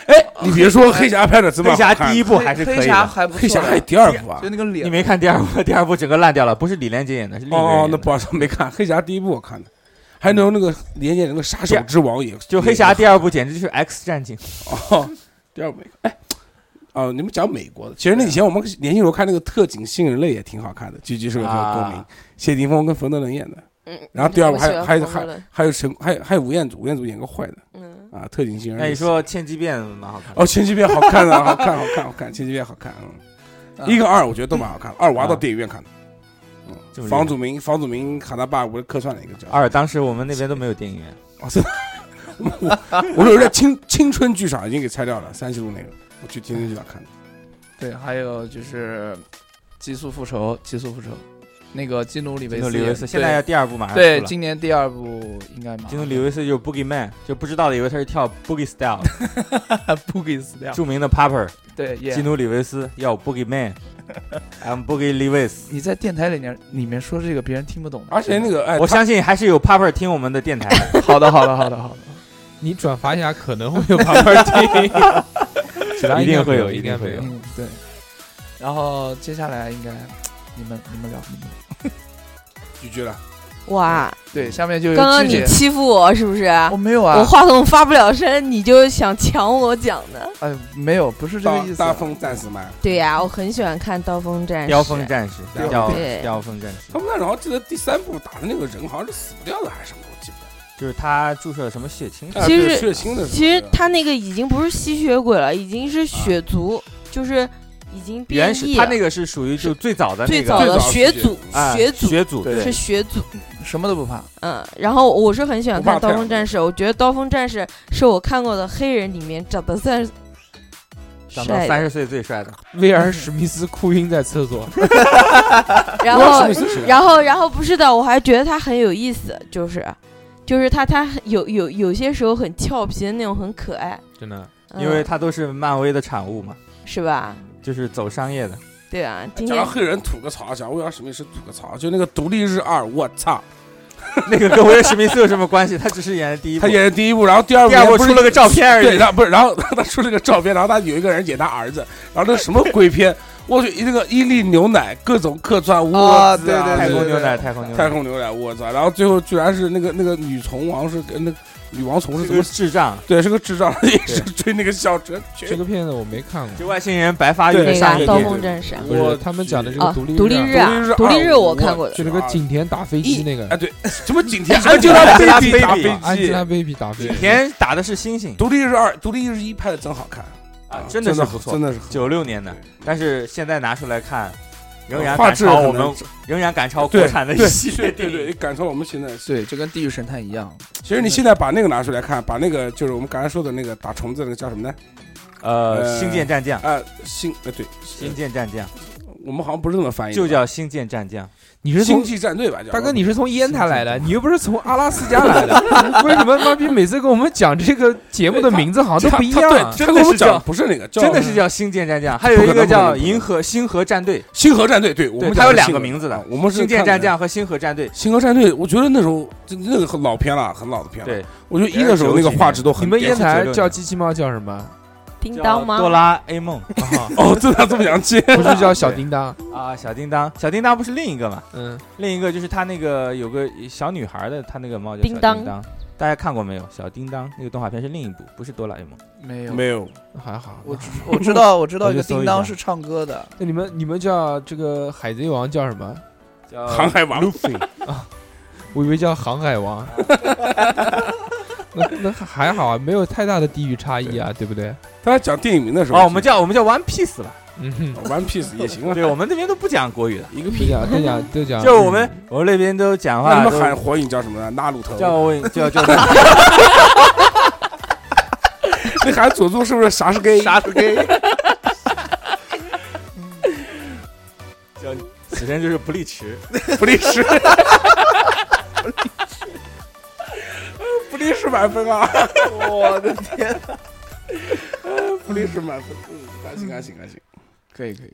S4: 哎，你别说，黑侠拍的怎么
S5: 黑侠第一
S4: 一，
S5: 部还是可
S3: 黑
S5: 以
S3: 黑侠
S5: 的，
S3: 还不错
S4: 黑侠还有
S3: 的，
S4: 第二部啊
S3: 就？那个
S5: 你
S3: 脸
S5: 没看第二部， 第二部整个烂掉了，不是李连杰演的，是另一个人
S4: 哦，
S5: 演
S4: 那
S5: 的。
S4: 不好意思，没看。黑侠第一部我看的，还有那个连夜那个杀手之王也
S5: 就黑侠第二部简直就是 X 战警，
S4: 哦，第二部没看。哎，哦，你们讲美国的，其实那以前我们年轻时候看那个《特警新人类》也挺好看的，狙击手有共鸣
S5: 啊，
S4: 谢霆锋跟冯德伦演的，
S1: 嗯，
S4: 然后第二部
S1: 我
S4: 还
S1: 喜欢
S4: 还
S1: 黄
S4: 还
S1: 鹤伦
S4: 还有陈，还有还有吴彦祖，吴彦祖演个坏的
S1: 嗯，
S4: 啊，《特警新人类》。
S5: 那你说《千机变》蛮好看的。
S4: 哦，千机变好看啊，好看，好看，好看，千机变好看。
S3: 啊
S4: 嗯，一跟二我觉得都蛮好看的，二我还到电影院看的。
S5: 这么
S4: 嗯，
S5: 厉害
S4: 房祖名，房祖名喊他爸，我客串了一个角色。
S5: 二，当时我们那边都没有电影院，
S4: 哇塞，我 我有在青青春剧场已经给拆掉了，三十路那个，我去青春剧场看的。
S3: 对，还有就是极速复仇，极速复仇，那个基努里维
S5: 基
S3: 斯
S5: 努
S3: 演，
S5: 里维斯现在要第二部马上出
S3: 对
S5: 了
S3: 对。今年第二部应该嘛，
S5: 基努里维斯就是 Boogie Man，就不知道的以为他是跳 Boogie Style，
S3: 不给死掉，
S5: 著名的 Popper
S3: 对，耶
S5: 基努里维斯要 Boogie Man，I'm Boogie Lewis。
S3: 你在电台里面里面说这个别人听不懂的，
S4: 而且那个，哎，
S5: 我
S4: 他
S5: 相信还是有 Popper 听我们的电台 的，
S3: 好的好的好的好的，
S2: 你转发一下可能会有旁边听， 其他
S5: 一
S2: 应
S5: 定
S2: 该
S5: 会
S2: 没
S5: 有，
S2: 应
S5: 一
S2: 该
S5: 定会
S2: 没
S5: 有
S2: 有。
S3: 嗯对，然后接下来应该你们你们聊你们
S4: 拒绝了，
S1: 哇，
S3: 对，下面就有
S1: 刚刚
S3: 季
S1: 你
S3: 姐
S1: 欺负我是不是？
S3: 我没有
S1: 我
S3: 啊，
S1: 话筒发不了声，你就想抢我讲的？
S3: 哎，没有，不是这个
S4: 大
S3: 意思啊。
S4: 大风战士嘛。
S1: 对呀、我很喜欢看《刀锋战士》。
S5: 妖风战士，
S4: 对哦
S5: 叫
S1: 对
S5: 妖风战士
S4: 他，们那时候记得第三部打的那个人好像是死不掉的还是什么，我记不
S5: 就是他注射了什么血清
S4: 得。啊
S1: 其实
S4: 对血腥的时候，
S1: 其实他那个已经不是吸血鬼了，已经是血族，就是已经变
S5: 原始，
S1: 异
S5: 他
S1: 了。
S5: 那个是属于就最早的那
S1: 啊最
S5: 个
S1: 早
S4: 最
S1: 的
S4: 早的
S1: 血
S4: 血
S1: 族，
S5: 啊
S1: 血族
S5: 血组
S3: 对
S1: 是血族。
S3: 什么都不怕，
S1: 嗯，然后我是很喜欢
S4: 不怕
S1: 看《刀
S4: 太阳
S1: 锋战士》，我觉得《刀锋战士》是我看过的黑人里面长得算是
S5: 长到
S1: 帅
S5: 三
S1: 的。
S5: 十岁最帅的，
S2: 威尔史密斯哭晕在厕所，
S1: 然
S4: 不知道
S1: 后
S4: 什么意思是吧
S1: 然后，然后不是的，我还觉得他很有意思，就是，就是他他有有有些时候很俏皮的那种，很可爱，
S2: 真的。
S1: 嗯
S5: 因为他都是漫威的产物嘛，
S1: 是吧？
S5: 就是走商业的。
S1: 对啊，今
S4: 讲
S1: 天
S4: 到黑人吐个槽，讲威尔史密斯吐个槽，就那个《独立日二》，我操，
S5: 那个跟威尔史密斯有什么关系？他只是演的第一部，
S4: 他演的第一部，然后第二部
S5: 第二部
S4: 也不是
S5: 出了个照片而
S4: 对，
S5: 已。
S4: 然后不是，然后 他出了个照片，然后他有一个人演他儿子，然后那什么鬼片，我去，那个伊利牛奶各种客
S5: 哦
S4: 串，我
S3: 啊
S4: 操
S3: 对对
S5: 太空牛奶，
S3: 对对对
S5: 太空牛
S4: 太
S5: 奶，
S4: 空牛奶，我操！然后最后居然是那个那个女虫王是跟那个女王虫是
S5: 这
S4: 怎
S5: 个
S4: 么？
S5: 智障，啊
S4: 对，是个智障，一直追那个小车，
S2: 这个片子我没看
S5: 这
S2: 过，
S5: 外星人白发
S4: 对
S5: 育
S1: 那
S4: 上
S1: 个《
S4: 一
S5: 上
S1: 刀
S4: 届
S1: 锋战士》啊
S2: 不是他们讲的这个
S1: 啊
S2: 独立
S1: 独立
S2: 日
S1: 日啊
S4: 独立日，
S1: 独立日
S4: 二
S1: 我
S4: 我
S1: 看过的，
S2: 就那个景甜打飞机那个
S4: 哎，，对，什么景 甜
S5: Angelababy
S4: 打
S2: 啊安
S4: 飞
S2: 吉拉
S4: 机。
S2: baby 打飞
S4: 对
S2: 机，
S5: 田打的是星星
S4: 独立日二，独立日一拍的真好看
S5: 啊，
S4: 真
S5: 的是
S4: 的
S5: 不错
S4: 真。的是很
S5: 九六年的，但是现在拿出来看，仍然
S4: 画
S5: 赶
S4: 质
S5: 超
S4: 可
S5: 我
S4: 能
S5: 们，仍然赶超国
S4: 对
S5: 产的一
S4: 对
S5: 系列
S4: 对
S5: 电
S4: 对对，
S5: 影。
S4: 赶超我们现在
S3: 对，就跟《地狱神探》一样，
S4: 其实你现在把那个拿出来看，把那个就是我们刚才说的那个打虫子那个叫什么呢？
S5: 呃，
S4: 呃
S5: 星舰战将，
S4: 啊，星呃对，
S5: 星舰战将，
S4: 我们好像不是这么翻译的吧，
S5: 就叫星舰战将。
S2: 你是
S4: 星
S2: 从
S4: 际战队吧？叫
S2: 大哥，你是从烟台来的，你又不是从阿拉斯加来的， 为什么妈逼每次跟我们讲这个节目的名字好像都不一样
S4: 他
S2: 啊？
S4: 对，
S5: 真的
S4: 他跟我
S5: 是
S4: 讲
S5: 叫
S4: 不是那个，叫
S5: 真的是叫星舰战将，还有一个叫银河星河战队，
S4: 星河战队，对我们
S5: 对
S4: 讲
S5: 它有
S4: 的
S5: 两
S4: 星
S5: 个
S4: 河
S5: 名字的
S4: 啊我们是
S5: 星舰
S4: 看
S5: 战
S4: 的。
S5: 将和星河战队。
S4: 星河战队，我觉得那时候就那个很老片了，很老的片了。
S5: 对，
S4: 我觉得一的时候那个画质都很
S2: 你们
S4: 屌。
S2: 烟台叫机器猫叫什 么？
S1: 叮
S5: 叫
S1: 当吗？
S5: 哆啦 A 梦
S2: 啊
S4: 哦，真的这么洋气。
S2: 不是叫小叮当？
S5: 啊，小叮当，小叮当不是另一个嘛？
S2: 嗯，
S5: 另一个就是他那个有个小女孩的，他那个猫叫小
S1: 叮当
S5: 叮当，大家看过没有？小叮当那个动画片是另一部，不是哆啦 A 梦。
S3: 没有，
S4: 没有，
S2: 还好。
S3: 我知我知 道我知道
S5: 我
S3: 一
S5: 去
S3: 个
S5: 搜一
S3: 叮当
S5: 下
S3: 是唱歌的，
S2: 那你们你们叫这个海贼王叫什么？
S5: 叫
S4: 航海王。
S2: 我以为叫航海 王。那那还好啊，没有太大的地域差异啊，对不对？
S4: 他讲电影名的时候，
S5: 哦，我们叫我们叫 One Piece 吧。
S2: 嗯哼，
S4: One Piece 也行啊，
S5: 对，我们那边都不讲国语的，
S4: 一个
S2: 都
S4: 屁。
S2: 讲都讲都讲，
S5: 就我们我们那边都讲
S4: 啊嗯那你
S5: 话都
S4: 们 喊火影叫什么呢？纳鲁头。
S5: 叫我叫叫
S4: 你喊佐助是不是啥是 gay？
S5: 啥子 gay？叫此生就是不立池。
S4: 不利是， 不利是满分啊！
S3: 我的天，
S4: 不利是满分，嗯，还行还行还行。
S3: 可以可以，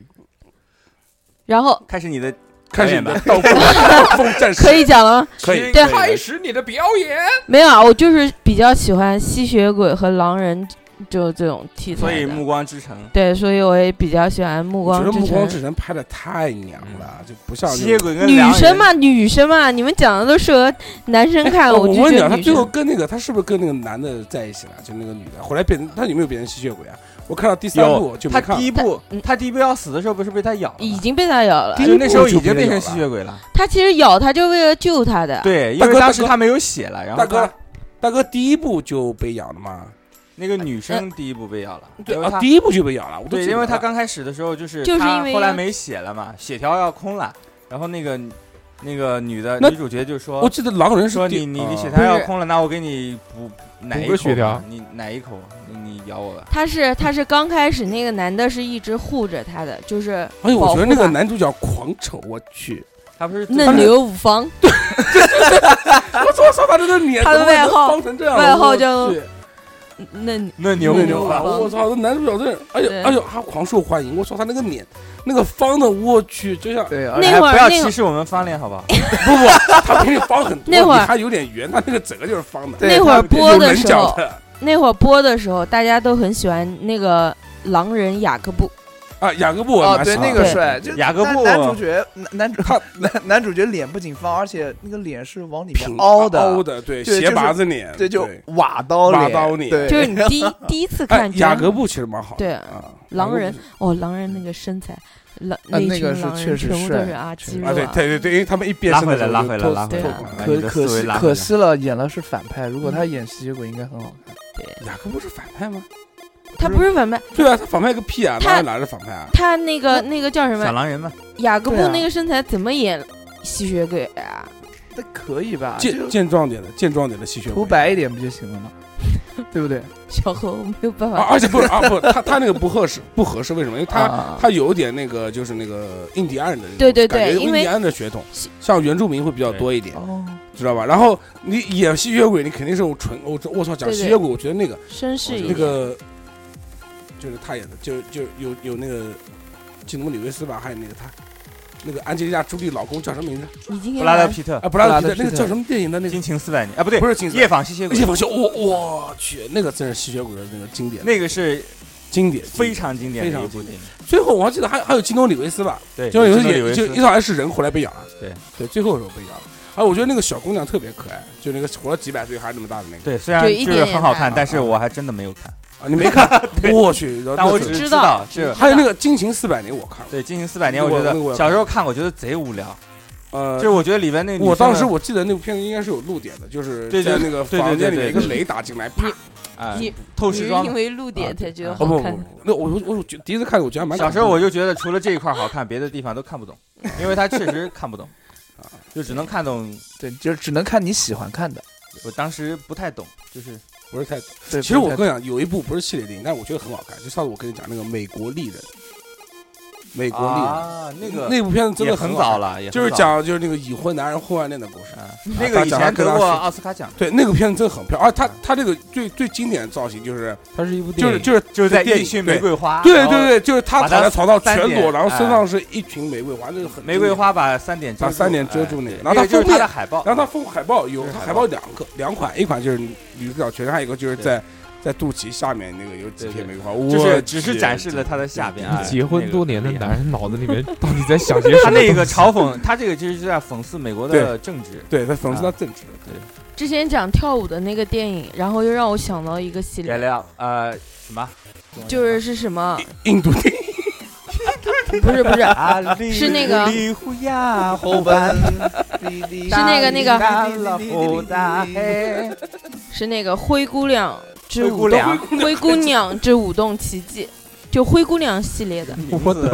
S1: 然后
S5: 开始你的
S4: 开始
S5: 演
S4: 你
S5: 吧
S4: 的刀锋刀锋战士
S1: 可，以讲了吗？
S4: 可以
S1: 对
S2: 开始你的表演。
S1: 没有啊，我就是比较喜欢吸血鬼和狼人就这种题材的。
S5: 所以《暮光之
S4: 嗯
S5: 城
S1: 对，所以我也比较喜欢《暮
S4: 我觉
S1: 光
S4: 得《嗯
S1: 之
S4: 暮
S1: 城
S4: 光》之。城》拍的太娘了，就不》像那种
S5: 吸血鬼跟
S1: 女
S5: 良人
S1: 生，嘛，女生嘛，你们讲的都适合男生看，
S4: 哎我
S1: 就
S4: 问你
S1: 觉得
S4: 啊，他
S1: 女
S4: 最后
S1: 生。
S4: 跟那个他是不是跟那个男的在一起了？就那个女的，后来变成他有没有变成吸血鬼啊？我看到第三
S5: 有
S4: 部就没
S5: 他
S4: 看
S5: 第。一步
S1: 嗯
S5: 他第一步要死的时候不是被他咬了吗？
S1: 已经被他咬了
S4: 第，
S5: 就
S4: 一
S5: 那
S4: 步
S5: 时候
S4: 哦就
S5: 已经
S4: 被咬
S5: 变成
S4: 了
S5: 吸血鬼了。
S1: 他其实咬他就为了救他的。
S5: 对，因
S4: 大哥
S5: 为
S4: 大
S5: 当时
S4: 哥
S5: 他没有血了，然后
S4: 大哥
S5: 他，
S4: 大哥第一部就被咬了吗？
S5: 那个女
S1: 嗯
S5: 生第一步被咬了，
S4: 对
S5: 因为
S4: 啊，
S5: 他
S4: 第一部就被咬了。我都
S5: 对，
S4: 记
S5: 因为
S4: 得
S5: 他
S4: 了
S5: 刚开始的时候就是
S1: 就是
S5: 他
S1: 因为
S5: 后来
S1: 要
S5: 没血了嘛，血条要空了，然后那个那个女的
S4: 那
S5: 女主角就说
S4: 我记得狼人是
S5: 说
S4: 第
S5: 你你
S4: 啊
S5: 你血条
S1: 不
S5: 要
S1: 是
S5: 空了，那我给你补奶
S2: 补
S5: 一
S2: 个
S5: 口
S2: 血条
S5: 吧，你奶一口，你你咬我吧。
S1: 他是他是刚开始那个男的是一直护着他的，就是
S4: 哎呦，我
S1: 保护
S4: 觉得那个
S1: 他
S4: 男主角狂丑，我去！
S5: 他不是
S1: 嫩牛五方，
S4: 我操，操他这个脸，
S1: 他的
S4: 怎么
S1: 外
S4: 能
S1: 号
S4: 方成这样了，
S1: 外号
S4: 我
S1: 叫
S4: 去
S1: 嫩
S5: 嫩
S4: 牛
S1: 牛
S5: 牛
S4: 牛
S1: 啊
S4: 啊！我操，这男主角真是，哎
S1: 对
S4: 呦哎呦，他狂受欢迎。我操，他那个脸，那个方的，我去，就像
S3: 对，而
S1: 那
S3: 且
S5: 哎
S1: 会儿
S5: 不
S1: 那
S5: 要
S1: 会
S5: 歧
S1: 儿
S5: 视我们方脸好不好？
S4: 不不，他比你方很多，
S1: 那会儿
S4: 你还有点圆，他那个整个就是方的。
S1: 那会儿
S4: 他
S1: 播
S4: 有
S1: 的
S4: 棱
S1: 时
S4: 角
S1: 候
S4: 的
S1: 那会儿播的时候，大家都很喜欢那个狼人雅各布，
S4: 啊，雅各布我
S3: 哦
S4: 蛮
S3: 对
S4: 喜欢
S3: 那
S4: 的，
S3: 个帅，就
S5: 雅各
S3: 男
S5: 布
S3: 男主角男男主 男男主角脸不仅方，而且那个脸是往里面
S4: 平
S3: 凹的，
S4: 凹的，对，
S3: 对
S4: 斜
S3: 就是
S4: 拔子脸，
S3: 对，就
S4: 对
S3: 瓦刀
S4: 瓦
S3: 脸，
S4: 刀 脸
S3: 对，
S1: 就是你第一第一次
S4: 哎
S1: 看，
S4: 雅各布其实蛮好的，
S1: 对
S4: 啊，
S1: 狼人
S4: 雅
S1: 哦，狼人那个身材，狼
S3: 呃那
S1: 群
S3: 个是
S1: 狼人
S3: 确实
S1: 全部都
S3: 帅
S1: 是啊肌
S3: 确实
S1: 肉
S4: 各布啊，对
S1: 啊，
S4: 对对对，因为他们一变
S5: 拉
S4: 身
S5: 回
S4: 的时
S5: 来
S4: 候
S5: 拉
S4: 就
S5: 回来
S4: 脱
S5: 拉回
S1: 来
S4: 脱
S1: 对
S4: 光了
S5: 啊
S3: 可
S5: 你的
S3: 可
S5: 思维
S3: 惜
S5: 拉回
S3: 可
S5: 来
S3: 惜了，演了是反派，如果他演吸血鬼应该很好看。
S4: 雅各布是反派吗？
S1: 他不是反派，
S4: 对啊，他反派个屁啊，
S1: 他
S4: 哪哪是反派啊？
S1: 他那个那个叫什
S5: 小
S1: 么
S5: 狼人嘛，
S1: 雅各布
S3: 对啊
S1: 那个身材怎么演吸血鬼啊？
S3: 那可以吧？
S4: 健健壮点的，健壮点的吸血鬼，
S3: 涂白一点不就行了吗？对不对？
S1: 小何我没有办
S4: 啊，
S1: 法，
S4: 而且不是啊，不，他他那个不合适，不合适，为什么？因为他
S3: 啊
S4: 他有点那个，就是那个印第安人的那种
S1: 对对
S4: 感
S1: 对
S4: 觉有
S1: 因
S4: 印
S1: 为
S4: 第安的血统
S1: 是，
S4: 像原住民会比较多一点，
S3: 哦，
S4: 知道吧？然后你演吸血鬼，你肯定是我纯我我操讲
S1: 对对
S4: 吸血鬼，我觉得那个
S1: 绅士一
S4: 那
S1: 点，
S4: 个就是他演的，就就有有那个基努里维斯吧，还有那个他那个安吉丽娜朱莉老公叫什么名字？
S1: 已经
S5: 布
S1: 给
S5: 拉
S1: 他
S5: 德皮特
S4: 啊，布拉德
S3: 布拉德
S4: 皮特那
S3: 皮
S4: 个
S3: 特
S4: 叫什么电影的那个
S5: 金？情四百年啊，不对
S4: 不，是金色
S5: 夜访吸血鬼
S4: 夜，访秀，我我去，那个真是吸血鬼的那个经典，
S5: 那个是
S4: 经典
S5: 非。常经典
S4: 非
S5: 的
S4: 常
S5: 一部
S4: 经
S5: 电影。
S4: 最后我还记得还还有基努里维斯吧，
S5: 对，
S4: 就
S5: 有
S4: 有
S5: 基
S4: 一
S5: 努里
S4: 也
S5: 维
S4: 就
S5: 斯
S4: 一上来是人，后来被咬了。
S5: 对
S4: 对，最后的时候被咬了。哎，我觉得那个小姑娘特别可爱，就那个活了几百岁还那么大的那个
S5: 对，虽然
S1: 就一
S5: 就是
S1: 点点
S5: 很好
S1: 看
S5: 看，但是我还真的没有看，
S4: 啊，你没 看？我去，然
S5: 但
S4: 后
S5: 我
S4: 那
S5: 只是
S4: 个
S1: 知
S5: 知
S1: 道
S5: 道
S1: 知道
S5: 是
S4: 还有那个《惊情四百年》，我看了。
S5: 对《进行四百年》，
S4: 那
S5: 我
S4: 个
S5: 觉
S4: 我那个我要
S5: 得小时候看，我觉得贼无聊，
S4: 呃
S5: 就是，我觉得里边那个女
S4: 我当
S5: 生
S4: 时
S5: 的
S4: 我记得那部片子应该是有露点的，就是
S5: 对对
S4: 在那个
S5: 对对
S4: 房间里面
S5: 对
S4: 一
S5: 对
S4: 个雷打进来，啪！
S1: 你
S4: 哦
S5: 哎
S1: 你
S5: 透
S1: 你
S5: 视
S1: 是
S5: 装
S1: 因为露
S5: 啊
S1: 点才觉得
S4: 不
S1: 好
S4: 不
S1: 看
S4: 不，，那我我我觉得第一次看我觉得还蛮
S5: 小
S4: 感
S5: 时候
S4: 动
S5: 我
S4: 的
S5: 就觉得除了这一块好看，别的地方都看不懂，因为它确实看不懂
S4: 啊，
S5: 就只能看懂。
S3: 对，就只能看你喜欢看的。
S5: 我当时不太懂，就是
S4: 不是太。
S3: 对，
S4: 其实我
S3: 不
S4: 跟你讲，有一部不是系列电影，但我觉得很好看，就上次我跟你讲那个《美国丽人》，美国猎人
S5: 啊，那个
S4: 那部片子真
S5: 也
S4: 的
S5: 很
S4: 好
S5: 早
S4: 看，
S5: 了，也很
S4: 就是
S5: 早嗯
S4: 讲啊就是那个已婚男人婚外恋的故事。
S5: 那个以前得过奥斯卡奖，
S4: 对，那个片子真的很漂亮，而他
S5: 嗯
S4: 他这个最最经典的造型就是
S2: 它是一部电
S4: 就
S2: 影，
S4: 是就是
S5: 就是在
S4: 电
S5: 映
S4: 影
S5: 训玫瑰花，
S4: 对
S5: 然后
S4: 对对，就是他
S5: 把
S4: 躺
S5: 它
S4: 在床上
S5: 三
S4: 全裸，
S5: 点
S4: 然后身
S5: 哎
S4: 上是一群玫瑰花，那个很
S5: 玫瑰花把三点
S4: 把
S5: 遮
S4: 三
S5: 住
S4: 点遮
S5: 哎
S4: 住那个
S5: 对
S4: 然后它
S5: 那个就
S4: 封
S5: 是它
S4: 面
S5: 的海报，哎
S4: 然后他封海报有，
S5: 这是
S4: 他
S5: 海
S4: 海
S5: 报
S4: 报两个两款，一款就是女主角全身，还有一个就是在在肚脐下面那个有几
S5: 对
S4: 片
S5: 对
S4: 玫瑰花，
S5: 就是
S4: 我
S5: 只是
S4: 去
S5: 展示了他的下边。哎
S2: 结婚多年的男，人脑子里面到底在想些什
S5: 那个厉害 他
S2: 么东西？
S5: 那个嘲讽，他这个其实是在讽刺美国的政治。
S4: 对他讽刺他
S5: 啊
S4: 政治，
S1: 之前讲跳舞的那个电影，然后又让我想到一个系
S5: 原
S1: 列，
S5: 谅呃什么？
S1: 就是是什么？
S4: 印度电影
S1: 不是不是，
S5: 啊，
S1: 是那 个
S5: 里胡呀后
S3: 班
S5: 班，
S3: 是
S1: 是那个那个
S5: 大拉胡大嘿
S1: 是那个灰姑娘之
S5: 灰姑
S1: 舞
S5: 娘
S1: 动，灰姑娘之舞动奇迹，就灰姑娘系列的，
S2: 我的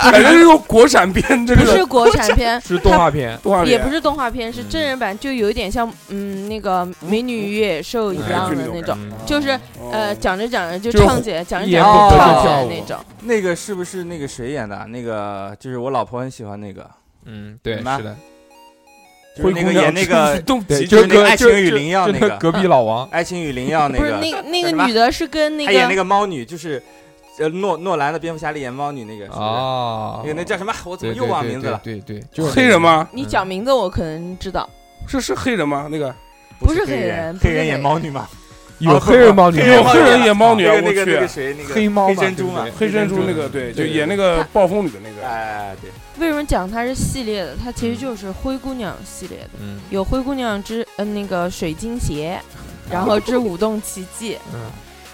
S4: 感觉是种国产片，这
S1: 不
S4: 个
S1: 是国
S2: ，
S1: 产片
S2: 是动画片，
S4: 动画
S1: 也
S4: 片
S1: 不是动画片，是真人版，就有一点像嗯那个《美女与野兽》一样的那种，
S2: 嗯
S1: 就是呃
S4: 哦
S1: 讲着讲着就
S2: 就是
S1: 唱起来，讲着
S2: 一言
S1: 讲着
S5: 不合
S1: 唱
S5: 就
S1: 起
S2: 跳
S1: 来
S2: 舞
S1: 那种。
S5: 那个是不是那个谁演的？那个就是我老婆很喜欢那个，
S2: 嗯，对，
S5: 什么
S2: 是的，
S5: 就是那
S4: 灰姑
S5: 个
S4: 娘
S5: 演那个
S4: 自动
S2: 对，
S4: 骑
S5: 就是是那个
S2: 隔
S5: 爱
S2: 就
S5: 情与
S2: 就
S5: 灵药
S2: 就
S5: 那个
S2: 隔壁老王
S5: 《爱情与灵药》那
S1: 不是
S5: 个，
S1: 那那个
S5: 叫什么
S1: 女的是跟那
S5: 他演那
S1: 个
S5: 个猫女，就是呃诺诺兰的蝙蝠侠里演猫女那个，是不是
S2: 啊
S5: 那个那叫什么？我怎
S2: 对
S5: 么
S2: 对
S5: 又忘
S2: 对
S5: 名字
S2: 对
S5: 了？
S2: 对对，就是
S4: 黑人
S2: 那个？
S4: 吗？
S1: 你讲名字我可能知道，
S4: 是是黑人吗？那个
S1: 不是
S5: 黑
S1: 黑人不
S5: 黑
S1: 是
S5: 人
S1: 黑
S5: 演
S1: 人
S5: 猫女吗？
S2: 有黑人吗？女
S5: 黑人
S4: 有
S2: 人
S5: 吗
S4: 黑人演猫女啊，
S5: 那个
S4: 我
S5: 那个那个
S4: 去。
S5: 谁那个
S2: 黑猫
S5: 黑
S2: 嘛
S5: 珍珠嘛
S2: 对不对
S4: 黑珍珠那个，对，就演那个暴风女的那个，
S5: 哎对，
S1: 为什么讲它是系列的？它其
S5: 嗯
S1: 实就是灰姑娘系列的，
S2: 嗯
S1: 有灰姑娘之呃那个水晶鞋，然后之舞动奇迹，
S2: 嗯，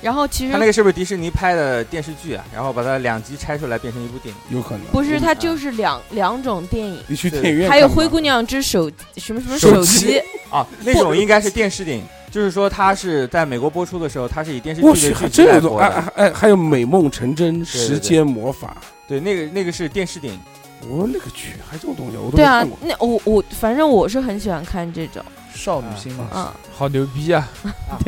S1: 然后其
S5: 他那
S1: 实
S5: 个是不是迪士尼拍的电视剧啊？然后把它两集拆出来变成一部电影。
S4: 有可能
S1: 不是
S5: 嗯
S1: 它就是两两种电影，
S4: 你去电影院
S1: 还有
S4: 看
S1: 灰
S4: 吧
S1: 姑娘之手什么什么
S4: 手
S1: 手
S4: 机
S1: 机，
S5: 啊，那种应该是电视电影，就是说它是在美国播出的时候，它是以电视
S4: 我去，
S5: 剧的剧
S4: 还
S5: 情
S4: 真
S5: 来
S4: 有种
S5: 播
S4: 哎
S5: 的。
S4: 哎哎，还有美梦成真、
S5: 对
S4: 时间魔法，
S5: 对，那个那个是电视电影。
S4: 我勒个去，还这种东西我都没
S1: 对啊
S4: 看过，。
S1: 那我我反正我是很喜欢看这种，
S3: 少女心嘛，
S1: 嗯，
S2: 好牛逼啊！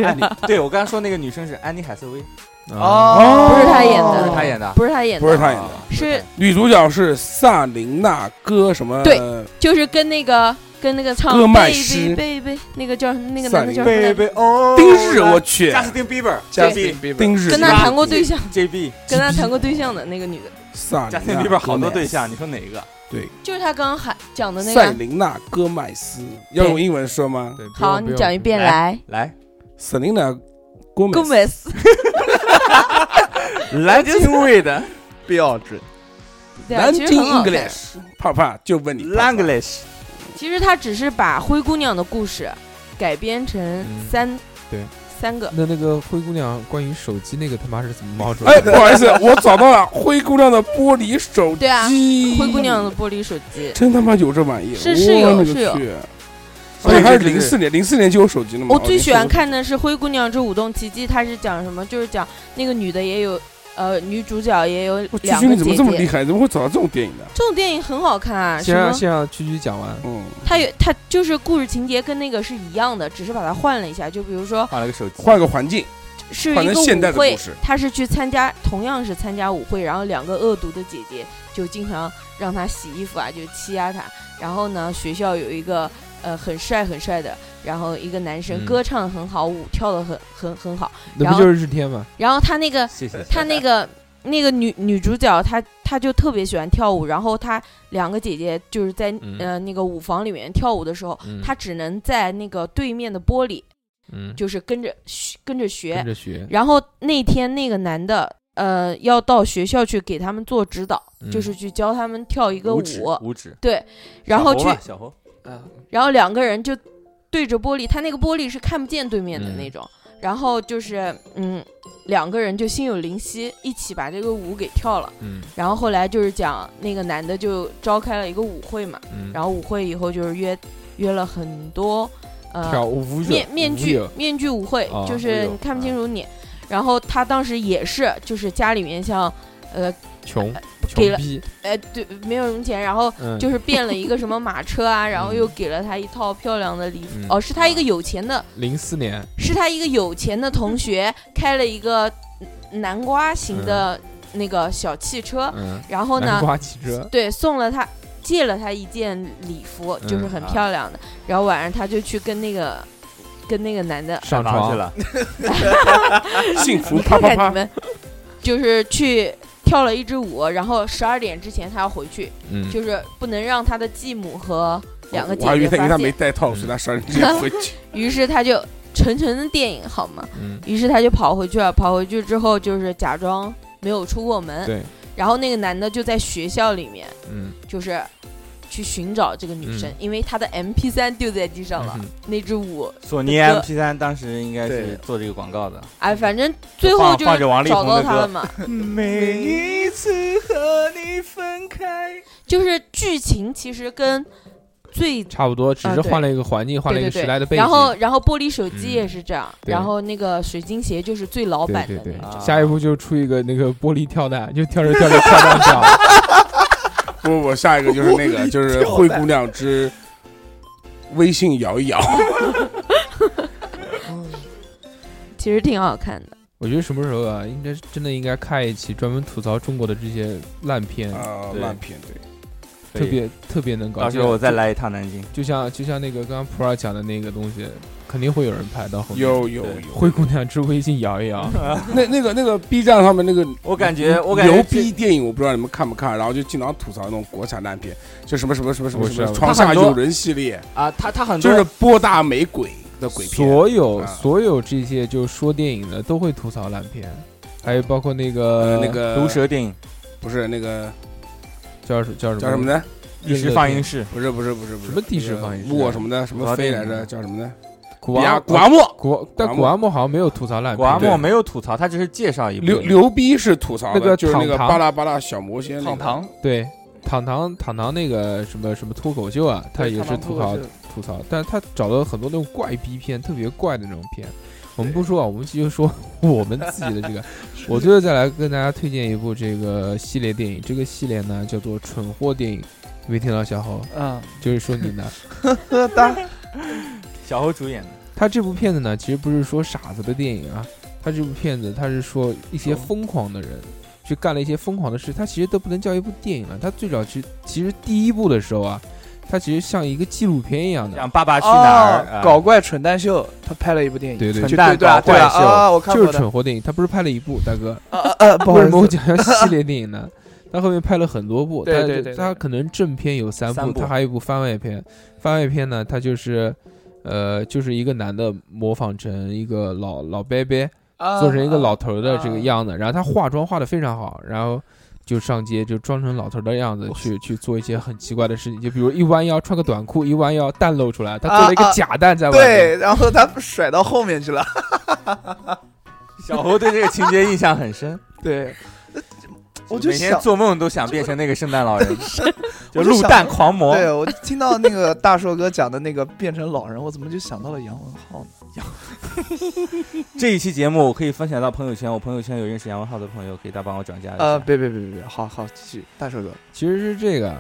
S5: 安妮，对我刚才说那个女生是安妮海瑟薇，啊
S3: 哦
S1: 不是他演的
S5: 不是她演的啊，
S1: 不是他哦演
S4: 不是
S1: 的，
S4: 她演的，
S5: 啊
S1: 是
S4: 女主角是萨琳娜·戈什么？
S1: 对就是跟那个跟那个唱
S4: 戈麦
S1: 贝
S4: 诗
S1: 贝贝贝那个叫什么那个
S4: 萨
S1: 男的叫
S4: 林
S1: 什么
S5: 贝
S1: 来着？
S5: 贝哦，
S4: 丁日，我去，
S5: 贾斯汀比伯
S3: 贾斯汀
S1: 对
S3: 比伯
S4: 丁日，
S1: 跟他
S5: 拉
S1: 谈过对象，
S5: JB，
S1: 跟他谈过对象的那个女的，
S4: 萨
S5: 贾斯
S4: 琳
S5: 汀
S4: 娜
S5: 比
S4: 戈
S5: 伯
S4: 麦
S5: 好多对象，你说哪一个？
S1: 就是他刚刚喊讲的那
S4: 塞
S1: 个。
S4: 琳娜·戈麦斯，要用英文说吗？
S2: 对不
S1: 好，
S2: 用不
S1: 你
S2: 用
S1: 讲一遍
S5: 来
S1: 来。
S5: 来，
S4: 塞琳娜·戈麦
S1: 戈
S4: 斯，
S1: 梅斯，
S5: 蓝精卫的
S3: 标准。
S1: 对啊，
S4: 南
S1: 其
S4: 京
S1: 实很好看。
S4: English，怕怕就问你怕怕
S5: Langlish，
S1: 其实他只是把灰姑娘的故事改编成
S2: 嗯
S1: 三，
S2: 对，
S1: 三个。
S2: 那那个灰姑娘关于手机那个他妈是怎么冒出来
S4: 哎，不
S2: 的？
S4: 好意思，我找到了灰姑娘的玻璃手
S1: 对啊
S4: 机。
S1: 灰姑娘的玻璃手机，
S4: 真他妈有这玩意儿，
S1: 是是有
S4: 我勒个
S1: 是有
S4: 去
S5: 所
S4: 而
S5: 以
S4: 且还是
S5: 这个
S4: 零四年，零四年就有手机了嘛。
S1: 我最喜欢
S4: 04
S1: 看的是《灰姑娘之舞动奇迹》，它是讲什么？就是讲那个女的也有，呃，女主角也有
S4: 我去，
S1: 两
S4: 去
S1: 个
S4: 哦你怎
S1: 姐
S4: 么这么厉
S1: 姐。
S4: 害？怎么会找到这种电影的？
S1: 这种电影很好看啊，什
S2: 先让
S1: 么？
S2: 先让蛐蛐讲完。
S4: 嗯，
S1: 它有它就是故事情节跟那个是一样的，只是把它换了一下。就比如说
S5: 换了个手机，
S4: 换个环 境，
S1: 是
S4: 换
S1: 一
S4: 成
S1: 个
S4: 现代
S1: 舞
S4: 的故
S1: 会，
S4: 事。
S1: 她是去参加，同样是参加舞会，然后两个恶毒的姐姐就经常让她洗衣服啊，就欺压她。然后呢，学校有一个呃很帅很帅的，然后一个男生
S2: 嗯
S1: 歌唱的很好，舞跳的很很很好。
S2: 那
S1: 然
S2: 不
S1: 后
S2: 就是日天吗？
S1: 然后他那个
S5: 谢谢。
S1: 他那个那个女女主角，她她就特别喜欢跳舞，然后她两个姐姐就是在、
S2: 嗯
S1: 呃那个舞房里面跳舞的时候，
S2: 嗯
S1: 她只能在那个对面的玻璃，
S2: 嗯，
S1: 就是跟着学跟着学。
S2: 跟着学，
S1: 然后那天那个男的。呃，要到学校去给他们做指导，
S2: 嗯
S1: 就是去教他们跳一个
S5: 五
S1: 舞，
S5: 指五指，
S1: 然后去
S5: 小猴，吧啊小猴
S1: 然后两个人就对着玻璃，他那个玻璃是看不见对面的
S2: 嗯
S1: 那种。然后就是，嗯，两个人就心有灵犀，一起把这个舞给跳了。
S2: 嗯
S1: 然后后来就是讲那个男的就召开了一个舞会嘛，
S2: 嗯，
S1: 然后舞会以后就是约约了很多
S2: 跳
S1: 呃
S2: 舞舞者
S1: 面面
S2: 舞
S1: 具
S2: 者
S1: 面具舞会
S2: 啊，
S1: 就
S2: 哎
S1: 是
S2: 呦
S1: 你看不清楚你。然后他当时也是，就是家里面像呃
S2: 穷
S1: 给
S2: 穷
S1: 了
S2: 逼，
S1: 呃对没有什么钱，然后
S2: 嗯，
S1: 就是变了一个什么马车啊，然后又给了他一套漂亮的礼服
S2: 嗯。
S1: 哦，是他一个有钱的，
S2: 零四年
S1: 是他一个有钱的同学开了一个南瓜型的那个小汽车，
S2: 嗯，
S1: 然后呢
S2: 南，瓜汽车，
S1: 对，送了他借了他一件礼服，就是
S2: 嗯
S1: 很
S5: 啊
S1: 漂亮的。然后晚上他就去跟那个跟那个男的，
S2: 上
S5: 房
S2: 床
S5: 去，了，
S4: 幸福
S1: 你
S4: 啪
S1: 看
S4: 啪
S1: 看你
S4: 啪，
S1: 们，就是去跳了一支舞，然后十二点之前他要回去，
S2: 嗯，
S1: 就是不能让他的继母和两个姐
S4: 我还以为他
S1: 姐
S4: 因为
S1: 发
S4: 他没
S1: 现。
S4: 带套，所以他 上人直接回去。
S1: 于是他就沉沉的电影好吗？
S2: 嗯，
S1: 于是他就跑回去了，跑回去之后就是假装没有出过门。
S2: 对，
S1: 然后那个男的就在学校里面，
S2: 嗯，
S1: 就是去寻找这个女生，
S2: 嗯
S1: 因为她的 MP 三丢在地上了，
S2: 嗯
S1: 那支舞，
S7: 索尼
S1: 这个
S7: MP 三当时应该是
S3: 对
S7: 做这个广告的。
S1: 哎，反正最后就
S7: 放放
S1: 是
S7: 着王力
S1: 找
S7: 宏
S1: 到
S7: 的
S1: 她了
S7: 歌，
S1: 嘛。
S7: 每一次和你分开，
S1: 就是剧情其实跟最
S2: 差不多，只
S1: 啊
S2: 是
S1: 对
S2: 换了一个环境，换了一
S1: 对对
S2: 个
S1: 对
S2: 时代的背景。
S1: 然后然后玻璃手机
S2: 嗯
S1: 也是这样，
S2: 对
S1: 然后那个水晶鞋就是最老
S2: 对
S1: 版
S2: 对
S1: 的那
S2: 对
S1: 个。
S7: 啊
S2: 下一步就出一个那个玻璃跳蛋， 就跳着跳着跳蛋响 了。
S4: 不不不，下一个就是那个，就是灰姑娘之微信 摇一摇。
S1: 其实挺好看的。
S2: 我觉得什么时候啊，应该真的应该开一期专门吐槽中国的这些烂片，
S4: 啊，
S7: 对
S4: 烂片对，
S2: 特别特别能搞。
S7: 到时候我再来一趟南京。
S2: 就像就像那个刚刚普洱讲的那个东西，肯定会有人拍到后面。
S4: 有有
S7: 对
S4: 有，
S2: 灰姑娘之微信摇一摇，
S4: 那那个那个 B 站上面那个
S7: 我感觉，我感觉
S4: 牛
S7: 这
S4: 逼电影，我不知道你们看不看，然后就经常吐槽那种国产烂片，就什么什么什么什么
S2: 我
S4: 什
S2: 知
S4: 么
S2: 道
S4: 床下有人系列，
S7: 啊！他他很多
S4: 就是波大美鬼的 鬼片。
S2: 所有
S4: 啊
S2: 所有这些就说电影的都会吐槽烂片，还有包括那
S4: 呃
S2: 个，
S4: 那个
S7: 毒蛇电影，
S4: 不是那个
S2: 叫什叫什么
S4: 叫什么？呢？
S7: 一时放映室，
S4: 不是不是不是不是
S2: 什么地势放啊映室
S4: 我什么的什么飞来着？叫什么呢？
S2: 古
S4: 古阿
S2: 阿
S4: 古阿莫，
S2: 古，但古
S4: 古阿莫
S2: 阿莫好像没有吐槽烂
S7: 古阿
S2: 片。
S7: 莫没有吐槽，他只是介绍一部
S4: 刘刘逼是吐槽
S2: 那
S4: 的，
S2: 个
S4: 就是那个
S2: 糖糖
S4: 巴拉巴拉小魔仙那个
S3: 躺堂，
S2: 对，糖糖糖糖那个什么什么脱口秀啊，他也是吐槽吐槽，但是他找了很多那种怪逼片，特别怪的那种片。我们不说啊，我们就 说我们自己的这个。我最后再来跟大家推荐一部这个系列电影，这个系列呢叫做《蠢货电影》，没听到小侯，
S3: 嗯，
S2: 就是说你 呢。
S3: 呵哒，
S7: 小侯主演的，
S2: 他这部片子呢，其实不是说傻子的电影啊，他这部片子他是说一
S3: 哦
S2: 些疯狂的人去干了一些疯狂的事，他其实都不能叫一部电影了。他最早其实其实第一部的时候啊，他其实像一个纪录片一样的，
S7: 像《爸爸去哪
S5: 哦
S7: 儿》啊
S3: 搞怪蠢蛋秀，他拍了一部电影，
S2: 对对
S3: 就
S7: 蠢蛋
S3: 对对啊
S7: 搞怪
S3: 对啊
S7: 秀
S3: 啊，我看
S2: 就
S3: 过
S2: 是
S3: 的，
S2: 蠢货电影。他不是拍了一部，大哥，
S3: 呃呃， 不好
S2: 为
S3: 意
S2: 什么我
S3: 思，
S2: 讲要系列电影 呢？他后面拍了很多部，
S3: 对
S2: 但
S3: 对
S2: 是
S3: 对对
S2: 他可能正片有三
S7: 三部
S2: 他还有一部番外篇。番外篇呢，他就是，呃，就是一个男的模仿成一个老老伯伯，
S3: 啊
S2: 做成一个老头儿的这个
S3: 啊
S2: 样子，然后他化妆化的非常好，然后就上街就装成老头儿的样子
S3: 哇
S2: 去去做一些很奇怪的事情，就比如一弯腰穿个短裤，一弯腰蛋露出来，他做了一
S3: 啊
S2: 个
S3: 啊
S2: 假蛋在外面。
S3: 对，然后他甩到后面去了，
S7: 小侯对这个情节印象很深，
S3: 对，我就
S7: 每天
S3: 想，
S7: 做梦都想变成那个圣诞老 人， 就
S3: 我就
S7: 鹿
S3: 想
S7: 蛋狂魔。
S3: 对我听到那个大硕哥讲的那个变成老人，我怎么就想到了杨文浩呢？
S7: 这一期节目我可以分享到朋友圈，我朋友圈有认识杨文浩的朋友，可以他帮我转
S4: 哎
S7: 嫁一
S3: 呃，
S7: 下。
S3: 别别别别别，好好继续，大硕哥，
S2: 其实是这个，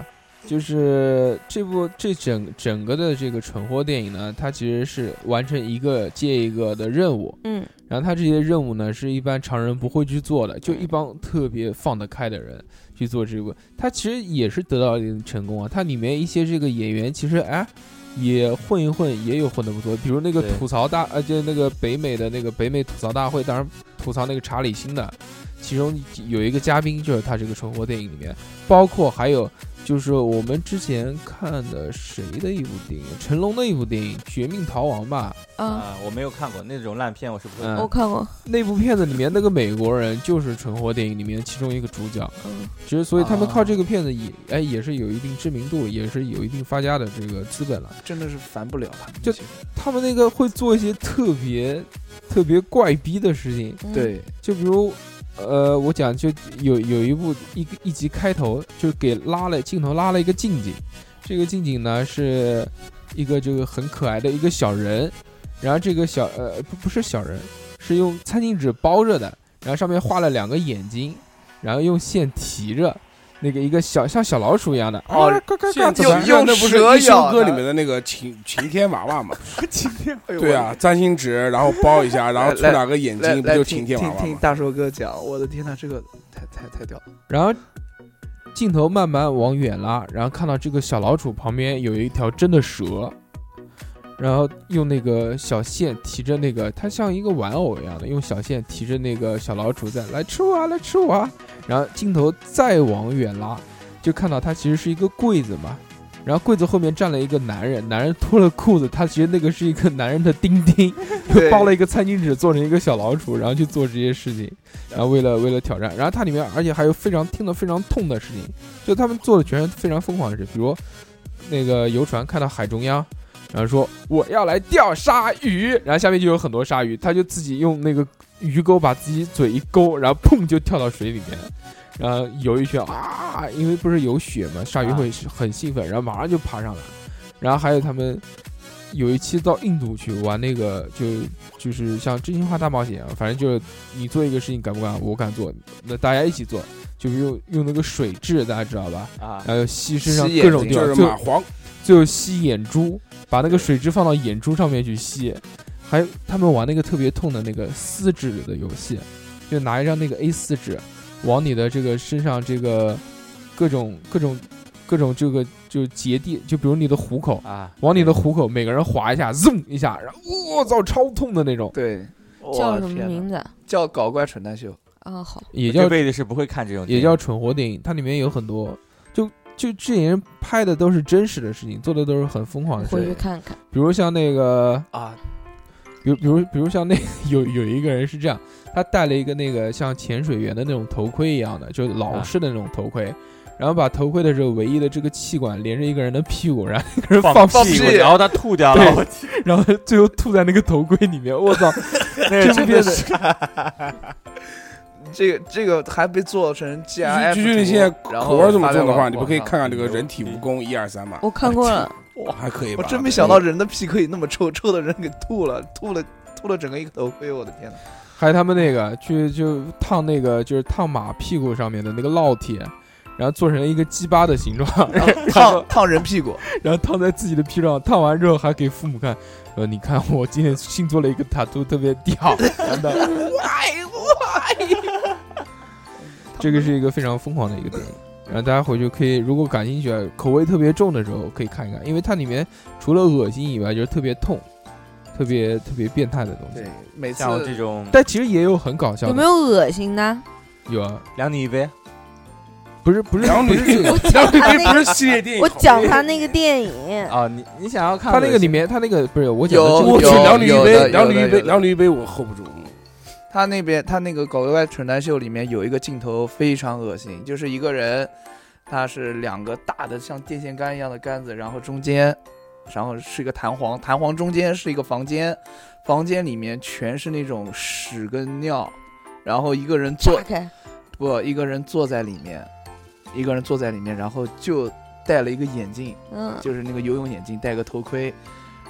S2: 就是这部这整整个的这个蠢货电影呢，它其实是完成一个接一个的任务，
S1: 嗯，
S2: 然后他这些任务呢，是一般常人不会去做的，就一帮特别放得开的人去做这个。他其实也是得到了一定成功啊。他里面一些这个演员，其实哎，也混一混，也有混得不错。比如那个
S7: 对
S2: 吐槽大，呃，就那个北美的那个北美吐槽大会，当然吐槽那个查理辛的，其中有一个嘉宾就是他这个蠢货电影里面，包括还有就是我们之前看的谁的一部电影，成龙的一部电影《绝命逃亡》吧，
S1: 啊，
S7: 啊，我没有看过那种烂片，我是不会看
S2: 嗯
S7: 的。
S1: 我看过，
S2: 那部片子里面那个美国人就是《蠢货电影》里面其中一个主角，
S1: 嗯，
S2: 其实所以他们靠这个片子也哎也是有一定知名度，也是有一定发家的这个资本了。
S3: 真的是烦不了他们
S2: 就
S3: 这些人，
S2: 他们那个会做一些特别特别怪逼的事情，
S1: 嗯，
S3: 对，
S2: 就比如呃，我讲就有有一部一个一集开头就给拉了镜头拉了一个近景，这个近景呢是一个这个很可爱的一个小人，然后这个小呃不不是小人，是用餐巾纸包着的，然后上面画了两个眼睛，然后用线提着。那个一个小像小老鼠一样的，
S4: 哦
S2: 啊嘎嘎嘎
S4: 现
S2: 走
S4: 在
S2: 吧
S3: 有用
S4: 那不是
S3: 蛇
S4: 一休
S3: 咬
S4: 哥
S3: 的
S4: 里面的那个晴晴天娃娃 嘛？
S3: 哎呦
S4: 对啊，，占星纸，然后包一 下，然后出两个眼
S3: 我来
S4: 睛，不
S3: 来
S4: 就
S3: 听
S4: 晴天
S3: 听
S4: 娃娃
S3: 听
S4: 吗？
S3: 大寿哥讲，我的天呐，这个太太太屌了！
S2: 然后镜头慢慢往远拉，然后看到这个小老鼠旁边有一条真的蛇，然后用那个小线提着那个，它像一个玩偶一样的，用小线提着那个小老鼠在来吃我啊，来吃我啊。然后镜头再往远拉，就看到它其实是一个柜子嘛。然后柜子后面站了一个男人，男人脱了裤子，他其实那个是一个男人的丁丁，
S3: 对
S2: 包了一个餐巾纸做成一个小老鼠，然后去做这些事情。然后为了为了挑战，然后它里面而且还有非常听得非常痛的事情，就他们做的全是非常疯狂的事，比如那个游船开到海中央，然后说我要来钓鲨鱼，然后下面就有很多鲨鱼，他就自己用那个鱼钩把自己嘴一勾，然后砰就跳到水里面。然后游一圈啊，因为不是有雪嘛，鲨鱼会很兴奋，然后马上就爬上来。然后还有他们有一期到印度去玩那个，就就是像真心话大冒险啊，反正就是你做一个事情敢不敢？我敢做，那大家一起做，就是用用那个水蛭，大家知道吧？
S7: 啊，
S2: 然后吸身上
S3: 吸眼
S2: 各种
S3: 睛
S2: 地
S4: 就
S2: 方，
S4: 是
S2: 最
S4: 蚂
S2: 后
S4: 蟥，
S2: 最后吸眼珠，把那个水蛭放到眼珠上面去吸。还有他们玩那个特别痛的那个撕纸的游戏，就拿一张那个 A 4纸，往你的这个身上这个各种各种各种这个就结地，就比如你的虎口，
S7: 啊，
S2: 往你的虎口每个人划一下，zoom 一下，然后我操，超痛的那种，
S3: 对，我
S1: 叫什么
S3: 天呐
S1: 名字啊？
S3: 叫搞怪蠢蛋秀，
S1: 啊，好，
S2: 也
S7: 这
S2: 叫
S7: 辈子是不会看这种电
S2: 也
S7: 影，
S2: 叫蠢货电影，它里面有很多，就就这些人拍的都是真实的事情，做的都是很疯狂的事
S1: 回去
S2: 情，
S1: 看看。
S2: 比如像那个，
S3: 啊，
S2: 比如比如比如像那 有有一个人是这样，他戴了一个那个像潜水员的那种头盔一样的，就是
S7: 啊
S2: 老式的那种头盔。然后把头盔的时候，唯一的这个气管连着一个人的屁股，然后那个人
S7: 放
S2: 放
S7: 屁
S3: 屁
S7: 然后他吐掉了，
S2: 对
S7: 我
S2: 然后最后吐在那个头盔里面。我操，
S7: 那个
S2: 真的是
S3: 这个这个还被做成 G I F
S4: 居居，你现在
S3: 然
S4: 口
S3: 后
S4: 味这么
S3: 发在
S4: 重的话，
S3: 网
S4: 你不可以
S3: 网
S4: 看
S3: 上嗯
S4: 看
S3: 哎
S4: 这个人体蜈蚣一二三嘛？
S1: 我看过了，
S2: 啊
S4: 哇，还可以吧？
S3: 我真没 想到人的屁可以那么臭，臭的人给吐了，吐了吐了整个一个头盔，我的天呐！
S2: 还有他们那个去就烫那个就是烫马屁股上面的那个烙铁，然后做成了一个鸡巴的形状，
S3: 然后烫烫人屁股，
S2: 然后烫在自己的屁上，烫完之后还给父母看，呃，你看我今天新做了一个塔图，特别 屌，真的，
S3: 哎我
S2: 这个是一个非常疯狂的一个电影。然后大家回去可以，如果感兴趣，啊，口味特别重的时候可以看一看，因为它里面除了恶心以外，就是特别痛，特别特别变态的东西
S3: 对。，每次
S7: 像我这种
S2: 但其实也有很搞笑
S1: 有
S2: 的，
S1: 没有恶 心的？
S2: 有啊，
S7: 两你一杯，
S2: 不是不是
S4: 两
S2: 不
S4: 女
S2: 是这个，
S1: 我讲他 那
S4: 不
S1: 个，
S4: 是系列电影，
S1: 我讲他那个电影，
S7: 啊，你你想要看
S2: 他那个
S7: 恶
S2: 里
S7: 心
S2: 面他那个不是我讲的
S3: 有
S2: 这个
S4: 我去
S2: 电影
S4: 两女一
S3: 有
S4: 杯，
S3: 的
S4: 两女
S3: 有
S4: 一
S3: 的
S4: 杯，
S3: 有的
S4: 两女一杯，我 hold 不住。
S3: 他那边他那个《搞怪蠢蛋秀》里面有一个镜头非常恶心，就是一个人，他是两个大的像电线杆一样的杆子，然后中间，然后是一个弹簧，弹簧中间是一个房间，房间里面全是那种屎跟尿，然后一个人坐
S1: 炸开，
S3: 不一个人坐在里面，一个人坐在里面，然后就戴了一个眼镜，
S1: 嗯，
S3: 就是那个游泳眼镜，戴个头盔，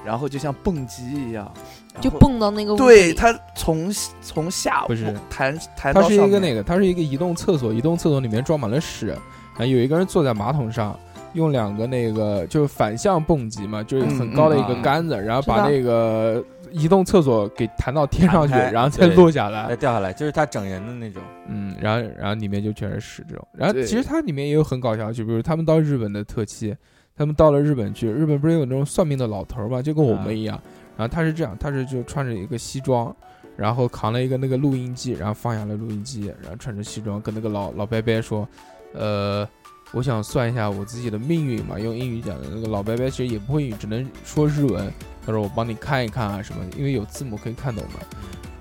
S3: 然后就像蹦极一样，然
S1: 就
S3: 后。
S1: 蹦到那个屋
S3: 对
S1: 里
S3: 他从从下
S2: 不是
S3: 往弹弹
S2: 它
S3: 到
S2: 是
S3: 上
S2: 一个
S3: 面
S2: 那个，它是一个移动厕所，移动厕所里面装满了屎，然后有一个人坐在马桶上，用两个那个就是反向蹦极嘛，就是
S3: 嗯
S2: 很高的一个
S7: 嗯
S2: 杆子，然后把
S1: 知道
S2: 那个移动厕所给弹到天上去，
S7: 弹开
S2: 然后再
S7: 对
S2: 落下来
S7: 哎。掉下来，就是他整人的那种，
S2: 嗯，然后然后里面就全是屎这种。然后
S3: 对
S2: 其实它里面也有很搞笑，就比如他们到日本的特期，他们到了日本去，日本不是有那种算命的老头儿嘛，就跟我
S7: 啊
S2: 们一样。然后他是这样，他是就穿着一个西装，然后扛了一个那个录音机，然后放下了录音机，然后穿着西装跟那个老老伯伯说，呃。我想算一下我自己的命运嘛，用英语讲的那个老伯伯其实也不会英语，只能说日文。他说我帮你看一看啊什么的，因为有字母可以看懂嘛。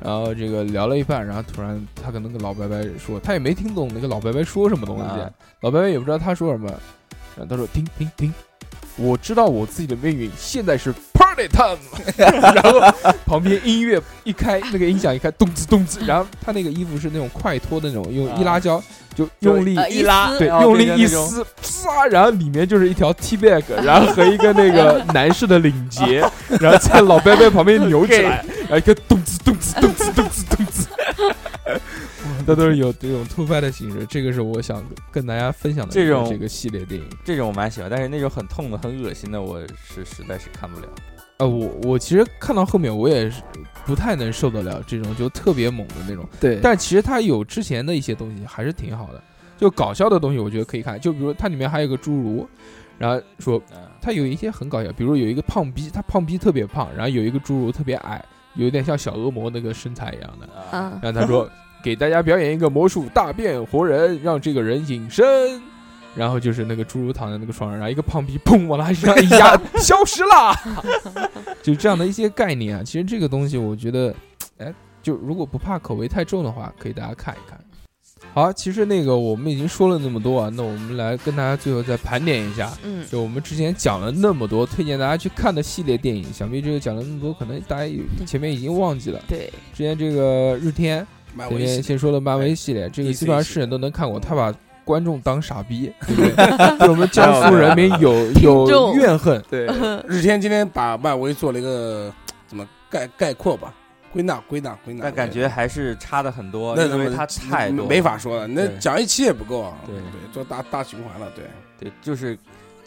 S2: 然后这个聊了一半，然后突然他跟那个老伯伯说，他也没听懂那个老伯伯说什么东西，
S7: 啊
S2: 老伯伯也不知道他说什么。然后他说停停停，我知道我自己的命运，现在是 party time。然 后旁边音乐一开，那个音响一开，咚子咚子。然后他那个衣服是那种快脱的那种，用易拉胶就用力
S1: 呃一 撕
S2: 对，
S7: 然后
S2: 用
S7: 变
S2: 力
S7: 成
S2: 一
S7: 那种
S2: 撕，唰，然后里面就是一条 T bag，然后和一个那个男士的领结，然后在老 伯伯旁边扭起来，然后一个咚子咚子咚子咚子咚子， 那都是有这种突发的形式。这个是我想跟大家分享的
S5: 这种
S2: 这个系列电影。
S5: 这种我蛮喜欢，但是那种很痛的、很恶心的，我是实在是看不了。
S2: 呃，我我其实看到后面我也是不太能受得了这种就特别猛的那种，
S3: 对，
S2: 但其实它有之前的一些东西还是挺好的，就搞笑的东西我觉得可以看，就比如它里面还有个侏儒，然后说它有一些很搞笑，比如有一个胖逼，他胖逼特别胖，然后有一个侏儒特别矮，有点像小恶魔那个身材一样的，
S1: 嗯，
S2: 然后他说给大家表演一个魔术，大变活人，让这个人隐身。然后就是那个侏儒躺在那个床上，然后一个胖逼砰往他身 上一压，消失了。 就这样的一些概念啊，其实这个东西我觉得，哎，就如果不怕口味太重的话，可以大家看一看。好，其实那个我们已经说了那么多啊，那我们来跟大家最后再盘点一下，
S1: 嗯，
S2: 就我们之前讲了那么多，推荐大家去看的系列电影，想必这个讲了那么多，可能大家有前面已经忘记了。
S1: 对，
S2: 之前这个日天
S4: 漫
S2: 前
S4: 威系
S2: 面
S4: 列
S2: 先说了漫威系列，这个
S4: DC
S2: 基本上
S4: 系
S2: 是
S4: 列
S2: 人都能看过，他把观众当傻逼，对不对？ 对我们江苏人民有有
S1: 众
S2: 怨恨，
S3: 对，
S4: 日天今天把漫威做了一个怎么概概括吧，归纳归纳归纳，
S5: 但感觉还是差的很多，
S4: 那
S5: 因为
S4: 那
S5: 它太多了
S4: 没法说了，那
S5: 对
S4: 讲一期也不够啊，
S5: 对啊
S4: 对，做大大循环了，对，
S5: 对，就是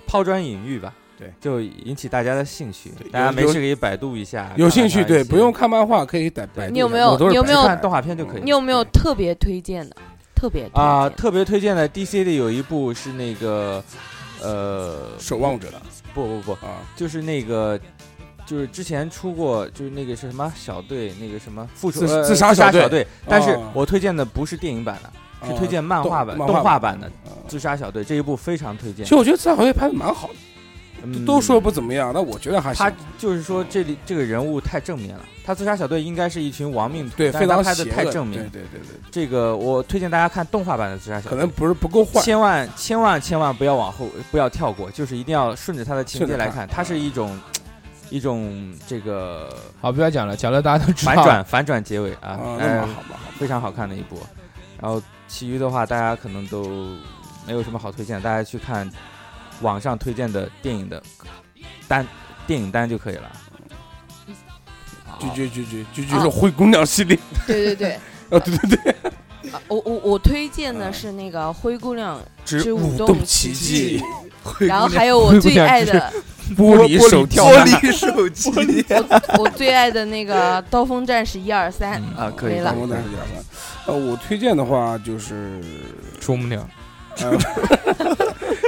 S5: 抛砖引玉吧。
S4: 对，
S5: 就引起大家的兴趣
S4: 对，
S5: 大家
S4: 有
S5: 没事可以百度一下。
S4: 有
S5: 看
S4: 兴
S5: 看
S4: 趣
S5: 它一
S4: 对，
S5: 些
S4: 不用看漫画可以百百度一下。
S1: 你有没有
S4: 我都是
S1: 你有没有
S4: 百度
S5: 看动画片就可以
S1: 你有没有特别推荐的？特别推
S5: 啊，
S1: 荐
S5: 特别推荐的 DC 的有一部是那个，呃，
S4: 守望者了
S5: 不不不，
S4: 啊？
S5: 就是那个，就是之前出过，就是那个是什么小队，那个什么复仇
S4: 自
S5: 呃
S4: 自
S5: 自
S4: 杀小
S5: 小
S4: 队
S5: 队，但是
S4: 哦
S5: 我推荐的不是电影版的，是推荐漫画版、
S4: 动
S5: 动
S4: 漫画
S5: 画版的《
S4: 啊
S5: 自杀小队》这一部非常推荐
S4: 其实。我觉得这好像拍的蛮好的，
S5: 嗯
S4: 都说不怎么样，那我觉得还
S5: 他
S4: 行
S5: 就是说这里这个人物太正面了，他自杀小队应该是一群亡命徒，
S4: 对
S5: 但
S4: 非
S5: 是他
S4: 常
S5: 拍的
S4: 邪
S5: 太
S4: 恶
S5: 正面。
S4: 对对对对，
S5: 这个我推荐大家看动画版的自杀小
S4: 可
S5: 队，
S4: 能不是不够坏，
S5: 千万千万千万不要往后，不要跳过，就是一定要顺着它的情
S4: 顺
S5: 节
S4: 着啊
S5: 来
S4: 看
S5: 看，它是一种一种这个
S2: 好，不要讲了，讲了大家都知道。
S5: 反转反转结尾啊
S4: 啊，，那
S5: 哎
S4: 蛮好蛮好。
S5: 非常好看的一部。然后其余的话，大家可能都没有什么好推荐，大家去看网上推荐的电影的单电影单就可以了。
S4: 居居居居居居是灰姑娘系列，
S1: 对对 对，
S4: 啊对对对，
S1: 啊我我我推荐
S4: 啊
S2: 嗯
S1: 的是那个《灰姑娘
S4: 之
S1: 舞
S4: 动
S1: 奇
S4: 迹》，
S1: 然后还有 我最爱的
S4: 玻璃手机
S3: 玻璃 手机
S1: 我最爱的那个《刀锋战士》一二三，
S4: 嗯
S2: 嗯
S5: 啊，可以
S1: 没
S5: 了
S1: 了
S4: 办公室里边儿呃，我推荐的话就是
S2: 啄木鸟，
S4: 呃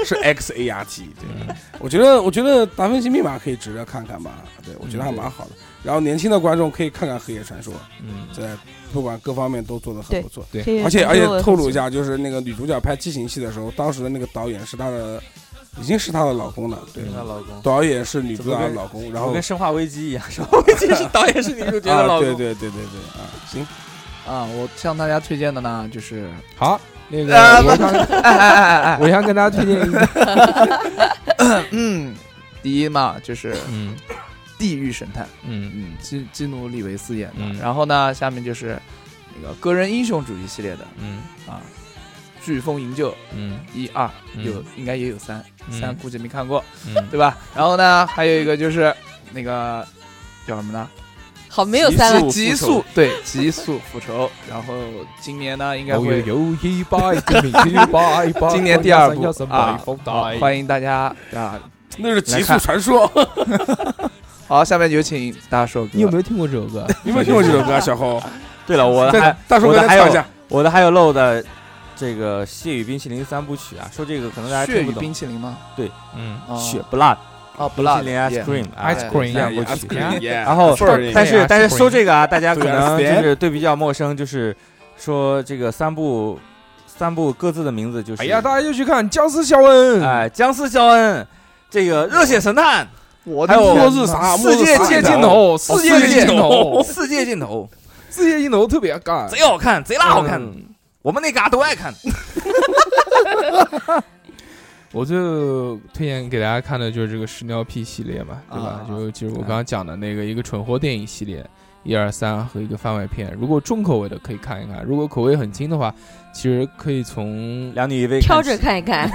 S4: 是 X A R T，对，我觉得我觉得《达芬奇密码》可以值得看看吧，对我
S1: 嗯
S4: 觉得还蛮好的。然后年轻的观众可以看看《黑夜传说》，
S2: 嗯，
S4: 在不管各方面都做得很不错。
S1: 黑夜
S4: 而且
S1: 传
S4: 而且
S1: 说我
S4: 透
S1: 很
S4: 露一
S1: 喜欢，
S4: 下，就是那个女主角拍激情戏的时候，当时的那个导演是她的，已经是她的老公了，对，
S5: 她老公，
S4: 导演是女主角
S5: 嗯怎么
S4: 的
S5: 跟
S4: 老公，然
S5: 我
S4: 后
S5: 跟《生化危机》一样， 《生化危机》是导演是女主角的
S4: 啊，
S5: 老
S4: 对
S5: 公。
S4: 对对对对啊，行，
S3: 啊！我向大家推荐的呢，就是
S2: 好，那个
S3: 啊
S2: 我想
S3: 哎哎哎哎，
S2: 我想跟大家推荐一个，
S3: 嗯，第一嘛就是《
S2: 嗯
S3: 地狱神探》，
S2: 嗯
S3: 嗯，基基努里维斯演的。
S2: 嗯
S3: 然后呢，下面就是那个个人英雄主义系列的
S2: 嗯
S3: 啊，《飓风营救》
S2: 嗯
S3: 一二
S2: 嗯
S3: 有，应该也有三，
S2: 嗯
S3: 三估计没看过，
S2: 嗯，
S3: 对吧？然后呢，还有一个就是那个叫什么呢？
S1: 好没有三
S3: 极
S1: 了
S3: 速，极速对，极速复仇。 然后今年呢，应该
S2: 我有
S3: 会
S2: 有一百个明星，百百
S3: 今年第二部
S2: 要怎么
S3: 啊
S2: 风大
S3: 好欢迎大家啊！
S4: 那是《极
S3: 来
S4: 速
S3: 看
S4: 传说》，
S3: 好，下面有请大硕哥。
S2: 你有没有听过这首歌？
S4: 你有没有听过这首歌啊，小侯？
S5: 对了，我的
S4: 在
S5: 还
S4: 大叔
S5: 我
S4: 哥
S5: 的
S4: 再
S5: 还
S4: 唱一
S5: 有
S4: 下，
S5: 我的还有漏的这个《血与冰淇淋》三部曲啊，说这个可能大家
S3: 血
S5: 听不
S3: 与
S5: 懂
S3: 冰。淇淋吗？
S2: 嗯哎
S3: 啊
S5: 血 blood
S3: 哦，不
S5: 冰
S3: 辣
S5: 淇淋 ice cream 啊
S2: ，Ice Cream
S5: 这样过
S4: 去
S5: 去。
S7: 哎
S4: 然
S5: 然后
S2: 味儿，
S5: 但是但是说这个啊，大家可
S4: 对啊
S5: 能就
S4: ，Stan
S5: 是对比较陌生，就是说这个三部三部各自的名字就是
S2: 哎呀，大家就去看《僵尸肖恩》
S5: 哎，僵尸肖恩，这个热血神探，
S3: 我
S5: 还有
S4: 末日啥？末
S5: 世
S4: 日
S5: 界
S4: 啥
S5: 接
S4: 的
S5: 近
S2: 尽头，哦世界
S5: 世界
S2: 尽头，
S5: 世界尽头，
S2: 世界尽头特别干，
S5: 贼好看，贼拉好看，
S2: 嗯
S5: 我们那嘎都爱看。
S2: 我就推荐给大家看的就是这个屎尿屁系列嘛，对吧？
S5: 啊
S2: 就就是我刚刚讲的那个一个蠢货电影系列，一二三和一个番外篇。如果重口味的可以看一看，如果口味很轻的话，其实可以从
S7: 两女一位
S1: 挑着看一看。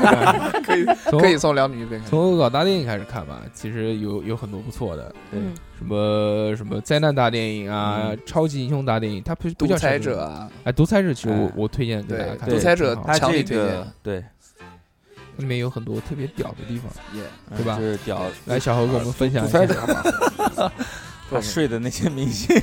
S3: 可以
S2: 从
S3: 可以送两女一杯咖啡。
S2: 从恶搞大电影开始看吧。其实有有很多不错的，
S1: 嗯，
S2: 什么什么灾难大电影啊，超级英雄大电影，它不不
S3: 嗯独
S2: 叫超级
S3: 裁
S2: 英
S3: 者
S2: 雄，
S3: 啊，
S2: 哎，独裁者其实我
S7: 哎
S2: 我推荐给大家
S3: 对，
S2: 看，
S3: 独裁者
S2: 挺好
S7: 他
S3: 哦强
S7: 这
S3: 力推
S7: 个
S3: 荐，
S7: 对，
S2: 里面有很多特别屌的地方，
S3: 耶，
S2: 对吧？
S7: 就是屌，
S2: 来，小猴给我们分享
S4: 主
S2: 一下
S7: 哎
S4: 裁。者嘛，
S3: 不
S7: 他睡的那些明星，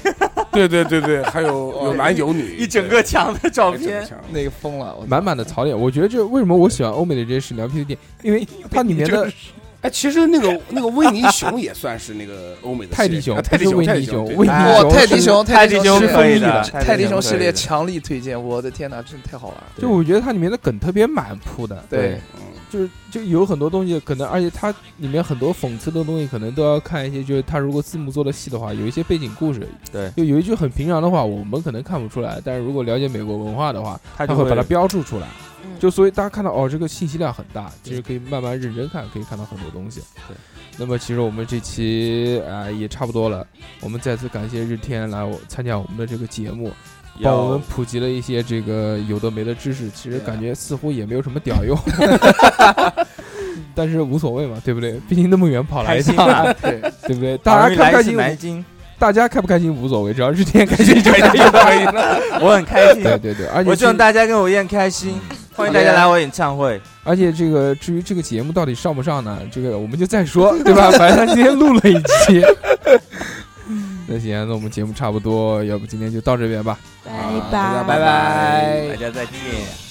S4: 对对对对，还有有男有女，
S7: 一整个墙的照
S4: 对一整个
S7: 片，
S4: 墙
S3: 哎那个疯了，我
S2: 满满的槽点，我觉得这为什么我喜欢欧美的这些屎尿屁的店，因为它里面的
S4: 哎，其实那个那个威尼熊也算是那个欧美的
S2: 泰迪
S4: 系列
S2: 熊
S4: 啊，泰迪
S2: 不是
S4: 熊，
S2: 维
S4: 泰
S2: 尼熊维
S4: 迪熊，，对
S2: 尼
S3: 操哇，
S2: 熊，
S3: 泰迪，啊熊，泰迪
S7: 熊
S3: 哎是
S7: 可以
S2: 封闭的
S7: 的，
S3: 泰迪熊系列
S7: 可以的
S3: 强力推荐，我的天哪，真太好玩了。
S2: 就我觉得它里面的梗特别满铺的，
S3: 对，
S2: 就是就有很多东西可能，而且它里面很多讽刺的东西可能都要看一些，就是它如果字幕做的细的话，有一些背景故事，
S7: 对
S2: 就有一句很平常的话，我们可能看不出来，但是如果了解美国文化的话，
S7: 他
S2: 它
S7: 就
S2: 会把它标注出来，
S1: 嗯
S2: 就所以大家看到哦，这个信息量很大，其实可以慢慢认真看，可以看到很多东西。
S7: 对，
S2: 那么其实我们这期啊、呃也差不多了，我们再次感谢日天来我参加我们的这个节目，帮我们普及了一些这个有的没的知识，其实
S3: 对啊
S2: 感觉似乎也没有什么屌 用， 但是无所谓嘛，对不对？毕竟那么远跑来一
S7: 开心
S2: 趟，
S7: 啊，
S3: 对，
S2: 对不对？大家
S7: 好
S2: 开不
S7: 容易来
S2: 开
S7: 一次
S2: 心，
S7: 南京，
S2: 大家开不开心无所谓，只要日天开心就 可以了。
S7: 我很开心，
S2: 对对对，而且
S7: 我
S2: 这
S7: 希望大家跟我一样开心，欢迎大家来我演唱会。
S2: 而且这个至于这个节目到底上不上呢，这个我们就再说， 对吧？反正他今天录了一期。那行，那我们节目差不多，要不今天就到这边吧。
S1: 拜
S4: 大家
S1: 拜
S4: 拜拜
S7: 大家再见。